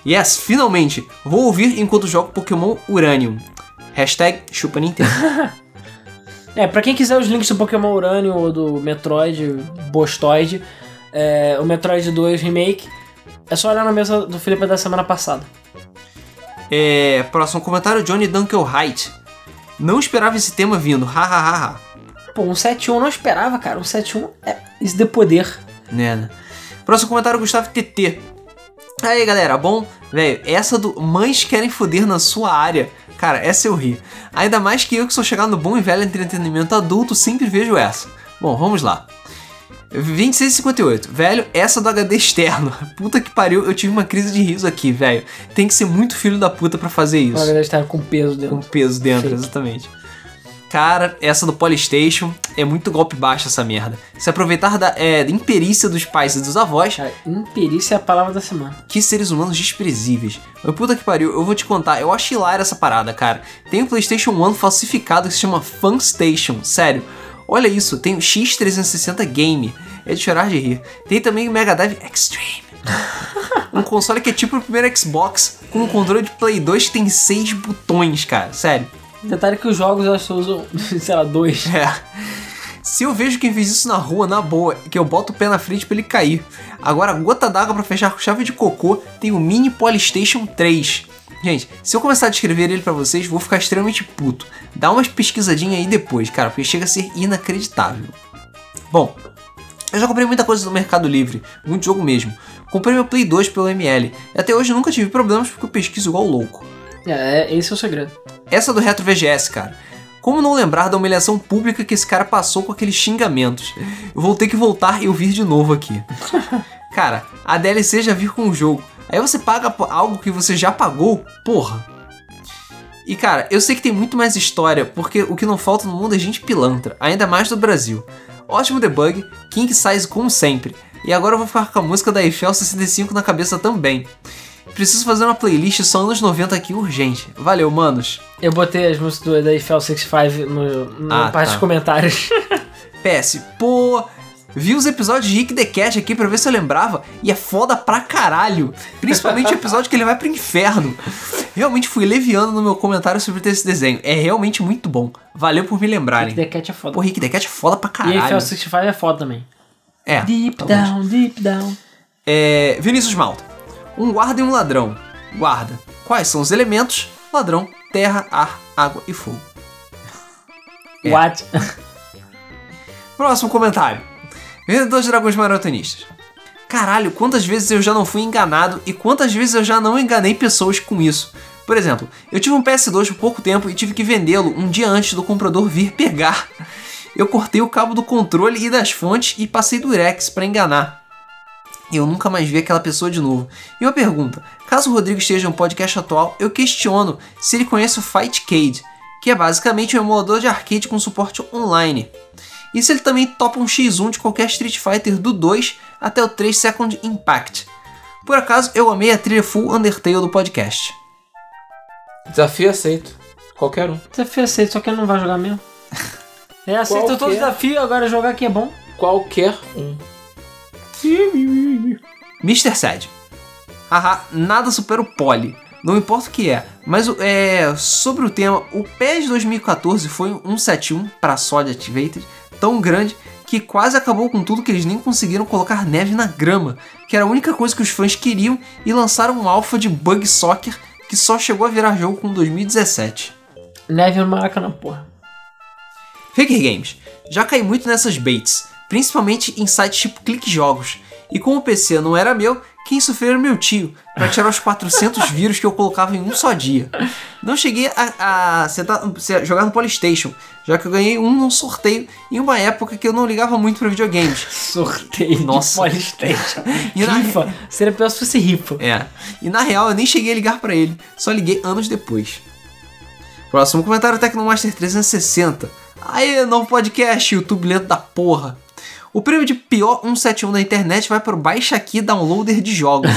Yes, finalmente! Vou ouvir enquanto jogo Pokémon Uranium. Hashtag chupa Nintendo. É, pra quem quiser os links do Pokémon Urânio ou do Metroid, Bostoid, é, o Metroid 2 Remake, É só olhar na mesa do Felipe da semana passada. É, próximo comentário, Johnny Dunkelheit. Não esperava esse tema vindo, hahaha. Pô, um 7-1 eu não esperava, cara. Um 7-1 é isso de poder. né? né? Próximo comentário, Gustavo TT. Aí, galera, bom? Velho, essa do Mães Querem Foder na Sua Área. Cara, essa eu ri. Ainda mais que eu que sou chegado no bom e velho entretenimento adulto, sempre vejo essa. Bom, vamos lá. 2658. Velho, essa do HD externo. Puta que pariu, eu tive uma crise de riso aqui, velho. Tem que ser muito filho da puta pra fazer Na isso. verdade, está com peso Com dentro. peso dentro, Sim. exatamente. Cara, essa do Polystation é muito golpe baixo essa merda. Se aproveitar da é, da imperícia dos pais e dos avós, Cara, imperícia é a palavra da semana. que seres humanos desprezíveis. Mas puta que pariu, eu vou te contar, eu acho hilária essa parada, cara. Tem um PlayStation 1 falsificado que se chama Funstation, sério. Olha isso, tem o X360 Game. É de chorar de rir. Tem também o Mega Drive Extreme. um console que é tipo o primeiro Xbox, com um controle de Play 2 que tem seis botões, cara, sério. Detalhe que os jogos elas só usam, sei lá, dois. É. Se eu vejo quem fez isso na rua, na boa, que eu boto o pé na frente pra ele cair. Agora, gota d'água pra fechar com chave de cocô tem o Mini Polystation 3. Gente, se eu começar a descrever ele pra vocês, vou ficar extremamente puto. Dá umas pesquisadinhas aí depois, cara, porque chega a ser inacreditável. Bom, eu já comprei muita coisa no Mercado Livre, muito jogo mesmo. Comprei meu Play 2 pelo ML, e até hoje eu nunca tive problemas porque eu pesquiso igual louco. É, é- esse é o segredo. Essa do Retro VGS, cara. Como não lembrar da humilhação pública que esse cara passou com aqueles xingamentos? Eu vou ter que voltar e ouvir de novo aqui. Cara, a DLC já vir com o jogo. Aí você paga po- algo que você já pagou? Porra. E cara, eu sei que tem muito mais história, porque o que não falta no mundo é gente pilantra, ainda mais do Brasil. Ótimo debug, King Size como sempre. E agora eu vou ficar com a música da Eiffel 65 na cabeça também. Preciso fazer uma playlist só anos 90 aqui urgente. Valeu, manos. Eu botei as músicas do, da Eiffel 65 no, no Ah, parte tá. dos comentários. PS, pô, vi os episódios de Rick the Cash aqui pra ver se eu lembrava e é foda pra caralho. Principalmente o episódio que ele vai pro inferno. Realmente fui leviano no meu comentário sobre esse desenho. É realmente muito bom. Valeu por me Rick lembrarem. the Cat é foda. Pô, Rick the Cash é foda pra e a caralho. Eiffel 65 é foda também. É. Deep totalmente. down, deep down. É, Vinícius Malta. Um guarda e um ladrão. Guarda. Quais são os elementos? Ladrão, terra, ar, água e fogo. É. What? Próximo comentário. Vendedor de Dragões Maratonistas. Caralho, quantas vezes eu já não fui enganado e quantas vezes eu já não enganei pessoas com isso. Por exemplo, eu tive um PS2 por pouco tempo e tive que vendê-lo um dia antes do comprador vir pegar. Eu cortei o cabo do controle e das fontes e passei do Rex pra enganar. E eu nunca mais vi aquela pessoa de novo. E uma pergunta: caso o Rodrigo esteja no podcast atual, eu questiono se ele conhece o Fightcade, que é basicamente um emulador de arcade com suporte online. E se ele também topa um X1 de qualquer Street Fighter do 2 até o 3 Second Impact. Por acaso, eu amei a trilha full Undertale do podcast. Desafio aceito. Qualquer um. Desafio aceito, só que ele não vai jogar mesmo. É, aceitou Qualquer. todo o desafio, agora jogar aqui é bom. Qualquer um. Mr. Sad. Haha, nada supera o Poly. Não importa o que é, mas o- é, sobre o tema, o PES 2014 foi um 171 para Solid Activated tão grande que quase acabou com tudo que eles nem conseguiram colocar neve na grama, que era a única coisa que os fãs queriam e lançaram um alpha de Bug Soccer que só chegou a virar jogo com 2017. Neve no Maracanã, porra. Faker Games. Já caí muito nessas baits, principalmente em sites tipo Clique Jogos. E como o PC não era meu, quem sofreu era meu tio, para tirar os 400 vírus que eu colocava em um só dia. Não cheguei a, a sentar- se- jogar no Polystation, já que eu ganhei um num sorteio em uma época que eu não ligava muito para videogames. Sorteio Nossa. de Polystation. E na- rifa. Seria pior se fosse rifa. É. E na real eu nem cheguei a ligar pra ele, só liguei anos depois. Próximo comentário Tecnomaster 360. Aê, novo podcast, YouTube lento da porra. O prêmio de pior 171 da internet vai pro Baixa Aqui Downloader de Jogos.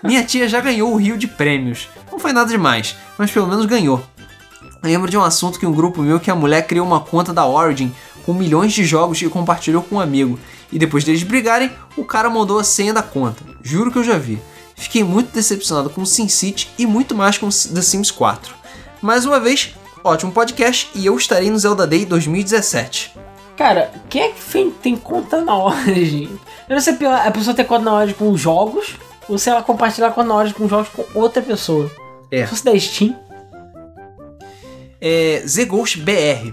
Minha tia já ganhou o Rio de Prêmios. Não foi nada demais, mas pelo menos ganhou. Eu lembro de um assunto que um grupo meu que a mulher criou uma conta da Origin com milhões de jogos e compartilhou com um amigo. E depois deles brigarem, o cara mandou a senha da conta. Juro que eu já vi. Fiquei muito decepcionado com SimCity e muito mais com The Sims 4. Mais uma vez, ótimo podcast e eu estarei no Zelda Day 2017. Cara, é quem é que tem, tem conta na Origin? Eu não sei pior, a pessoa tem conta na Origin com jogos ou se ela compartilhar com nós com jogos com outra pessoa. É. Se fosse da Steam, é, ZGhost BR.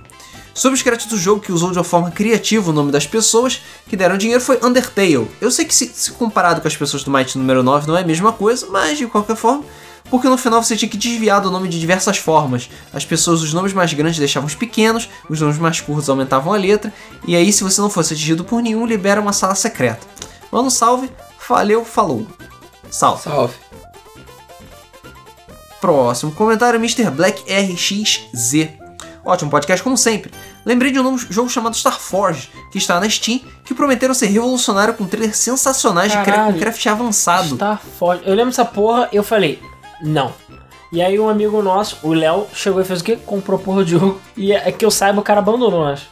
Sobre os créditos do jogo que usou de uma forma criativa o nome das pessoas que deram dinheiro foi Undertale. Eu sei que se, se comparado com as pessoas do Might número 9 não é a mesma coisa, mas de qualquer forma, porque no final você tinha que desviar do nome de diversas formas. As pessoas, os nomes mais grandes deixavam os pequenos, os nomes mais curtos aumentavam a letra, e aí se você não fosse atingido por nenhum, libera uma sala secreta. Manda um salve, valeu, falou. Salve. Salve. Próximo comentário, Mr. Black RXZ. Ótimo podcast, como sempre. Lembrei de um novo jogo chamado Star Forge, que está na Steam, que prometeram ser revolucionário com trailers sensacionais de cra- Caralho. craft avançado. Star Forge. Eu lembro dessa porra, eu falei, não. E aí um amigo nosso, o Léo, chegou e fez o quê? Comprou porra de jogo. E é que eu saiba, o cara abandonou, eu acho.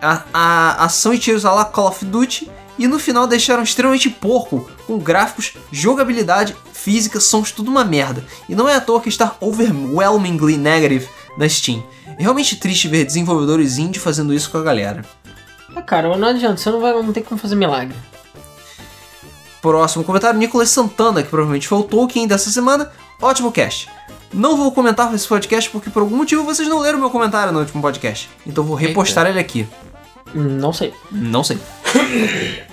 A, a ação e tiros à la Call of Duty, e no final deixaram extremamente porco, com gráficos, jogabilidade, física, sons, tudo uma merda. E não é à toa que está overwhelmingly negative na Steam. É realmente triste ver desenvolvedores indie fazendo isso com a galera. Ah, cara, não adianta, você não vai não tem como fazer milagre. Próximo comentário, Nicolas Santana, que provavelmente foi o Tolkien dessa semana. Ótimo cast. Não vou comentar esse podcast porque por algum motivo vocês não leram meu comentário no último podcast. Então vou repostar ele aqui. Hum, Não sei. Não sei.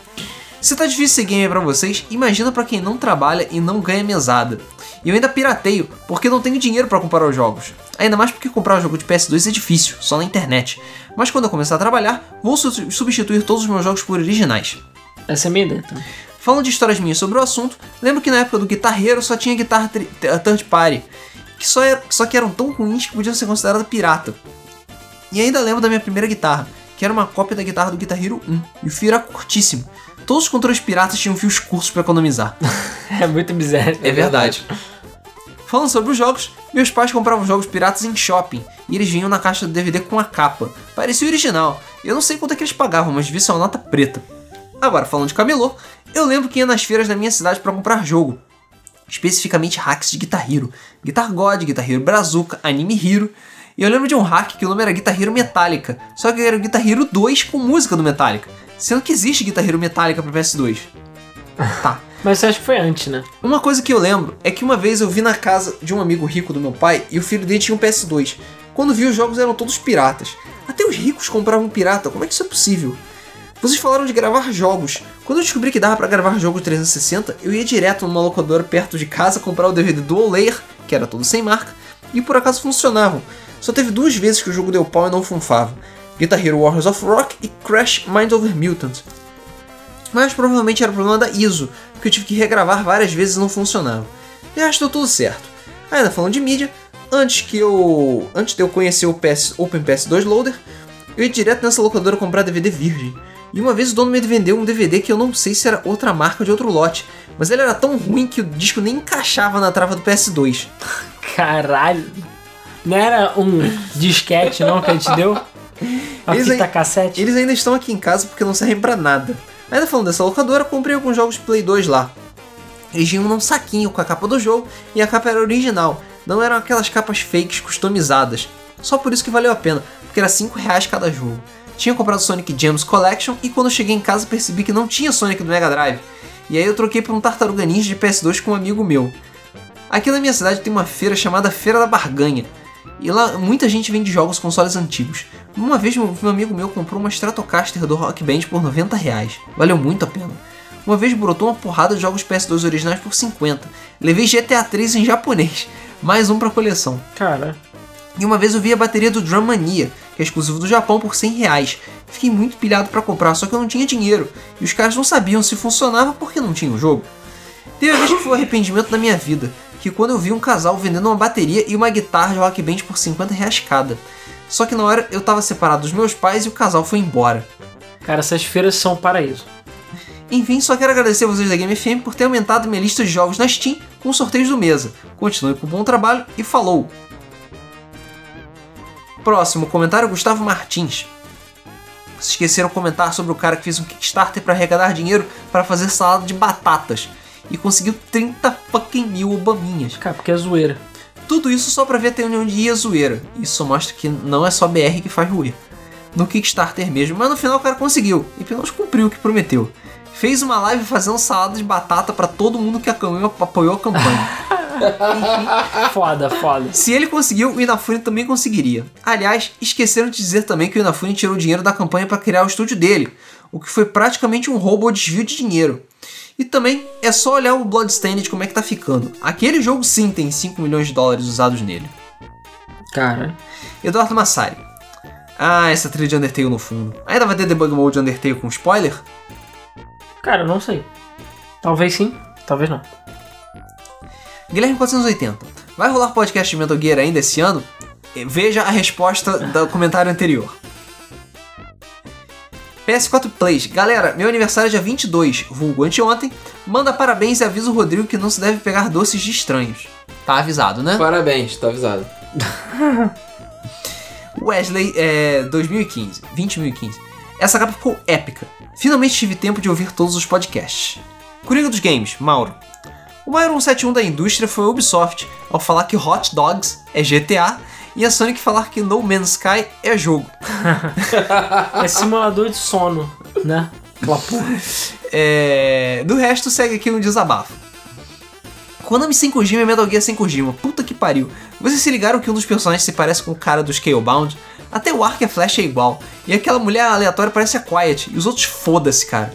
Se tá difícil ser gamer pra vocês, imagina pra quem não trabalha e não ganha mesada. E eu ainda pirateio, porque não tenho dinheiro pra comprar os jogos. Ainda mais porque comprar um jogo de PS2 é difícil, só na internet. Mas quando eu começar a trabalhar, vou su- substituir todos os meus jogos por originais. Essa é a minha ideia, então. Falando de histórias minhas sobre o assunto, lembro que na época do Guitarreiro só tinha guitarra tri- eh, third party, que só, era- só que eram tão ruins que podiam ser consideradas pirata. E ainda lembro da minha primeira guitarra, que era uma cópia da guitarra do Guitar Hero 1, e o fio era curtíssimo. Todos os controles piratas tinham fios curtos para economizar. É muito bizarro. É verdade. Falando sobre os jogos, meus pais compravam jogos piratas em shopping, e eles vinham na caixa do DVD com a capa. Parecia original. Eu não sei quanto é que eles pagavam, mas vi só nota preta. Agora, falando de camelô, eu lembro que ia nas feiras da minha cidade para comprar jogo. Especificamente hacks de Guitar Hero. Guitar God, Guitar Hero Brazuca, Anime Hero. E eu lembro de um hack que o nome era Guitar Hero Metallica, só que era o Guitar Hero 2 com música do Metallica. Sendo que existe Guitar Hero Metallica para PS2. Tá. Mas você acha que foi antes, né? Uma coisa que eu lembro é que uma vez eu vi na casa de um amigo rico do meu pai e o filho dele tinha um PS2. Quando vi os jogos eram todos piratas. Até os ricos compravam pirata, como é que isso é possível? Vocês falaram de gravar jogos. Quando eu descobri que dava pra gravar jogo 360, eu ia direto numa locadora perto de casa comprar o DVD do Olayer, que era todo sem marca, e por acaso funcionavam. Só teve duas vezes que o jogo deu pau e não funfava. Guitar Hero Warriors of Rock e Crash Mind Over Mutant. Mas provavelmente era problema da ISO, porque eu tive que regravar várias vezes e não funcionava. E acho que deu tudo certo. Ainda falando de mídia, antes que eu. Antes de eu conhecer o PS, Open PS2 Loader, eu ia direto nessa locadora comprar DVD virgem. E uma vez o dono me vendeu um DVD que eu não sei se era outra marca ou de outro lote, mas ele era tão ruim que o disco nem encaixava na trava do PS2. Caralho. Não era um disquete, não, que a gente deu? A Eles fita aí- cassete? Eles ainda estão aqui em casa porque não servem pra nada. Ainda falando dessa locadora, comprei alguns jogos de Play 2 lá. Eles vinham num saquinho com a capa do jogo e a capa era original, não eram aquelas capas fakes customizadas. Só por isso que valeu a pena, porque era 5 reais cada jogo. Tinha comprado Sonic Gems Collection e quando cheguei em casa percebi que não tinha Sonic do Mega Drive. E aí eu troquei por um Tartaruga Ninja de PS2 com um amigo meu. Aqui na minha cidade tem uma feira chamada Feira da Barganha. E lá muita gente vende jogos consoles antigos. Uma vez um um amigo meu comprou uma Stratocaster do Rock Band por 90 reais. Valeu muito a pena. Uma vez brotou uma porrada de jogos PS2 originais por 50. Levei GTA 3 em japonês. Mais um pra coleção. Cara, E uma vez eu vi a bateria do Drum Mania, que é exclusivo do Japão, por 100 reais. Fiquei muito pilhado pra comprar, só que eu não tinha dinheiro. E os caras não sabiam se funcionava porque não tinha o jogo. Teve uma vez que foi o arrependimento da minha vida, que quando eu vi um casal vendendo uma bateria e uma guitarra de rock band por 50 reais cada. Só que na hora eu tava separado dos meus pais e o casal foi embora. cara, essas feiras são um paraíso. Enfim, só quero agradecer a vocês da Game FM por ter aumentado minha lista de jogos na Steam com sorteios do Mesa. Continue com o bom trabalho e falou! Próximo comentário, Gustavo Martins. Se esqueceram de comentar sobre o cara que fez um Kickstarter para arrecadar dinheiro para fazer salada de batatas e conseguiu 30 fucking mil obaminhas. Cara, porque é zoeira. Tudo isso só pra ver até onde um ia a zoeira. Isso só mostra que não é só BR que faz ruir. No Kickstarter mesmo, mas no final o cara conseguiu. E pelo menos cumpriu o que prometeu. fez uma live fazendo salada de batata pra todo mundo que acam- apoiou a campanha. Ah. Foda, foda. Se ele conseguiu, o Inafune também conseguiria. Aliás, esqueceram de dizer também que o Inafune tirou dinheiro da campanha pra criar o estúdio dele, o que foi praticamente um roubo ou desvio de dinheiro. E também é só olhar o Bloodstained como é que tá ficando. Aquele jogo sim tem 5 milhões de dólares usados nele. Cara. Eduardo Massari. Ah, essa trilha de Undertale no fundo. Ainda vai ter debug mode de Undertale com spoiler? Cara, eu não sei. Talvez sim, talvez não. Guilherme 480. Vai rolar podcast de Metal Gear ainda esse ano? Eh, Veja a resposta do comentário anterior. PS4 Plays. Galera, meu aniversário é dia 22, vulgo anteontem. Manda parabéns e avisa o Rodrigo que não se deve pegar doces de estranhos. Tá avisado, né? Parabéns, tá avisado. Wesley é 2015, 2015. Essa capa ficou épica. Finalmente tive tempo de ouvir todos os podcasts. Coringa dos Games, Mauro. O maior 171 da indústria foi a Ubisoft ao falar que Hot Dogs é GTA e a Sonic falar que No Man's Sky é jogo. É simulador de sono, né? Aquela porra. É... Do resto, segue aqui um desabafo. Konami sem Kojima é Metal Gear sem Kojima. Puta que pariu. Vocês se ligaram que um dos personagens se parece com o cara do Scalebound? Até o arco e a flecha é igual. E aquela mulher aleatória parece a Quiet. E os outros foda-se, cara.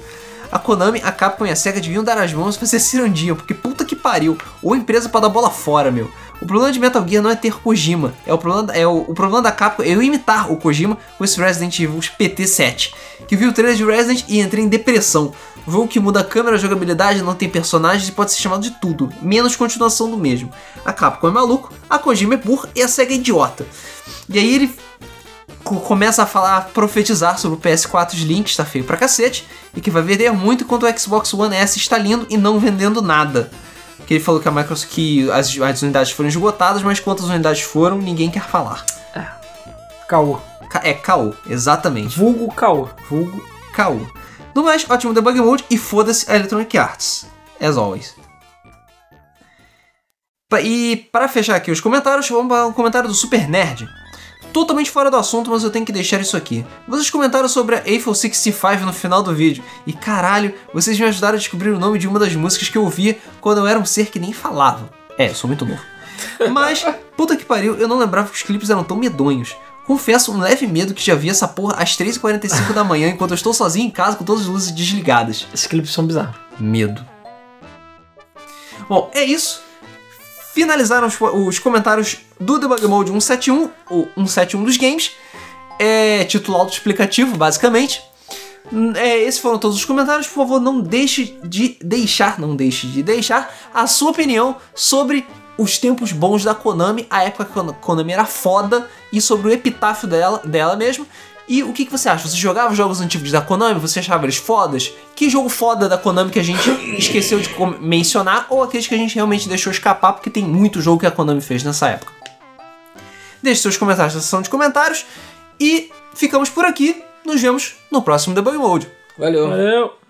A Konami, a Capcom e a SEGA deviam dar as mãos pra ser cirandia, porque puta que pariu. Ou empresa pra dar bola fora, meu. O problema de Metal Gear não é ter Kojima. É o problema, é o, o problema da Capcom é eu imitar o Kojima com esse Resident Evil PT7. Que viu o trailer de Resident e entrei em depressão. O jogo que muda a câmera, a jogabilidade, não tem personagens e pode ser chamado de tudo, menos continuação do mesmo. A Capcom é maluco, a Kojima é burra e a SEGA é idiota. E aí ele co- começa a falar, a profetizar sobre o PS4 Slim, que está feio pra cacete, e que vai vender muito enquanto o Xbox One S está lindo e não vendendo nada. Que ele falou que a Microsoft que as, as unidades foram esgotadas, mas quantas unidades foram, ninguém quer falar. Caô. Ca- É caô, exatamente. Vulgo caô. Vulgo. Caô. No mais, ótimo debug mode e foda-se a Electronic Arts. As always. Pa- E para fechar aqui os comentários, vamos para um comentário do Super Nerd. Totalmente fora do assunto, mas eu tenho que deixar isso aqui. Vocês comentaram sobre a Eiffel 65 no final do vídeo. E caralho, vocês me ajudaram a descobrir o nome de uma das músicas que eu ouvia quando eu era um ser que nem falava. É, eu sou muito novo. Mas, puta que pariu, eu não lembrava que os clipes eram tão medonhos. Confesso um leve medo que já vi essa porra às 3h45 da manhã enquanto eu estou sozinho em casa com todas as luzes desligadas. Esses clipes são bizarros. Medo. Bom, é isso. Finalizaram os, os comentários do Debug Mode 171, ou 171 dos games. É título autoexplicativo, basicamente. Hum, É, esses foram todos os comentários. Por favor, não deixe de deixar, não deixe de deixar a sua opinião sobre os tempos bons da Konami, a época que a Konami era foda, e sobre o epitáfio dela, dela mesma. E o que, que você acha? Você jogava jogos antigos da Konami? Você achava eles fodas? Que jogo foda da Konami que a gente esqueceu de com- mencionar? Ou aqueles que a gente realmente deixou escapar porque tem muito jogo que a Konami fez nessa época? Deixe seus comentários na seção de comentários. E ficamos por aqui. Nos vemos no próximo Debug Mode. Valeu. Valeu.